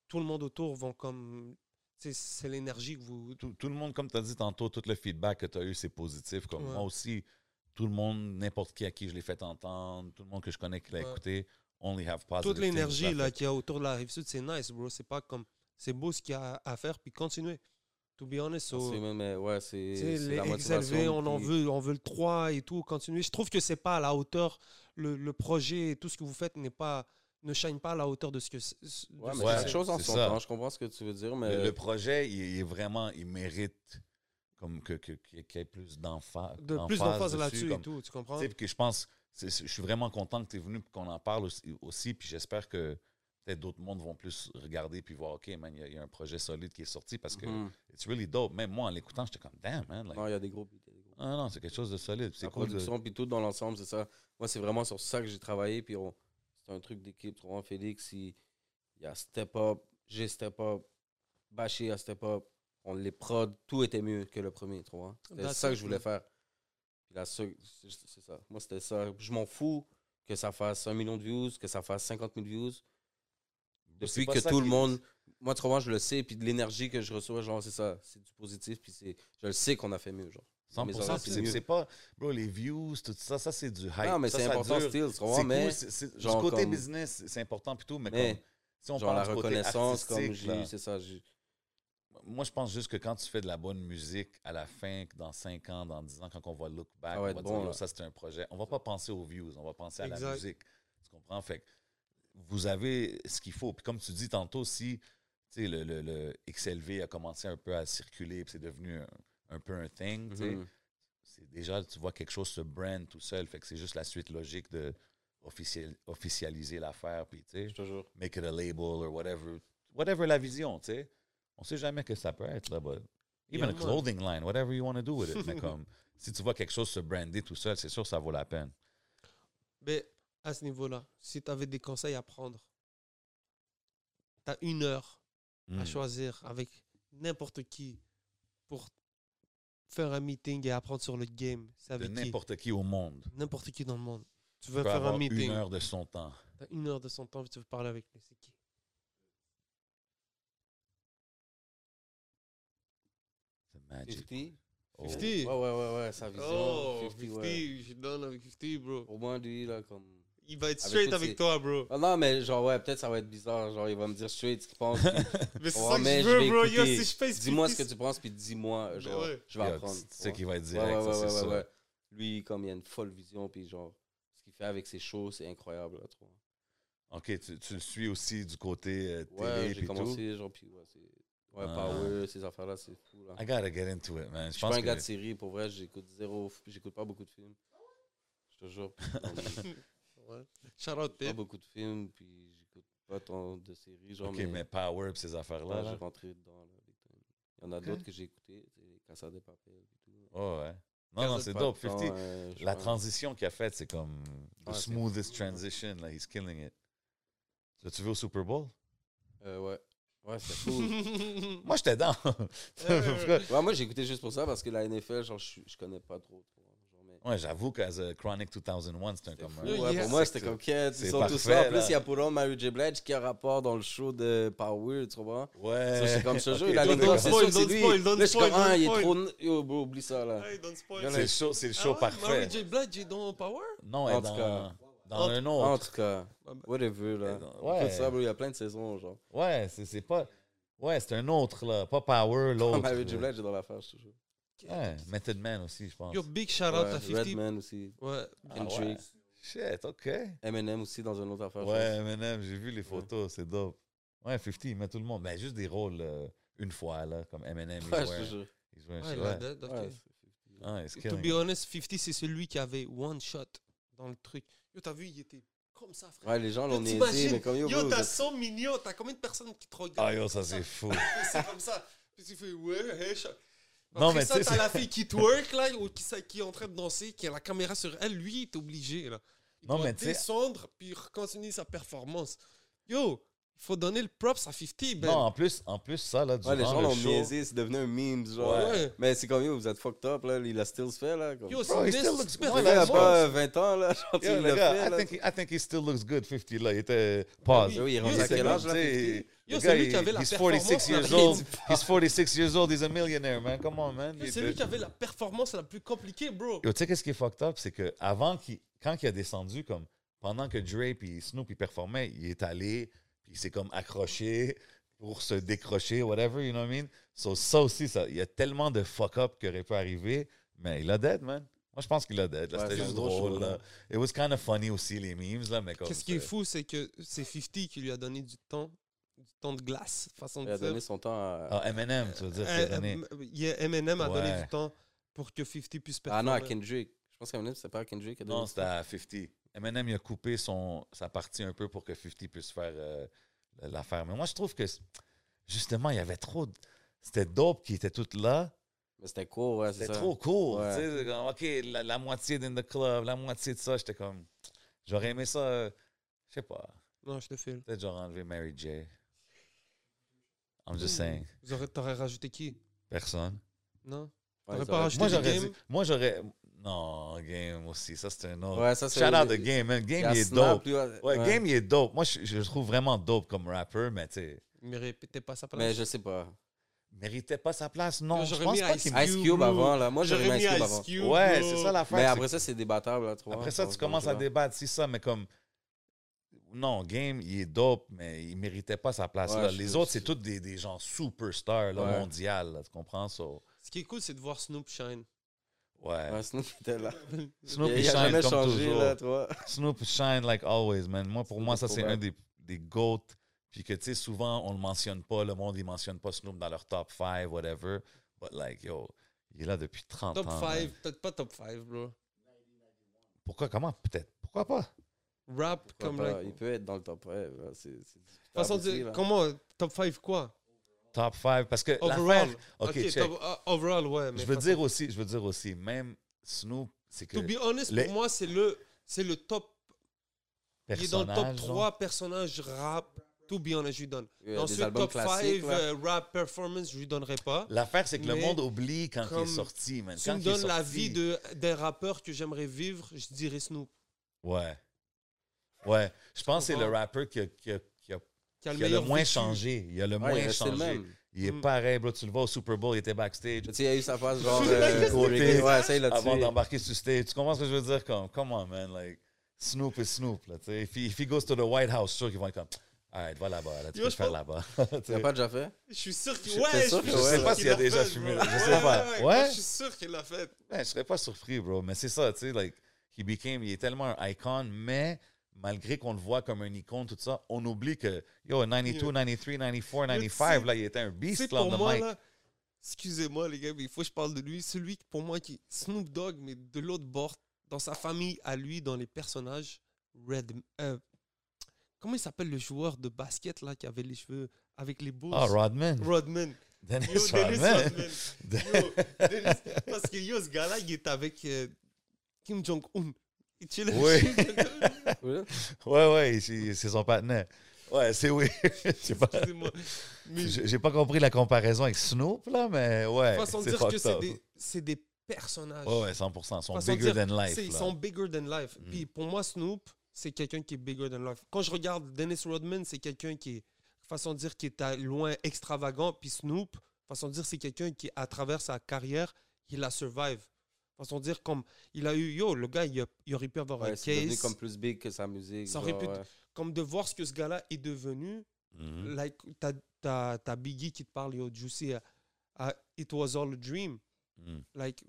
S1: tout le monde autour vont comme. tu sais, C'est l'énergie que vous.
S2: tout, tout le monde comme tu as dit tantôt, tout le feedback que tu as eu c'est positif comme
S1: Ouais.
S2: moi aussi tout le monde n'importe qui à qui je l'ai fait entendre, tout le monde que je connais qui l'a
S1: Ouais.
S2: écouté, only have
S3: Ah,
S2: positive
S1: toute
S2: things
S1: l'énergie
S2: left.
S1: là qu'il y a autour de la rive sud, c'est nice, bro. C'est pas comme c'est beau ce qu'il y a à faire, puis continuer. To be honest, so,
S3: Ah, C'est même, mais ouais, c'est.
S1: tu sais,
S3: c'est
S1: les
S3: la motivation,
S1: XLV, on en
S3: puis-
S1: veut, on veut le 3 et tout, continuer. Je trouve que c'est pas à la hauteur. Le, le projet, et tout ce que vous faites n'est pas, ne shine pas à la hauteur de ce que. c'est- de ce
S3: Ouais,
S1: que
S3: mais
S2: Ouais,
S3: chaque
S1: c'est.
S3: chose hein. en
S2: c'est
S3: son
S2: ça.
S3: temps. Je comprends ce que tu veux dire, mais.
S2: Le, le projet, il, il est vraiment, il mérite comme que, que- qu'il y ait plus d'enfants.
S1: de plus d'emphase là-dessus et tout, tu comprends?
S2: que je pense, c'est- c'est- je suis vraiment content que tu es venu et qu'on en parle aussi, aussi, puis j'espère que peut-être d'autres mondes vont plus regarder puis voir, OK, man, il y a- il y, a un projet solide qui est sorti parce que
S3: Mhm.
S2: it's really dope. Même moi, en l'écoutant, j'étais comme, damn, man. like,
S3: Non, il y a des groupes. il y a des groupes.
S2: ah non, c'est quelque chose de solide. C'est
S3: la
S2: cool de-
S3: production, puis tout dans l'ensemble, c'est ça. Moi, c'est vraiment sur ça que j'ai travaillé, puis on- c'est un truc d'équipe. Tu comprends, Félix, il, il y a Step Up, j'ai Step Up, Bashir a Step Up, on les prod, tout était mieux que le premier, tu comprends. C'était
S1: That's
S3: ça que
S1: it,
S3: je voulais
S1: man.
S3: faire. Puis la seule- c'est c'est ça. Moi, c'était ça. Je m'en fous que ça fasse 1 million de views, que ça fasse 50 000 views.
S2: C'est
S3: Depuis
S2: pas
S3: que
S2: ça
S3: tout
S2: qui-
S3: le monde, moi, tu comprends, je le sais, puis de l'énergie que je reçois, genre, c'est ça. C'est du positif, puis c'est, je le sais qu'on a fait mieux, genre.
S2: 100%,
S3: oreilles,
S2: puis
S3: c'est
S2: c'est-
S3: mieux.
S2: c'est pas, bro, les views, tout ça, ça c'est du hype.
S3: non, mais
S2: Ça,
S3: c'est
S2: ça
S3: important,
S2: dure.
S3: still, tu comprends,
S2: C'est
S3: mais.
S2: cool, c'est- c'est-
S3: genre
S2: du côté
S3: comme-
S2: business, c'est important plutôt, mais,
S3: Mais,
S2: comme, si on
S3: genre la
S2: parle du côté
S3: reconnaissance comme
S2: artistique, là,
S3: j'ai c'est ça j'ai-
S2: moi je pense juste que quand tu fais de la bonne musique à la fin que dans 5 ans dans 10 ans quand on va look back
S3: Ça va
S2: on va
S3: être
S2: dire
S3: bon,
S2: Yo,
S3: là.
S2: ça c'était un projet on va pas penser aux views on va penser à la
S1: Exact.
S2: musique tu comprends fait que vous avez ce qu'il faut puis comme tu dis tantôt si tu sais, le, le- le XLV a commencé un peu à circuler puis c'est devenu un, un peu un thing tu sais,
S3: Mhm.
S2: c'est déjà tu vois quelque chose se brand tout seul fait que c'est juste la suite logique de officiel- officialiser l'affaire puis tu sais
S3: je te jure
S2: make it a label or whatever. Whatever la vision, tu sais. On sait jamais que ça peut être là, but
S1: Yeah,
S2: even a
S1: man.
S2: clothing line, whatever you want to do with it. mais comme, si tu vois quelque chose se brander tout seul, c'est sûr que ça vaut la peine.
S1: Mais à ce niveau-là, si tu avais des conseils à prendre, tu as une heure
S2: Mm.
S1: à choisir avec n'importe qui pour faire un meeting et apprendre sur le game. C'est
S2: De
S1: avec qui
S2: n'importe qui au monde.
S1: N'importe qui dans le monde. Tu
S2: peut
S1: veux faire un
S2: avoir
S1: meeting.
S2: une heure de son temps.
S1: T'as une heure de son temps, tu veux parler avec lui. C'est qui
S2: C'est magic.
S3: 50
S2: Oh.
S1: 50.
S3: ouais ouais ouais ouais sa vision
S1: Oh,
S3: 50, ouais.
S1: je suis down avec 50, bro.
S3: au moins lui là comme
S1: Il va être
S3: Avec
S1: straight
S3: toutes
S1: avec
S3: ces-
S1: toi, bro.
S3: Ah non mais genre ouais peut-être ça va être bizarre genre il va me dire straight ce qu'il pense puis
S1: Mais c'est
S3: Ouais,
S1: ça que
S3: mais
S1: je
S3: je
S1: veux,
S3: vais
S1: bro. Yo,
S3: écouter.
S1: si je fais
S3: dis-moi
S1: 50,
S3: ce que tu penses puis dis-moi genre
S1: ouais.
S3: je vais
S2: Yo,
S3: apprendre
S2: tu- Tu sais
S3: ouais.
S2: qu'il va être
S3: ouais, ouais,
S2: direct, ça,
S3: ouais,
S2: c'est
S3: ouais,
S2: sûr.
S3: ouais. lui comme il a une folle vision puis genre ce qu'il fait avec ses shows c'est incroyable là, tu vois.
S2: OK, tu, tu le suis aussi du côté euh,
S3: ouais
S2: télé
S3: j'ai
S2: puis tout.
S3: commencé genre puis ouais c'est ouais
S2: Ah.
S3: power ces affaires là c'est fou là
S2: I gotta get into it, man.
S3: Je
S2: Je
S3: suis pas
S2: pense
S3: un gars
S2: que
S3: de série, pour vrai, j'écoute zéro, f- j'écoute pas beaucoup de films. Je te jure. puis non, mais j'écoute
S1: Ouais. Shout out, eh.
S3: pas
S1: babe.
S3: beaucoup de films, puis j'écoute pas tant de séries. Genre,
S2: OK,
S3: mais,
S2: mais Power pis ces
S3: là,
S2: affaires-là.
S3: j'ai
S2: là.
S3: rentré dedans. là, big time. Il y en a d'autres que j'ai écoutés, tu sais, Casa de Papel et tout. euh,
S2: Oh, ouais. Non, non, c'est dope. 50, la transition qu'il a faite, c'est comme the
S3: Ouais, c'est-
S2: smoothest transition. Like, he's killing it. Là, tu veux au Super Bowl?
S3: Euh, ouais. Ouais, c'était cool.
S2: Moi, j'étais dans.
S1: Euh.
S3: Ouais, moi, j'ai écouté juste pour ça parce que la NFL, genre, je, suis- je connais pas trop. tu vois. Genre, mais-
S2: ouais, j'avoue qu'as a Chronic 2001, c'est un
S3: C'était
S2: comme.
S3: fou,
S2: un-
S1: Yo,
S3: ouais,
S1: yes.
S3: pour moi, c'était comme quête.
S2: c'est
S3: Ils sont tous
S2: parfait,
S3: là. En
S2: là.
S3: plus, il y a pour l'homme Mary J. Blige qui a rapport dans le show de Power, tu vois. Ça,
S2: Ouais.
S3: C'est comme ce jeu,
S2: Euh, Ok,
S3: la
S2: toi,
S3: Ligue
S1: don't
S2: t'es
S3: un,
S2: comme-
S3: c'est
S1: spoil,
S3: sûr que c'est
S1: don't
S3: lui.
S1: spoil, don't
S3: Là, je suis
S1: spoil,
S3: comme, ah,
S1: don't
S3: il est
S1: spoil.
S3: trop. n- Yo, bro, oublie ça, là.
S1: Hey, don't spoil.
S2: C'est le show, c'est le show
S1: Ah ouais,
S2: parfait.
S1: Mary J. Blige est dans Power?
S2: Non, elle
S3: En
S2: est
S3: tout
S2: dans,
S3: cas.
S2: dans un
S3: En
S2: autre.
S3: tout cas, whatever, là.
S2: Ouais.
S3: Écoute ça, bro, il y a plein de saisons, genre.
S2: Ouais, c'est c'est pas. Ouais, c'est un autre, là. Pas Power, l'autre.
S3: Mary J. Blige, j'ai dans la face, toujours.
S2: Ouais, Method Man aussi, je pense.
S1: Yo, big shout out à
S3: Ouais,
S1: 50.
S3: Redman aussi.
S1: Ouais.
S2: Ah ouais.
S3: Kendrick.
S2: Shit, OK.
S3: Eminem aussi dans une autre affaire. je
S2: Ouais, Eminem, j'ai vu les photos, c'est dope. Ouais, 50, il met tout le monde. Ben, juste des rôles euh, une fois, là, comme Eminem.
S3: pense.
S2: il jouait
S3: Ouais, je
S2: un-
S3: te jure.
S2: il jouait un
S1: Ouais,
S2: show,
S1: la
S2: ouais.
S1: date, ok.
S3: Ouais, c'est-
S2: Ah, it's
S1: To
S2: killing
S1: be
S2: it.
S1: honest, 50, c'est celui qui avait one shot dans le truc. Yo, t'as vu, il était comme ça, frère.
S3: Ouais, les gens l'ont
S1: Yo,
S3: niaisé, mais comme yo,
S1: Yo,
S3: bro,
S1: t'as
S3: vous
S1: 100 millions, t'as combien de personnes qui te regardent
S2: Ah, yo, ça, c'est fou.
S1: Et C'est comme ça. Puis tu fais, ouais, hey, shot.
S2: Ah. Non,
S1: Après
S2: mais tu
S1: ça,
S2: sais,
S1: t'as
S2: c'est-
S1: la fille qui twerk, là, ou qui, ça- qui est en train de danser, qui a la caméra sur elle. Lui, il est obligé, là. Il
S2: Non,
S1: doit
S2: mais tu sais-
S1: descendre, puis continuer sa performance. Yo, il faut donner le props à 50, ben.
S2: non, en plus, en plus, ça, là,
S3: Ouais, les
S2: durant
S3: gens
S2: le
S3: l'ont
S2: show...
S3: niaisé, c'est devenu un meme, genre.
S2: Ouais.
S1: Ouais.
S3: Mais c'est comme, yo, vous êtes fucked up, là, il a still fait, là. Comme...
S1: Yo,
S2: Bro, he
S1: c'est
S2: still looks
S1: super-
S2: good.
S3: il a
S2: ouais,
S3: pas euh, 20 ans, là, genre,
S2: Yo,
S3: il
S2: le
S3: l'a
S2: gars,
S3: fait,
S2: I
S3: là.
S2: think, I think he still looks good, 50, là. Il était... Pause.
S1: Oui,
S3: Yo, il est rendu
S1: Yo,
S3: à
S1: c'est
S3: quel
S1: comme-
S3: âge, là?
S2: T'sais,
S1: Yo,
S2: le
S1: c'est
S2: gars,
S1: lui qui
S2: il-
S1: avait la
S2: he's
S1: performance
S2: 46 years
S1: la plus-
S2: old. He's 46 years old. He's a millionaire, man. Come on, man.
S1: C'est lui qui avait la performance la plus compliquée, bro.
S2: Yo, tu sais qu'est-ce qui est fucked up, c'est que avant qu'il, quand il a descendu, comme pendant que Dre puis Snoop ils performaient, il est allé, puis il s'est comme accroché pour se décrocher, whatever, you know what I mean. So ça aussi, ça, il y a tellement de fuck up qui aurait pu arriver, mais il a dead, man. Moi, je pense qu'il a dead. là.
S3: Ouais,
S2: C'était
S3: c'est
S2: juste
S3: un gros
S2: drôle.
S3: show,
S2: là.
S3: là.
S2: It was kind of funny aussi les memes là, mais comme.
S1: Qu'est-ce qui est
S2: c'est-
S1: fou, c'est que c'est 50 qui lui a donné du temps, du temps de glace, façon
S3: Il
S1: de
S3: a donné
S1: dire.
S3: son temps à.
S2: Ah, Eminem, tu veux dire, c'est
S1: Euh,
S2: donné.
S1: euh, il y a- Eminem a donné
S2: Ouais.
S1: du temps pour que 50 puisse
S3: Ah non,
S1: performer.
S3: à Kendrick. Je pense qu'Eminem, c'était pas à Kendrick. qui a donné
S2: Non,
S3: son
S2: c'était à 50. Eminem, il a coupé son, sa partie un peu pour que 50 puisse faire euh, l'affaire. Mais moi, je trouve que, c- justement, il y avait trop... de- C'était dope qui était tout là.
S3: Mais c'était court, ouais, c'est
S2: C'était
S3: ça.
S2: trop cool.
S3: Ouais.
S2: tu sais, c'est comme, OK, la, la moitié d'In the Club, la moitié de ça. J'étais comme... J'aurais aimé ça... euh, je sais pas.
S1: Non, je te file.
S2: Peut-être j'aurais enlevé Mary J. I'm
S3: Hmm.
S2: just saying.
S1: Vous aurez- T'aurais rajouté qui
S2: Personne.
S1: Non
S3: Ouais,
S1: T'aurais
S3: ils
S1: pas
S3: auraient-
S1: rajouté
S2: Moi,
S1: J'étais le
S2: j'aurais...
S1: Game.
S2: dit- Moi, j'aurais... Non, Game aussi. Ça, c'est un autre...
S3: Ouais, ça, c'est.
S2: Shout out the Game, man.
S3: Il y
S2: Game,
S3: a
S2: il est
S3: Snap,
S2: dope.
S3: lui, ouais.
S2: Ouais,
S3: Ouais.
S2: Game, il est dope. Moi, je, je le trouve vraiment dope comme rapper, mais tu sais,
S1: Mais répétez pas ça. par la
S3: Mais
S1: suite.
S3: je sais pas.
S2: méritait pas sa place. Non, je
S1: J'aurais
S2: pense
S1: mis
S2: pas
S1: Ice
S2: qu'il...
S1: Cube.
S3: Ice Cube avant, là. Moi, j'aurais mis Ice Cube avant.
S1: Cube,
S2: Ouais,
S1: bro.
S2: c'est ça l'affaire.
S3: Mais
S2: c'est-
S3: après ça, c'est débattable, là, trop.
S2: après ça, tu commences à débattre, c'est ça, mais comme... Non, Game, il est dope, mais il méritait pas sa place.
S3: Ouais,
S2: là.
S3: je-
S2: Les
S3: je-
S2: autres, c'est tous des, des gens superstars là,
S3: Ouais.
S2: mondiales, là, tu comprends? So,
S1: Ce qui est cool, c'est de voir Snoop Shine.
S2: ouais.
S3: Ouais, Snoop était là.
S2: Snoop,
S3: il
S2: il
S3: il a
S2: shine
S3: jamais
S2: comme
S3: changé,
S2: toujours.
S3: là, toi.
S2: Snoop shine like always, man. Moi, pour
S3: Snoop
S2: moi,
S3: est
S2: ça,
S3: trop
S2: c'est
S3: bad.
S2: un des, des GOAT. Puis que, tu sais, souvent, on le mentionne pas. Le monde, il mentionne pas Snoop dans leur top 5, whatever. But, like, yo, il est là depuis 30
S1: Top
S2: ans.
S1: 5,
S2: man.
S1: peut-être pas top 5, bro.
S2: Pourquoi? Comment? Peut-être. Pourquoi pas?
S1: Rap
S3: Pourquoi
S1: comme
S3: pas?
S1: la.
S3: Il peut être dans le top 1. C'est c'est discutable
S1: Façon de
S3: aussi,
S1: dire,
S3: là.
S1: comment Top 5 quoi
S2: Top 5. Parce que.
S1: Overall.
S2: l'affaire- OK, check.
S1: top- ah, overall, ouais. mais
S2: je veux
S1: façon-
S2: dire aussi, je veux dire aussi, même Snoop, c'est que.
S1: To be honest,
S2: les-
S1: pour moi, c'est le, c'est le top. Il est dans le top
S2: personnage,
S1: 3 personnages rap. To be honest, je lui donne.
S3: Il y a des
S1: Ensuite,
S3: albums
S1: top 5
S3: classiques, là.
S1: rap performance, je lui donnerai pas.
S2: L'affaire, c'est que le
S1: Mais
S2: monde oublie quand il est
S1: comme
S2: sorti, man.
S1: Tu
S2: Quand
S1: me
S2: il est
S1: donnes la
S2: sorti-
S1: vie de, des rappeurs que j'aimerais vivre, je dirais Snoop.
S2: Ouais. Ouais. Je pense que c'est le
S1: comprends?
S2: rappeur qui a- qui a- qui a
S1: Qui a le
S2: Il a le
S1: meilleur
S2: moins
S1: vécu.
S2: changé. Il a le
S3: Ouais, il
S2: moins
S3: restait le
S2: changé.
S3: même.
S2: Il est
S1: Mm.
S2: pareil, bro. Tu le vois au Super Bowl, il était backstage.
S3: Tu sais, il y a eu sa phase genre.
S1: Sur
S3: euh,
S1: le
S2: côté,
S3: Ouais, ça, il l'a
S2: Avant
S3: tué.
S2: d'embarquer sur stage. Tu comprends ce que je veux dire? Comme, come on, man. Like, Snoop is Snoop. Là, tu sais. if, he, if he goes to the White House, sûr qu'ils vont être comme, all right, va là-bas. Là, tu
S1: Yo,
S2: peux le
S1: je
S2: faire
S1: pense-
S2: là-bas.
S3: Tu l'as pas déjà fait?
S1: Je suis sûr qu'il
S3: Je-
S1: ouais,
S3: c'est
S1: je,
S3: sûr
S1: suis
S3: que
S1: sûr
S3: ouais.
S1: qu'il
S3: Je sais
S2: pas s'il y a
S1: l'a
S2: déjà
S1: fait,
S2: fumé,
S1: bro.
S2: je sais pas. Ouais?
S1: Je suis sûr qu'il l'a fait.
S2: Ben, je serais pas surpris, bro. Mais c'est ça, tu sais. Like, he became, il est tellement un icon, mais malgré qu'on le voit comme un icône, tout ça, on oublie que, yo, 92,
S1: Yo.
S2: 93, 94,
S1: Yo, tu
S2: 95,
S1: sais-
S2: là, il était un
S1: Tu sais,
S2: beast, là, on
S1: pour
S2: the
S1: moi,
S2: mic.
S1: là, excusez-moi, les gars, mais il faut que je parle de lui. Celui qui, pour moi, qui Snoop Dogg, mais de l'autre bord, dans sa famille, à lui, dans les personnages, Red. euh, comment il s'appelle le joueur de basket, là, qui avait les cheveux avec les beaux
S2: Ah, Rodman.
S1: Rodman.
S2: Dennis
S1: Yo, Dennis
S2: Rodman.
S1: Rodman. Yo, Dennis- parce que yo, ce gars-là, il est avec euh, Kim Jong-un. Il chill avec
S2: Oui.
S1: Kim Jong-un.
S2: Ouais, ouais, c'est c'est son partenaire. Ouais, c'est oui. Je sais pas.
S1: Excusez-moi. Mais de
S2: J'ai j'ai pas compris la comparaison avec Snoop, là, mais ouais.
S1: façon de
S2: c'est
S1: dire que
S2: fucked
S1: c'est
S2: up.
S1: des, c'est des personnages.
S2: Ouais, ouais, 100%. Ils sont
S1: Façon de
S2: bigger
S1: dire,
S2: than life.
S1: C'est- Ils
S2: là.
S1: sont bigger than life.
S2: Mm.
S1: Puis pour moi, Snoop, c'est quelqu'un qui est bigger than life. Quand je regarde Dennis Rodman, c'est quelqu'un qui est, façon de dire, qui est à loin extravagant. Puis Snoop, façon de dire, c'est quelqu'un qui, à travers sa carrière, il a survive. Façon de dire, comme il a eu, yo, le gars, il, a- il aurait pu avoir un
S3: Ouais, c'est devenu
S1: case.
S3: comme
S1: Comme...
S3: plus big que sa musique.
S1: Ça
S3: genre,
S1: aurait pu-
S3: ouais.
S1: de voir ce que ce gars-là est devenu.
S2: Mhm.
S1: Like, t'as, t'as- t'as Biggie qui te parle, yo, Juicy, à, à It Was All a Dream.
S2: Mhm.
S1: Like,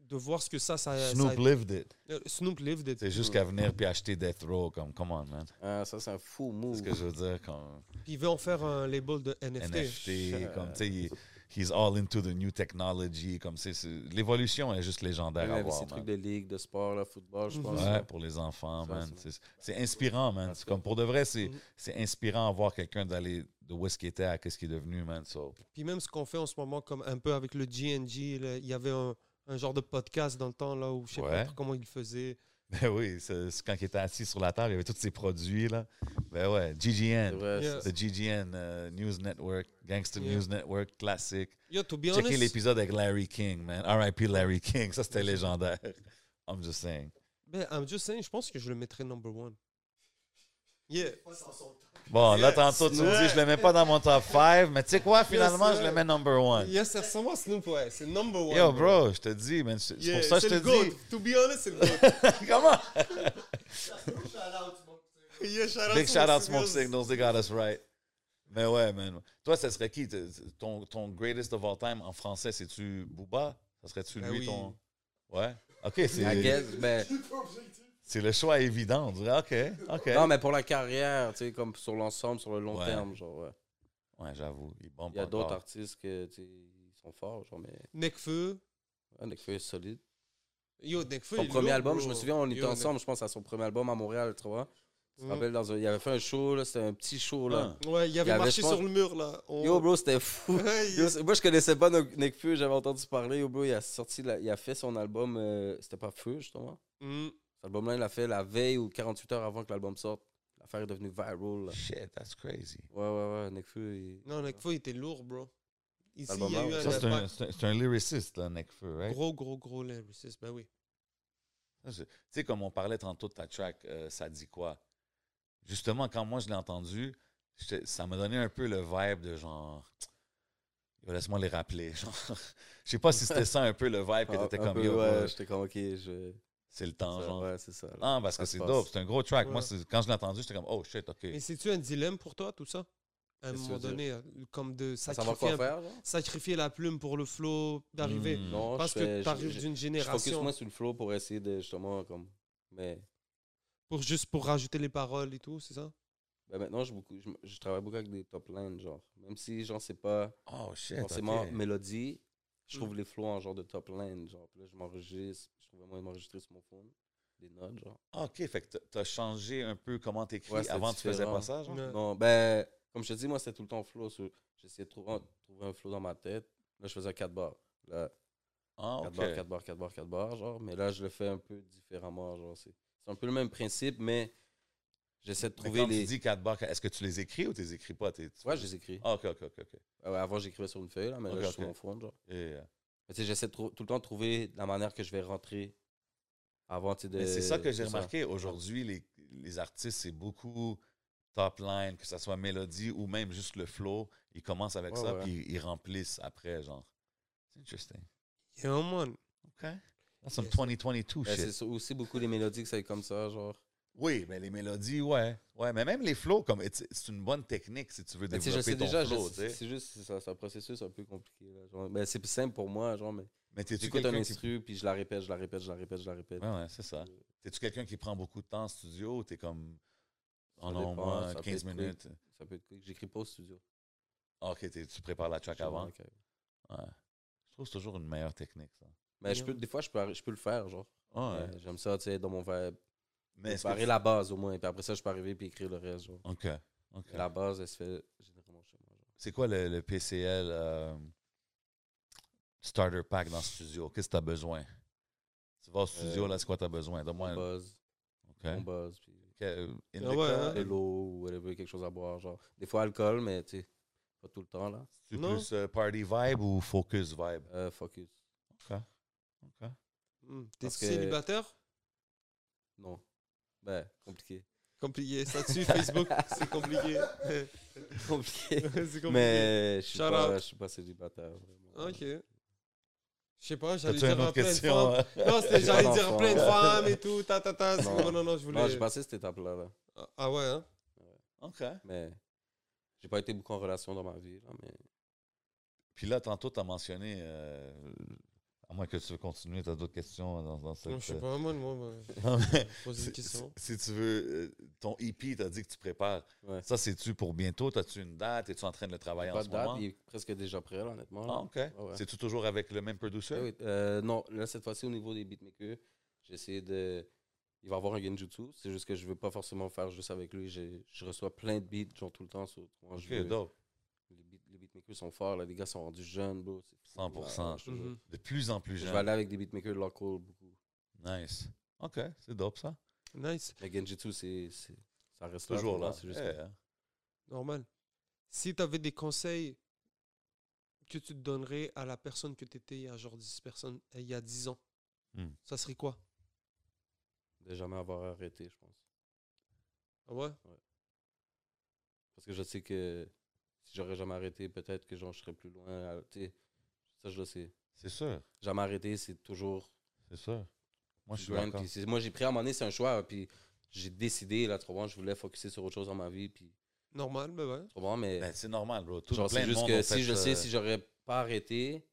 S1: de voir ce que ça, Mm. Euh, ça. Mm. ça-
S2: Snoop lived it.
S1: Euh, Snoop lived it.
S2: C'est juste qu'à venir puis acheter Death Row, comme, come on, man.
S3: Ah, ça, c'est un fou
S2: C'est
S3: move.
S2: ce que je veux dire, comme
S1: Puis ils veulent en faire un label de NFT.
S2: NFT,
S1: euh,
S2: comme, tu sais, il- he's all into the new technology, comme, c'est c'est- l'évolution est juste légendaire
S3: Ouais,
S2: à
S3: avec
S2: voir,
S3: ces
S2: man.
S3: trucs de ligue, de sport, là, football, je
S1: Mhm.
S3: pense.
S2: Ouais, pour les enfants,
S3: Ça,
S2: man.
S3: c'est-
S2: C'est- C'est inspirant, man. C'est comme pour de vrai, c'est
S1: Mhm.
S2: c'est inspirant à voir quelqu'un d'aller de où est-ce qu'il était à qu'est-ce qu'il est devenu, man. So,
S1: Puis même ce qu'on fait en ce moment, comme un peu avec le GNG, là, il y avait un, un genre de podcast dans le temps là où je sais
S2: Ouais.
S1: pas trop comment il faisait.
S2: ben oui, c'est c'est quand il était assis sur la table, il y avait tous ses produits, là. Ben ouais,
S3: C'est
S2: GGN.
S3: vrai,
S1: Yeah.
S3: ça.
S2: The GGN euh, News Network, Gangster
S1: Yeah.
S2: News Network, classique.
S1: Yo, to be
S2: Checkez
S1: honest,
S2: l'épisode avec Larry King, man. R.I.P. Larry King, ça c'était légendaire. I'm just saying.
S1: ben, I'm just saying, je pense que je le mettrais number one. Yeah.
S2: Bon, là,
S1: Yes.
S2: tantôt, tu me
S1: Ouais.
S2: dis, je le mets pas dans mon top 5, mais tu sais quoi, finalement,
S1: Yes,
S2: je
S1: ouais.
S2: le mets number one.
S1: Yes, c'est sûrement Snoop, ouais. C'est number one.
S2: Yo, bro, je te dis, man, c'est c'est
S1: Yeah,
S2: pour ça que
S1: c'est
S2: je
S1: le
S2: te dis.
S1: goat. To be honest, c'est le goat.
S2: Comment?
S1: yeah, shout out
S2: Big
S1: to
S2: shout
S1: my
S2: out Smoke
S1: signals.
S2: Signals, they got us right. Mais ouais, man. Toi, ça serait qui? t- Ton, ton greatest of all time en français, c'est-tu Booba? Ça serait-tu
S1: Ben
S2: lui
S1: oui.
S2: ton. Ouais? Ok,
S3: I
S2: c'est
S3: guess, ben,
S2: c'est le choix évident. on dirait, Ok, ok.
S3: non, mais pour la carrière, tu sais, comme sur l'ensemble, sur le long
S2: Ouais.
S3: terme, genre, ouais.
S2: Ouais, j'avoue. Il bombe
S3: Il y a
S2: encore.
S3: d'autres artistes que, tu sais, ils sont forts, genre, mais
S1: Nekfeu.
S3: ouais, Nekfeu est solide.
S1: Yo, Nekfeu.
S3: Son
S1: il est
S3: premier
S1: lourd,
S3: album,
S1: bro.
S3: je me souviens, on était
S1: Yo,
S3: ensemble, je pense, à son premier album à Montréal, tu vois. Je
S1: Mm.
S3: me rappelle, dans un- il avait fait un show, là, c'était un petit show, là.
S2: Ah.
S1: Ouais, il avait,
S3: avait,
S1: marché
S3: je pense-
S1: sur le mur là. On-
S3: Yo, bro, c'était fou.
S1: Ouais, il-
S3: Yo, c'est- moi, je connaissais pas Nek- Nekfeu, j'avais entendu parler. Yo, bro, il a sorti, la- il a fait son album, euh, c'était pas Feu, justement.
S1: Mm.
S3: Cet album-là, il l'a fait la veille ou 48 heures avant que l'album sorte. L'affaire est devenue viral. là.
S2: Shit, that's crazy.
S3: Ouais, ouais, ouais, Nekfeu. il-
S1: Non, Nekfeu il était lourd, bro. Ici,
S3: Album
S1: il y a
S3: là,
S1: eu
S3: ouais.
S1: un
S2: Ça, c'est un,
S1: impact.
S2: c'est un- c'est un lyriciste, là, Nekfeu, right?
S1: Gros, gros, gros lyricist, ben oui.
S2: Tu sais, comme on parlait tantôt de ta track, euh, ça dit quoi? Justement, quand moi je l'ai entendu, j'étais- ça m'a donné un peu le vibe de genre. Yo, Laisse-moi les rappeler. genre. Je sais pas si c'était ça un peu le vibe que
S3: Ah,
S2: t'étais
S3: un
S2: comme
S3: peu,
S2: yo,
S3: ouais,
S2: ouais,
S3: j'étais comme, ok, je.
S2: c'est le temps,
S3: ça,
S2: genre. Ah,
S3: ouais, c'est ça. là.
S2: Non, parce
S3: ça
S2: que
S3: se
S2: c'est
S3: passe.
S2: dope, c'est un gros track. Moi,
S1: Ouais.
S2: c'est- quand je l'ai entendu, j'étais comme oh shit, ok.
S1: Mais c'est-tu un dilemme pour toi, tout ça À un
S3: Qu'est-ce que
S1: moment
S3: tu veux
S1: donné, euh, comme de
S3: À savoir
S1: sacrifier,
S3: quoi
S1: un-
S3: faire, genre.
S1: sacrifier la plume pour le flow, d'arriver.
S2: Mm.
S3: Non,
S1: Parce
S3: je fais-
S1: que
S3: je-
S1: tu arrives
S3: je-
S1: d'une
S3: Je focus
S1: génération
S3: moins sur le flow pour essayer de justement comme. Mais
S1: pour juste pour rajouter les paroles et tout, c'est ça
S3: ben, maintenant, je, beaucoup, je, je travaille beaucoup avec des top lines, genre. Même si, genre, c'est pas
S2: Oh shit.
S3: forcément
S2: ok.
S3: mélodie, je
S1: Hmm.
S3: trouve les flows en genre de top line, genre. Puis là, je m'enregistre, je trouve un moyen de m'enregistrer sur mon phone, des notes, genre.
S2: Ah, Ok, fait que t'as- t'as changé un peu comment t'écris
S3: Ouais, c'était
S2: avant tu faisais
S3: différent.
S2: pas ça, genre?
S1: Ouais.
S3: Non, ben, comme je te dis, moi, c'était tout le temps flow. sur- J'essayais de trouver un, trouver un flow dans ma tête. Là, je faisais 4 bars. Là,
S2: Ah,
S3: 4
S2: ok.
S3: bars, 4 bars, 4 bars, 4 bars, genre. Mais là, je le fais un peu différemment, genre. C'est c'est un peu le même principe, mais j'essaie de
S2: Mais
S3: trouver
S2: quand
S3: les.
S2: tu dis quatre barres, est-ce que tu les écris ou tu les écris pas? T'es- tu-
S3: Ouais, je les écris.
S2: Ah, ok, ok, ok. ok.
S3: Ah ouais, avant, j'écrivais sur une feuille, là, mais
S2: Ok,
S3: là, je
S2: ok.
S3: suis sur mon phone, genre.
S2: Et, euh,
S3: Mais tu sais, j'essaie de trou- tout le temps de trouver la manière que je vais rentrer avant, tu sais, de.
S2: Mais c'est ça que j'ai
S3: tout
S2: remarqué. Aujourd'hui, les, les artistes, c'est beaucoup top line, que ce soit mélodie ou même juste le flow. Ils commencent avec
S3: Ouais,
S2: ça,
S3: ouais.
S2: puis ils remplissent après, genre. C'est interesting.
S1: Yeah, man.
S2: OK. That's some
S1: Yes.
S2: 2022
S3: Ben,
S2: shit.
S3: c'est ça aussi beaucoup les mélodies que ça est comme ça, genre.
S2: Oui, mais les mélodies, ouais. Ouais, mais même les flows, comme it's- c'est une bonne technique si tu veux
S3: Mais Ben, tu sais,
S2: développer
S3: je sais
S2: ton
S3: déjà, je-
S2: flow, tu sais.
S3: c'est juste, c'est ça- c'est un processus un peu compliqué. Là, genre. Ben, c'est plus simple pour moi, genre, mais
S2: Mais t'es-tu
S3: j'écoute un
S2: quelqu'un qui...
S3: instru, Euh, puis je la répète, je la répète, je la répète, je la répète.
S2: Ouais, ouais, c'est ça. T'es-tu quelqu'un qui prend beaucoup de temps en studio ou t'es comme...
S3: Ça
S2: En non,
S3: dépend,
S2: moi,
S3: ça peut
S2: 15
S3: être quick.
S2: minutes. euh,
S3: Ça peut être cool. J'écris pas au studio.
S2: Ah, OK, t'es- tu prépares la track
S3: J'écris
S2: avant.
S3: dans le cahier.
S2: Ouais. Je trouve que c'est toujours une meilleure technique, ça.
S3: Mais je peux, des fois, je peux, arri- je peux le faire, genre.
S2: Ah, Ouais.
S1: Euh,
S3: Mais J'aime ça, tu sais, dans mon verbe.
S2: Mais est-ce que
S3: Préparer la base, au moins, puis après ça, je peux arriver puis écrire le reste, genre.
S2: OK. OK.
S3: La base, elle se fait généralement chez moi. genre.
S2: C'est quoi le, le PCL euh, starter pack dans le studio? Qu'est-ce que tu as besoin? Tu vas au studio,
S3: Euh,
S2: là, c'est quoi tu as besoin?
S3: On
S2: Donne-moi
S3: buzz,
S2: OK.
S3: on buzz, puis
S2: Que- euh,
S1: Ah ouais,
S2: Indica,
S1: hein?
S3: de l'eau ou whatever, quelque chose à boire, genre. Des fois alcool, mais tu sais, pas tout le temps, là.
S2: Tu
S1: Non.
S2: plus euh, party vibe ou focus vibe?
S3: Euh, focus.
S1: Hmm. T'es
S3: Parce que-
S1: célibataire?
S3: Non. Ben, compliqué.
S1: Compliqué. Ça dessus, Facebook, c'est compliqué.
S3: compliqué.
S1: c'est compliqué.
S3: Mais je suis
S1: Shout
S3: pas,
S1: out.
S3: je suis pas célibataire. Vraiment.
S1: Ok. Je sais pas, j'allais
S2: T'as-tu une
S1: dire à
S2: autre
S1: plein de
S2: question?
S1: femmes.
S2: hein?
S1: Non, c'était-
S3: J'ai
S1: j'allais
S3: pas
S1: dire à
S3: d'enfant.
S1: plein de femmes et tout, ta ta ta. c'est-
S3: Non.
S1: Non, non, non, je voulais.
S3: Non, j'ai passé cette étape-là, là.
S1: Ah- Ah ouais, hein?
S2: euh? OK.
S3: Mais j'ai pas été beaucoup en relation dans ma vie, là, mais
S2: Puis là, tantôt, tu as mentionné, euh, à moins que tu veux continuer, tu as d'autres questions dans, dans cette...
S1: Non, je sais
S2: euh,
S1: pas, moi, moi, moi, je
S2: Non, mais
S1: pose
S2: si,
S1: une question.
S2: si- si tu veux, euh, ton EP, tu as dit que tu prépares.
S3: ouais.
S2: Ça, c'est-tu pour bientôt? As-tu une date? Es-tu en train de le travailler Ben, en
S3: Pas
S2: ce
S3: de date,
S2: moment?
S3: il est presque déjà prêt, là, honnêtement. là.
S2: Ah, OK.
S3: Ouais, ouais.
S2: C'est-tu toujours avec le même producer?
S3: Eh oui, euh, non, là, cette fois-ci, au niveau des beatmakers, j'essaie de. Il va y avoir un Genjutsu. C'est juste que je veux pas forcément faire juste avec lui. J'ai- Je, reçois plein de beats, genre tout le temps. sur- moi, je
S2: OK,
S3: veux-
S2: dope.
S3: les, beat- les beatmakers sont forts, là. Les gars sont rendus jeunes, bro. C'est fou,
S2: 100%.
S3: là, je te jure.
S1: Mhm.
S2: De plus en plus
S3: Je
S2: jeune.
S3: vais aller avec des beatmakers locaux beaucoup.
S2: Nice. OK, c'est dope, ça.
S1: Nice,
S3: Mais Genjutsu, c'est, c'est- ça reste là
S2: Toujours
S3: pour moi,
S2: là.
S3: C'est juste
S2: Eh,
S3: que-
S2: hein.
S1: normal. Si t'avais des conseils que tu te donnerais à la personne que t'étais il y a genre 10 personnes, eh, il y a 10 ans,
S2: Hmm.
S1: ça serait quoi?
S3: de jamais avoir arrêté, je pense.
S1: Ah ouais?
S3: Parce que je sais que si j'aurais jamais arrêté, peut-être que genre, je serais plus loin. à- tu sais, ça, je le sais.
S2: C'est sûr,
S3: Jamais arrêté, c'est toujours
S2: c'est sûr. Moi, je
S3: du
S2: suis
S3: grind,
S2: d'accord.
S3: puis c'est- Moi, j'ai pris à un moment donné, c'est un choix. Puis j'ai décidé, là, trop je voulais focuser sur autre chose dans ma vie. Puis
S1: Normal, mais ouais.
S3: trop bon, mais
S2: Ben, c'est normal, bro. Tout
S3: genre,
S2: plein
S3: c'est
S2: de
S3: juste
S2: monde
S3: que
S2: ont
S3: si
S2: fait,
S3: je sais,
S2: euh,
S3: si j'aurais pas arrêté,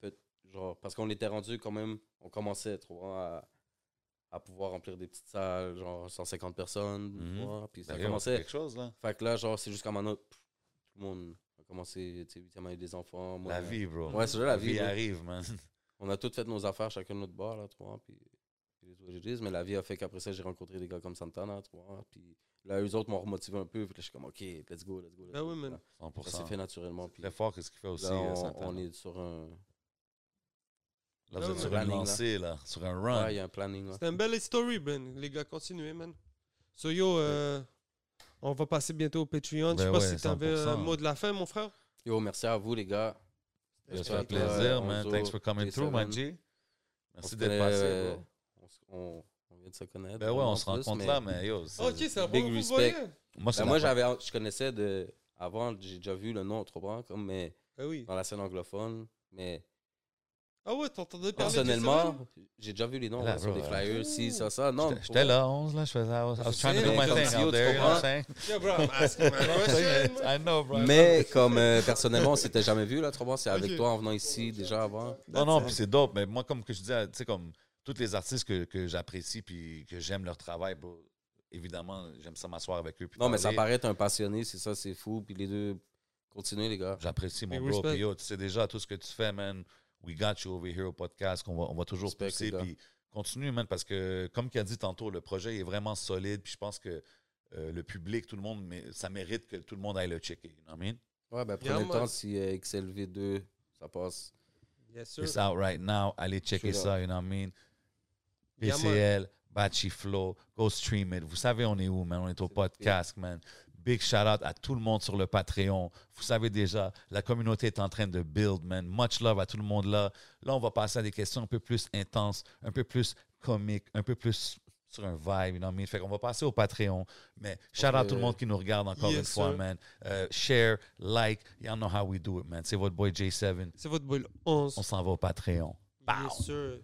S3: peut- genre, parce qu'on était rendu quand même, on commençait, trop à, à pouvoir remplir des petites salles, genre 150 personnes.
S2: Mhm.
S3: tu vois, puis ça
S2: ben, yo, c'est
S3: commençait.
S2: quelque chose, là.
S3: Fait que là, genre, c'est juste comme un autre. pff, Tout le monde a commencé, tu sais, huitième année des enfants. moi, euh,
S2: La vie, bro.
S3: Ouais, c'est ça, la vie. là.
S2: arrive, man.
S3: On a toutes fait nos affaires, chacun de notre bord, là, trois. Puis, puis les OGDs, mais la vie a fait qu'après ça, j'ai rencontré des gars comme Santana, trois. Puis là, eux autres m'ont remotivé un peu. Puis là, je suis comme, OK, let's go, let's go. Let's
S1: Ben
S3: go.
S1: oui, man.
S3: Là, Ça
S2: 100%.
S3: s'est fait naturellement. Puis
S2: Très fort, qu'est-ce qu'il fait aussi,
S3: là,
S2: euh,
S3: on,
S2: Santana.
S3: on est sur un.
S2: Là, vous
S1: Non,
S2: êtes
S1: mais-
S2: sur un
S3: Planning, là.
S2: lancé, là. Sur un
S3: Ouais, Il
S2: run.
S3: y a un planning. Là.
S1: C'est une belle story, Ben. Les gars, continuez, man. So, yo, euh, on va passer bientôt au Patreon. Je sais
S2: Ben
S1: pas
S2: ouais,
S1: si t'avais un
S2: 100%.
S1: mot de la fin, mon frère.
S3: Yo, merci à vous, les gars.
S2: Ben, Ça fait
S3: Ouais,
S2: plaisir,
S3: on
S2: man.
S3: joue,
S2: Thanks for coming
S3: Jason.
S2: through, man. G.
S3: On se
S2: Merci d'être
S3: connaît,
S2: passé,
S3: euh,
S2: bro.
S3: On, se- on- on vient de se connaître.
S2: Ben ouais, on
S3: en
S2: se
S3: plus,
S2: rencontre
S3: mais-
S2: là, mais yo. c'est-
S1: Ok, c'est un
S3: big
S1: bon vous
S3: respect.
S1: voyez.
S2: Moi,
S3: Ben,
S2: c'est la-
S3: moi, j'avais, je connaissais de. Avant, j'ai déjà vu le nom, trop bon, comme, mais
S1: Ah oui.
S3: dans la scène anglophone. Mais
S1: Ah ouais, t'entendais parler de
S3: personnellement, j'ai déjà vu les noms
S2: Là,
S3: ouais, sur
S2: bro,
S3: des
S2: euh,
S3: flyers, si, ça, ça. Non,
S2: J'étais-
S3: pour
S2: J'étais
S3: vrai.
S2: là, 11, là. Je faisais. I was I was
S1: Je
S2: trying to
S1: sais,
S2: do my
S1: comme
S2: thing
S3: si, yo,
S2: out
S3: tu
S2: there, you know what I'm
S3: comprends?
S2: saying?
S1: Jason. Yeah, bro, I'm asking my question, man.
S2: I know, bro.
S3: Mais comme euh, personnellement, on s'était jamais vu là, trop bon, c'est avec
S1: Ok.
S3: toi en venant ici déjà avant.
S2: Non, non, puis c'est dope. Mais moi, comme que je disais, tu sais, comme tous les artistes que, que j'apprécie puis que j'aime leur travail, bro, évidemment, j'aime ça m'asseoir avec eux. puis
S3: Non, mais ça
S2: parler.
S3: paraît être un passionné, c'est ça, c'est fou. Puis les deux, continuez les gars.
S2: J'apprécie mon
S1: Big
S2: bro.
S1: respect.
S2: Puis yo, tu sais déjà tout ce que tu fais, man. We got you over here au podcast. qu'on va, on va toujours
S3: Respect,
S2: pousser.
S3: les gars.
S2: Puis continue, man, parce que comme qu'il a dit tantôt, le projet est vraiment solide. Puis je pense que euh, le public, tout le monde, mais ça mérite que tout le monde aille le checker. You know what I mean?
S3: Ouais, ben prenez
S1: Yeah,
S3: le
S1: man.
S3: temps si euh, XLV2, ça passe.
S1: Yes, sir.
S2: It's out right now. Allez checker
S3: Sure.
S2: ça, you know what I mean?
S1: Yeah, man.
S2: PCL, Bachi Flow, go stream it. Vous savez, on est où, man? On est au podcast, man. Big shout out à tout le monde sur le Patreon. Vous savez déjà, la communauté est en train de build, man. Much love à tout le monde là. Là, on va passer à des questions un peu plus intenses, un peu plus comiques, un peu plus sur un vibe, you know what I mean? Fait qu'on va passer au Patreon. Mais shout out à tout le monde qui nous regarde encore
S1: Yes,
S2: une fois,
S1: sir.
S2: man. Euh, share, like, y'all know how we do it, man. C'est votre boy J7.
S1: C'est votre boy le
S2: On
S1: 11.
S2: s'en va au Patreon. Pow!
S1: Yes, sir.